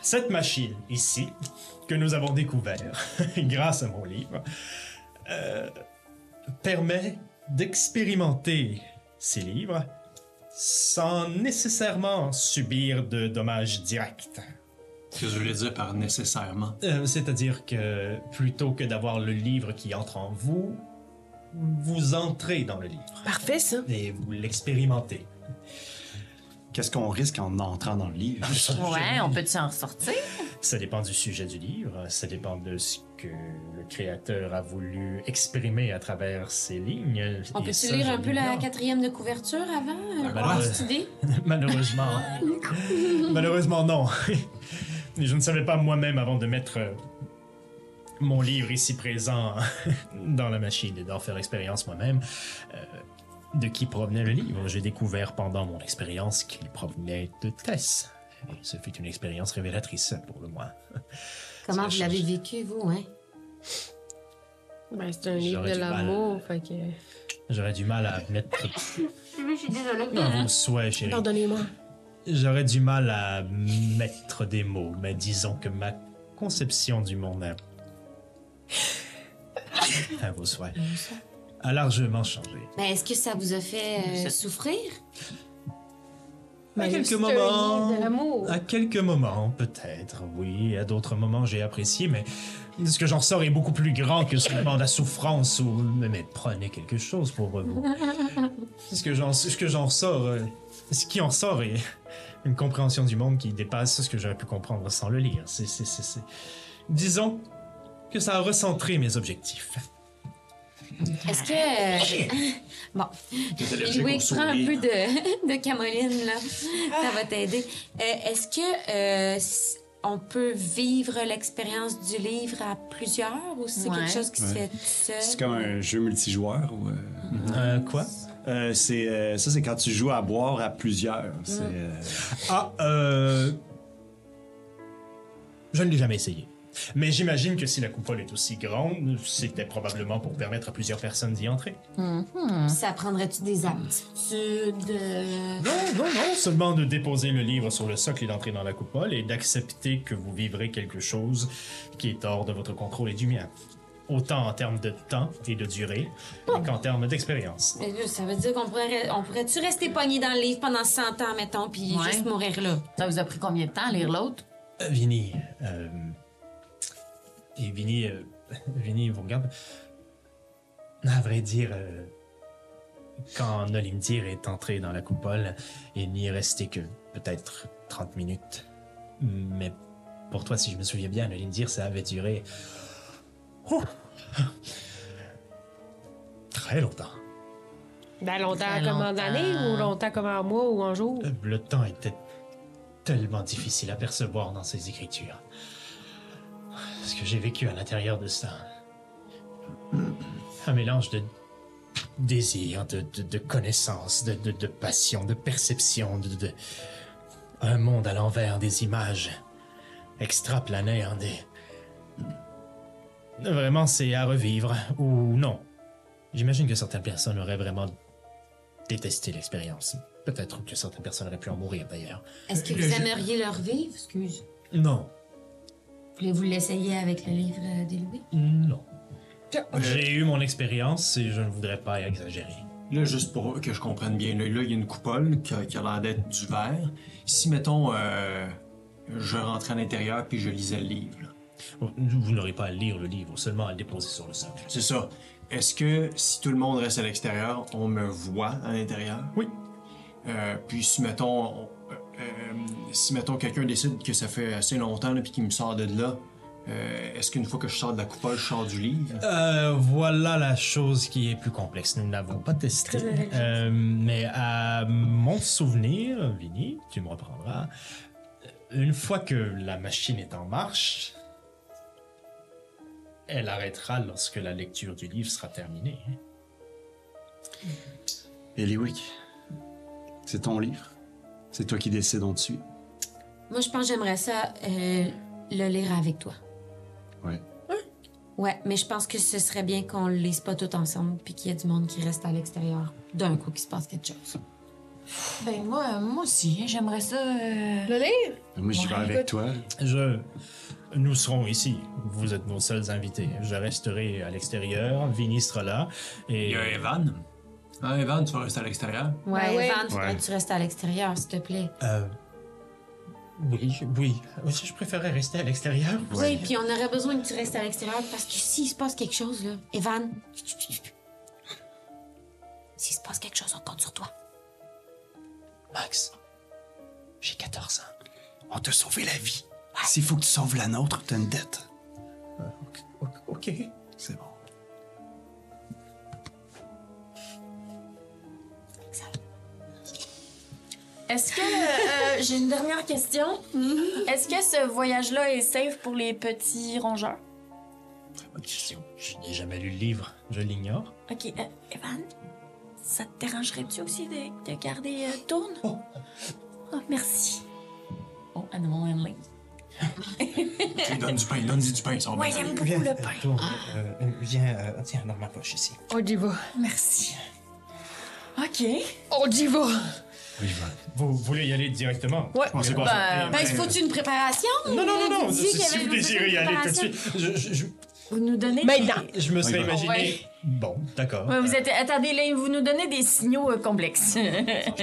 A: Cette machine ici, que nous avons découvert grâce à mon livre, euh, permet d'expérimenter ces livres sans nécessairement subir de dommages directs.
B: Ce que je voulais dire par nécessairement.
A: Euh, C'est-à-dire que plutôt que d'avoir le livre qui entre en vous, vous entrez dans le livre
D: Parfait, ça.
A: et vous l'expérimentez.
E: Qu'est-ce qu'on risque en entrant dans le livre?
H: Ouais, on peut s'en ressortir?
A: Ça dépend du sujet du livre, ça dépend de ce que le créateur a voulu exprimer à travers ses lignes.
F: On
A: Et
F: peut se
A: ça,
F: lire un
A: je
F: peu la
A: l'ignore. Ah, ben
F: quatrième de couverture avant? euh, pour avoir
A: malheureuse-
F: cette idée?
A: Malheureusement. Malheureusement, non. Je ne savais pas moi-même avant de mettre euh, mon livre ici présent dans la machine et d'en faire l'expérience moi-même euh, de qui provenait le livre. J'ai découvert pendant mon expérience qu'il provenait de Tess. Et ce fut une expérience révélatrice pour le moins.
F: Comment
A: Ça
F: vous
A: change.
F: l'avez vécu, vous, hein?
D: Ben, c'est un livre
A: J'aurais
D: de
A: du mal.
D: l'amour, fait que...
A: J'aurais du mal à mettre
C: Je suis désolée.
A: dans vos souhaits, chérie.
D: Pardonnez-moi.
A: J'aurais du mal à mettre des mots, mais disons que ma conception du monde a, à vos souhaits, a largement changé.
F: Ben, est-ce que ça vous a fait euh,
H: Ça-
F: souffrir?
A: À
D: Ben,
A: quelques
D: c'est un
A: moments.
D: livre de l'amour.
A: À quelques moments, peut-être, oui. À d'autres moments, j'ai apprécié, mais ce que j'en ressors est beaucoup plus grand que simplement la souffrance ou. Mais, mais prenez quelque chose pour vous. ce que j'en ce que j'en ressors, euh, ce qui en sort est une compréhension du monde qui dépasse ce que j'aurais pu comprendre sans le lire. C'est, c'est, c'est, c'est- Disons que ça a recentré mes objectifs.
F: Est-ce
A: Ah,
F: que... euh, bon, Louis, prends un peu de, de camoline, là. Ça va t'aider. Euh, Est-ce que euh, s- on peut vivre l'expérience du livre à plusieurs ou c'est
H: Ouais.
F: quelque chose qui se
E: Ouais.
F: fait tout
E: C'est
F: seul?
E: comme un jeu multijoueur. ou, euh,
A: Euh, quoi
E: euh, c'est, euh, ça, c'est quand tu joues à boire à plusieurs. C'est, euh,
A: Ah, euh. Je ne l'ai jamais essayé. Mais j'imagine que si la coupole est aussi grande, c'était probablement pour permettre à plusieurs personnes d'y entrer.
F: Ça prendrait-tu des aptitudes? euh,
A: Non, non, non, seulement de déposer le livre sur le socle et d'entrer dans la coupole et d'accepter que vous vivrez quelque chose qui est hors de votre contrôle et du mien. Autant en termes de temps et de durée qu'en termes d'expérience.
F: Mais là, ça veut dire qu'on pourrait, on pourrait-tu rester pogné dans le livre pendant 100 ans, mettons, puis
H: Ouais.
F: juste mourir là?
H: Ça vous a pris combien de temps à lire l'autre?
A: Euh, Vinny, euh, et Vinny, euh, Vinny vous regarde. À vrai dire, euh, quand Nolimdir est entré dans la coupole, il n'y est resté que peut-être 30 minutes. Mais pour toi, si je me souviens bien, Nolimdir, ça avait duré. Oh! Très longtemps.
D: Ben, longtemps
H: Très
D: comme en
H: longtemps.
D: années ou longtemps comme en mois ou en jour?
A: Euh, Le temps était tellement difficile à percevoir dans ces écritures. Ce que j'ai vécu à l'intérieur de ça. Un mélange de désir, de, de, de connaissance, de, de- de passion, de perception, de, de- Un monde à l'envers des images. Extraplanaire des... Vraiment, c'est à revivre, ou non. J'imagine que certaines personnes auraient vraiment détesté l'expérience. Peut-être que certaines personnes auraient pu en mourir d'ailleurs.
F: Est-ce que
B: Le
F: vous
B: jeu-
F: aimeriez leur vivre? Excuse.
A: Non,
F: Voulez-vous l'essayer avec le livre euh, des Louis?
A: non. J'ai eu mon expérience et je ne voudrais pas exagérer.
B: Là, juste pour que je comprenne bien, là, là, il y a une coupole qui a, qui a l'air d'être du verre. Si, mettons, euh, je rentrais à l'intérieur puis je lisais le livre, là.
A: Vous n'aurez pas à lire le livre, seulement à le déposer sur le socle.
B: c'est ça. Est-ce que si tout le monde reste à l'extérieur, on me voit à l'intérieur?
A: Oui.
B: Euh, puis si, mettons, on- euh, euh, si, mettons, quelqu'un décide que ça fait assez longtemps là, puis qu'il me sort de là, euh, est-ce qu'une fois que je sors de la coupole, je sors du livre?
A: Euh, voilà la chose qui est plus complexe. Nous n'avons pas testé. Euh, mais à mon souvenir, Vinny, tu me reprendras. Une fois que la machine est en marche, elle arrêtera lorsque la lecture du livre sera terminée.
E: Eliwick, c'est ton livre. C'est toi qui décides, on te suit.
F: Moi, je pense que j'aimerais ça euh, le lire avec toi.
E: Ouais.
F: Ouais, mais je pense que ce serait bien qu'on le lise pas tout ensemble puis qu'il y ait du monde qui reste à l'extérieur d'un coup qu'il se passe quelque chose.
H: Ben, moi, moi aussi, j'aimerais ça. euh,
D: Le livre?
E: Moi, j'y vais
H: Ouais,
E: avec toi.
A: Je. Nous serons ici. Vous êtes nos seuls invités. Je resterai à l'extérieur. Vinny sera là.
B: Il
A: Et.
B: y a Evan. Hein, Evan, tu vas rester à l'extérieur?
F: Ouais,
D: ouais.
F: Van, Ben, faudrait
E: Ouais.
A: Ah,
F: que tu restes à l'extérieur, s'il te plaît.
A: Euh, Oui, oui. Je préférais rester à l'extérieur.
F: Oui, puis on aurait besoin que tu restes à l'extérieur parce que s'il se passe quelque chose, là, Evan, s'il se passe quelque chose, on compte sur toi.
A: Max, j'ai 14 ans.
E: On t'a sauvé la vie. S'il faut que tu sauves la nôtre, t'as une dette.
A: Ok.
E: C'est bon.
H: Est-ce que. euh, J'ai une dernière question. Est-ce que ce voyage-là est safe pour les petits rongeurs?
A: Bonne question. Je n'ai jamais lu le livre, je l'ignore.
H: Ok, euh, Evan, ça te dérangerait-tu aussi de, de garder euh, Tourne? Oh. merci. Oh, Animal Handling.
B: Tu lui donnes du pain, donne-y du pain, ça va
H: Ouais,
B: bien aller.
H: j'aime beaucoup le pain.
A: Tourne, euh, euh, viens, euh, tiens, dans ma poche ici.
D: On y va.
H: Merci. Ok.
D: On y va.
A: Vous voulez y aller directement?
D: Ouais.
B: On
H: Bah,
B: sait pas ça.
F: Ben, il faut-tu une préparation?
A: Non, non, non, non.
F: Vous
A: Si
F: disiez qu'il y
A: si
F: avait
A: vous
F: une
A: désirez y aller tout de suite, je, je- je-
H: Vous nous donnez.
D: Maintenant.
A: je me serais
B: On y va.
A: imaginé. Bon, d'accord.
H: des- Ouais, vous êtes. Attendez, là, vous nous donnez des signaux euh, complexes.
B: Mange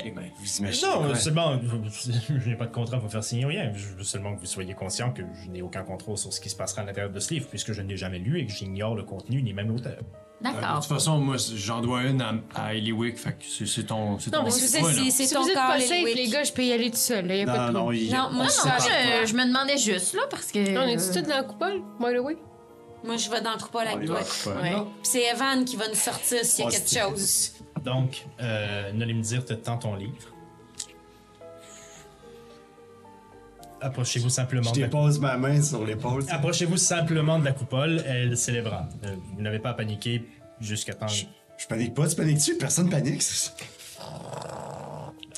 B: les mains.
E: Vous imaginez
A: Non,
E: quoi?
A: c'est bon. Je n'ai pas de contrat pour vous faire signer rien. Je veux seulement que vous soyez conscient que je n'ai aucun contrôle sur ce qui se passera à l'intérieur de ce livre, puisque je ne l'ai jamais lu et que j'ignore le contenu ni même l'auteur.
B: Euh, De
H: D'accord.
B: toute façon, moi, j'en dois une à, à Eliwick, fait que c'est c'est ton. c'est ton
F: mais
B: choix,
F: c'est-
B: là.
F: c'est- c'est
D: Si
F: ton
D: vous êtes
F: corps,
D: pas
F: les
D: safe,
F: Wick.
D: les gars, je peux y aller tout seul. là, y a pas
E: Non,
D: de
E: non,
D: problème.
E: il-
F: Non, moi,
E: on
F: je
E: se
F: mange,
E: sépare.
H: Euh, je me demandais juste, là, parce que. euh,
D: On est-tu tous dans la coupole? By the way.
F: Moi, je vais dans le coupole
E: On
F: avec
E: y va,
F: toi.
E: je sais pas.
H: Ouais.
F: Puis c'est Evan qui va nous sortir s'il y a
E: On se
F: quelque
E: tient.
F: chose.
A: Donc, euh, Nolim Dir te tend ton livre. Approchez-vous simplement
E: Je
A: de la
E: dépose ma main sur l'épaule.
A: Approchez-vous simplement de la coupole, elle célébra. Euh, vous n'avez pas à paniquer jusqu'à temps.
E: Je panique pas, tu paniques-tu? Personne panique.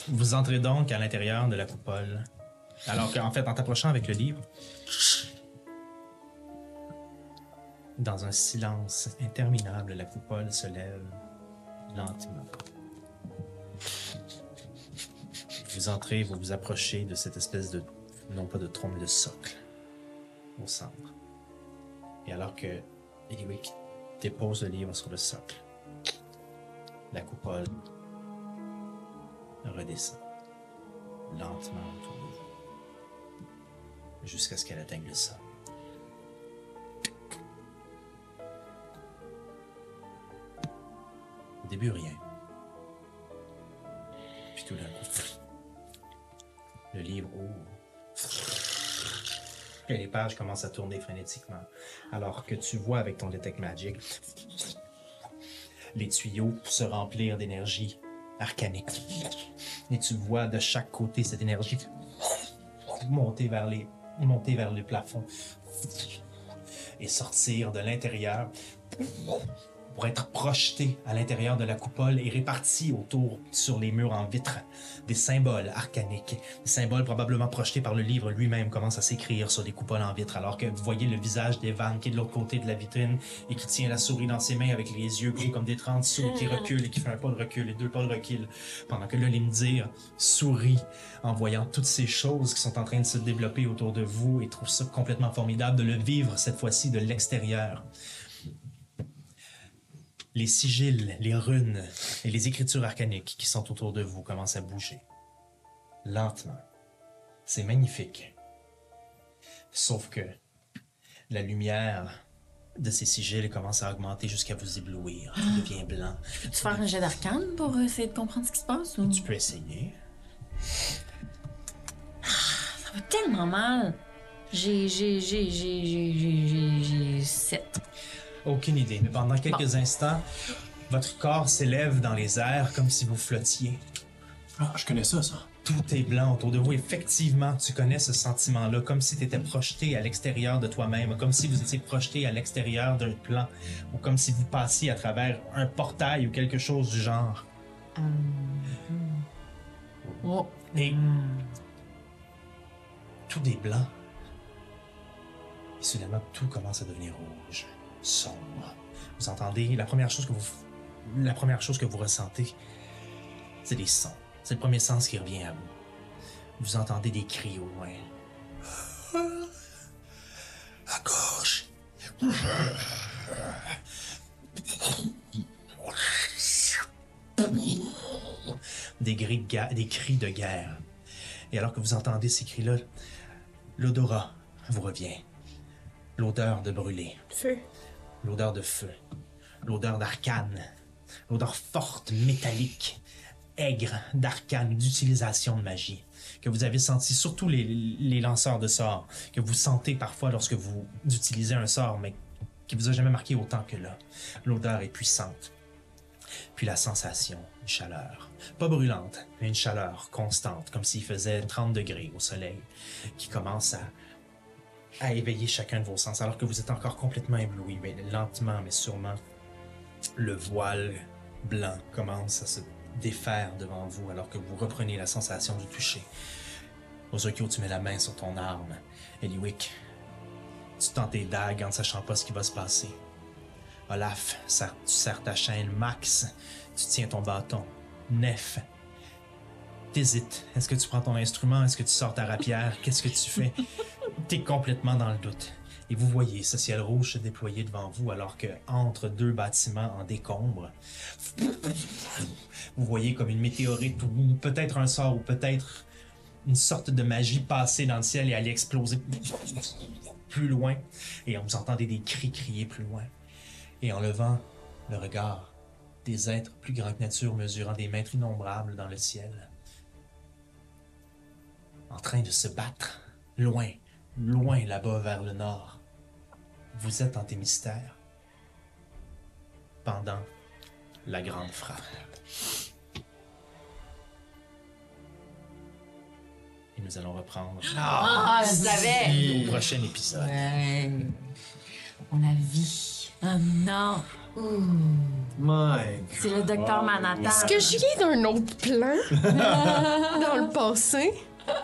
A: Vous entrez donc à l'intérieur de la coupole. Alors qu'en fait, en t'approchant avec le livre, dans un silence interminable, la coupole se lève lentement. Vous entrez, vous vous approchez de cette espèce de, non pas de tronc, mais de socle au centre. Et alors que Eliwick dépose le livre sur le socle, la coupole redescend lentement autour de vous jusqu'à ce qu'elle atteigne le sol. Au début, rien. Puis tout d'un coup, le livre ouvre. Et les pages commencent à tourner frénétiquement. Alors que tu vois avec ton Detect Magic les tuyaux se remplir d'énergie arcanique. Et tu vois de chaque côté cette énergie monter vers, les, monter vers le plafond et sortir de l'intérieur pour être projeté à l'intérieur de la coupole et réparti autour sur les murs en vitre. Des symboles arcaniques, des symboles probablement projetés par le livre lui-même commencent à s'écrire sur des coupoles en vitre alors que vous voyez le visage d'Evan qui est de l'autre côté de la vitrine et qui tient la souris dans ses mains avec les yeux gros comme des 30 sous qui recule et qui fait un pas de recul et deux pas de recul pendant que l'Olimdir sourit en voyant toutes ces choses qui sont en train de se développer autour de vous et trouve ça complètement formidable de le vivre cette fois-ci de l'extérieur les sigils, les runes et les écritures arcaniques qui sont autour de vous commencent à bouger. Lentement. C'est magnifique. Sauf que la lumière de ces sigils commence à augmenter jusqu'à vous éblouir. Tout devient blanc.
H: Peux-tu faire un jet d'arcane pour essayer de comprendre ce qui se passe? Ou...
A: Tu peux essayer.
H: Ça va tellement mal. J'ai. J'ai. J'ai. J'ai. J'ai. J'ai. J'ai. J'ai. 7.
A: Aucune idée. Mais pendant quelques instants, votre corps s'élève dans les airs comme si vous flottiez.
B: Ah, je connais ça, ça.
A: Tout est blanc autour de vous. Effectivement, tu connais ce sentiment-là, comme si tu étais projeté à l'extérieur de toi-même, comme si vous étiez projeté à l'extérieur d'un plan, ou comme si vous passiez à travers un portail ou quelque chose du genre.
H: Oh.
A: Et tout est blanc. Et soudainement, tout commence à devenir rouge, sombre. Vous entendez la première chose que vous, la première chose que vous ressentez, c'est des sons. C'est le premier sens qui revient à vous. Vous entendez des cris au loin. À gauche. Des, gris de ga- des cris de guerre. Et alors que vous entendez ces cris-là, l'odorat vous revient. L'odeur de brûlé.
D: Feu.
A: L'odeur de feu. L'odeur d'arcane. L'odeur forte, métallique, aigre d'arcane, d'utilisation de magie. Que vous avez senti, surtout les, les lanceurs de sorts, que vous sentez parfois lorsque vous utilisez un sort, mais qui vous a jamais marqué autant que là. L'odeur est puissante. Puis la sensation, une chaleur. Pas brûlante, mais une chaleur constante, comme s'il faisait 30 degrés au soleil, qui commence à à éveiller chacun de vos sens, alors que vous êtes encore complètement ébloui, mais lentement mais sûrement, le voile blanc commence à se défaire devant vous, alors que vous reprenez la sensation du toucher. Ozokyo, tu mets la main sur ton arme. Eliwick, tu tends tes dagues en ne sachant pas ce qui va se passer. Olaf, serre- tu serres ta chaîne. Max, tu tiens ton bâton. Nef, t'hésites. Est-ce que tu prends ton instrument? Est-ce que tu sors ta rapière? Qu'est-ce que tu fais? T'es complètement dans le doute. Et vous voyez ce ciel rouge se déployer devant vous alors que, entre deux bâtiments en décombre, vous voyez comme une météorite ou peut-être un sort ou peut-être une sorte de magie passer dans le ciel et aller exploser plus loin. Et on vous entendez des cris crier plus loin. Et en levant le regard, des êtres plus grands que nature mesurant des mètres innombrables dans le ciel, en train de se battre, loin, loin là-bas vers le nord. Vous êtes en mystères pendant la grande frappe. Et nous allons reprendre
C: Ah, je savais!
A: au prochain épisode.
C: Ouais. On a vie.
H: Ah non!
B: My God.
H: C'est le docteur Manhattan.
D: Est-ce que je lis d'un autre plan dans le passé?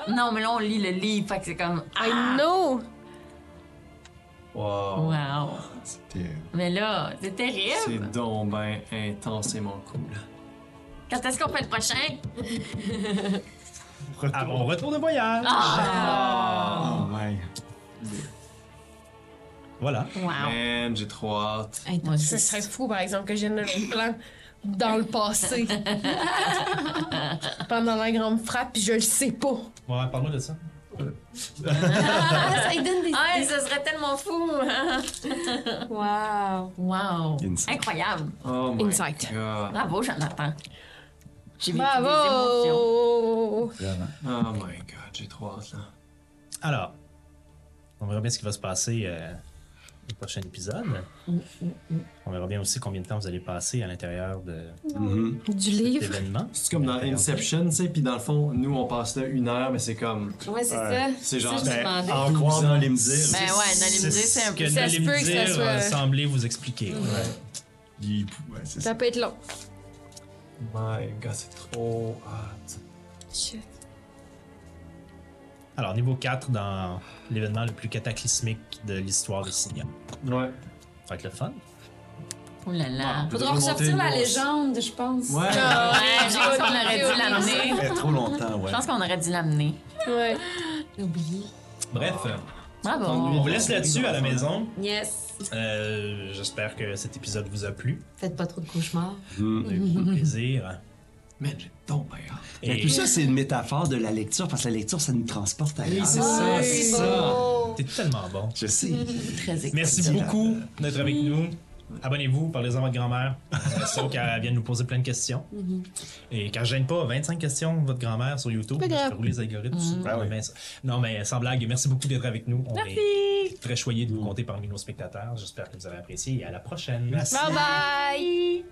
H: Non, mais là, on lit le livre, fait que c'est comme. ah,
D: I know!
B: Wow.
H: Wow!
E: C'était-
H: Mais là, c'est terrible!
B: C'est donc ben intensément cool.
H: Quand est-ce qu'on fait le prochain?
A: À mon retour de voyage.
D: Ah.
H: Ah,
B: Oh my.
A: Voilà.
H: Wow!
B: Man, j'ai trop hâte.
C: Hey, t'as-
D: Ce serait fou, par exemple, que j'ai un autre plan dans le passé. Pendant la grande frappe, puis je le sais pas.
A: Bon, ouais, parle-moi de ça.
F: ça lui donne des
H: Ah, ce serait tellement fou!
F: Wow.
H: wow!
E: Inside.
H: Incroyable!
B: Oh my
D: Insight.
B: God.
H: Bravo, Jonathan! J'ai vécu des émotions.
D: Bravo!
E: Vraiment.
B: Oh my God, j'ai trop hâte là.
A: Alors, on verra bien ce qui va se passer euh, au prochain épisode. On verra bien aussi combien de temps vous allez passer à l'intérieur de
E: Mhm.
D: Du livre.
A: l'événement.
B: C'est comme dans Inception, tu sais, puis dans le fond, nous on passe là une heure, mais c'est comme.
F: Ouais, c'est
E: Ouais.
F: ça.
B: C'est genre.
F: Ça, je
E: Ben,
F: demandais.
E: en croire dans les me dire.
H: Ben ouais, n'allez me dire, c'est
A: ce
H: un peu.
A: que
D: ça
A: Nalim
D: se peut que ça
A: Dir,
D: soit- Mm.
A: euh, semblait vous expliquer.
E: Il- ouais, c'est ça.
D: Ça peut être long.
B: My God, c'est trop hâte.
A: Alors, niveau 4 dans l'événement le plus cataclysmique de l'histoire de Signia.
B: Ouais.
A: Ça va être le fun.
H: Oh là là!
F: Faudra ressortir la légende, je pense.
B: Ouais.
D: Ah.
H: Ouais, je pense qu'on aurait dû l'amener.
E: Eh, trop longtemps, ouais.
H: Je pense qu'on aurait dû l'amener.
D: Ouais.
F: J'ai oublié.
A: Bref, on
H: Bravo!
A: vous laisse là-dessus à la maison.
F: Yes.
A: Euh, J'espère que cet épisode vous a plu.
F: Peut-être pas trop de cauchemars.
A: On a eu
D: Mm-hmm.
A: beaucoup de plaisir.
B: Man, j'ai donc bien hâte.
E: Mais
A: Et-
E: tout ça, c'est une métaphore de la lecture, parce que la lecture, ça nous transporte ailleurs.
B: C'est ça, c'est ça.
A: T'es tellement bon.
E: Je sais.
H: Très
A: Merci beaucoup d'être avec nous. Abonnez-vous, parlez-en à votre grand-mère. Sauf qu'elle vient de nous poser plein de questions.
D: Mm-hmm.
A: Et quand je gêne pas, 25 questions de votre grand-mère sur YouTube.
D: Pas grave. Mm-hmm.
A: Je roule les algorithmes.
E: Ben
A: On aime
E: oui.
A: bien ça. Non, mais sans blague, merci beaucoup d'être avec nous. On est très choyés de vous compter parmi nos spectateurs. J'espère que vous avez apprécié et à la prochaine.
D: Bye bye!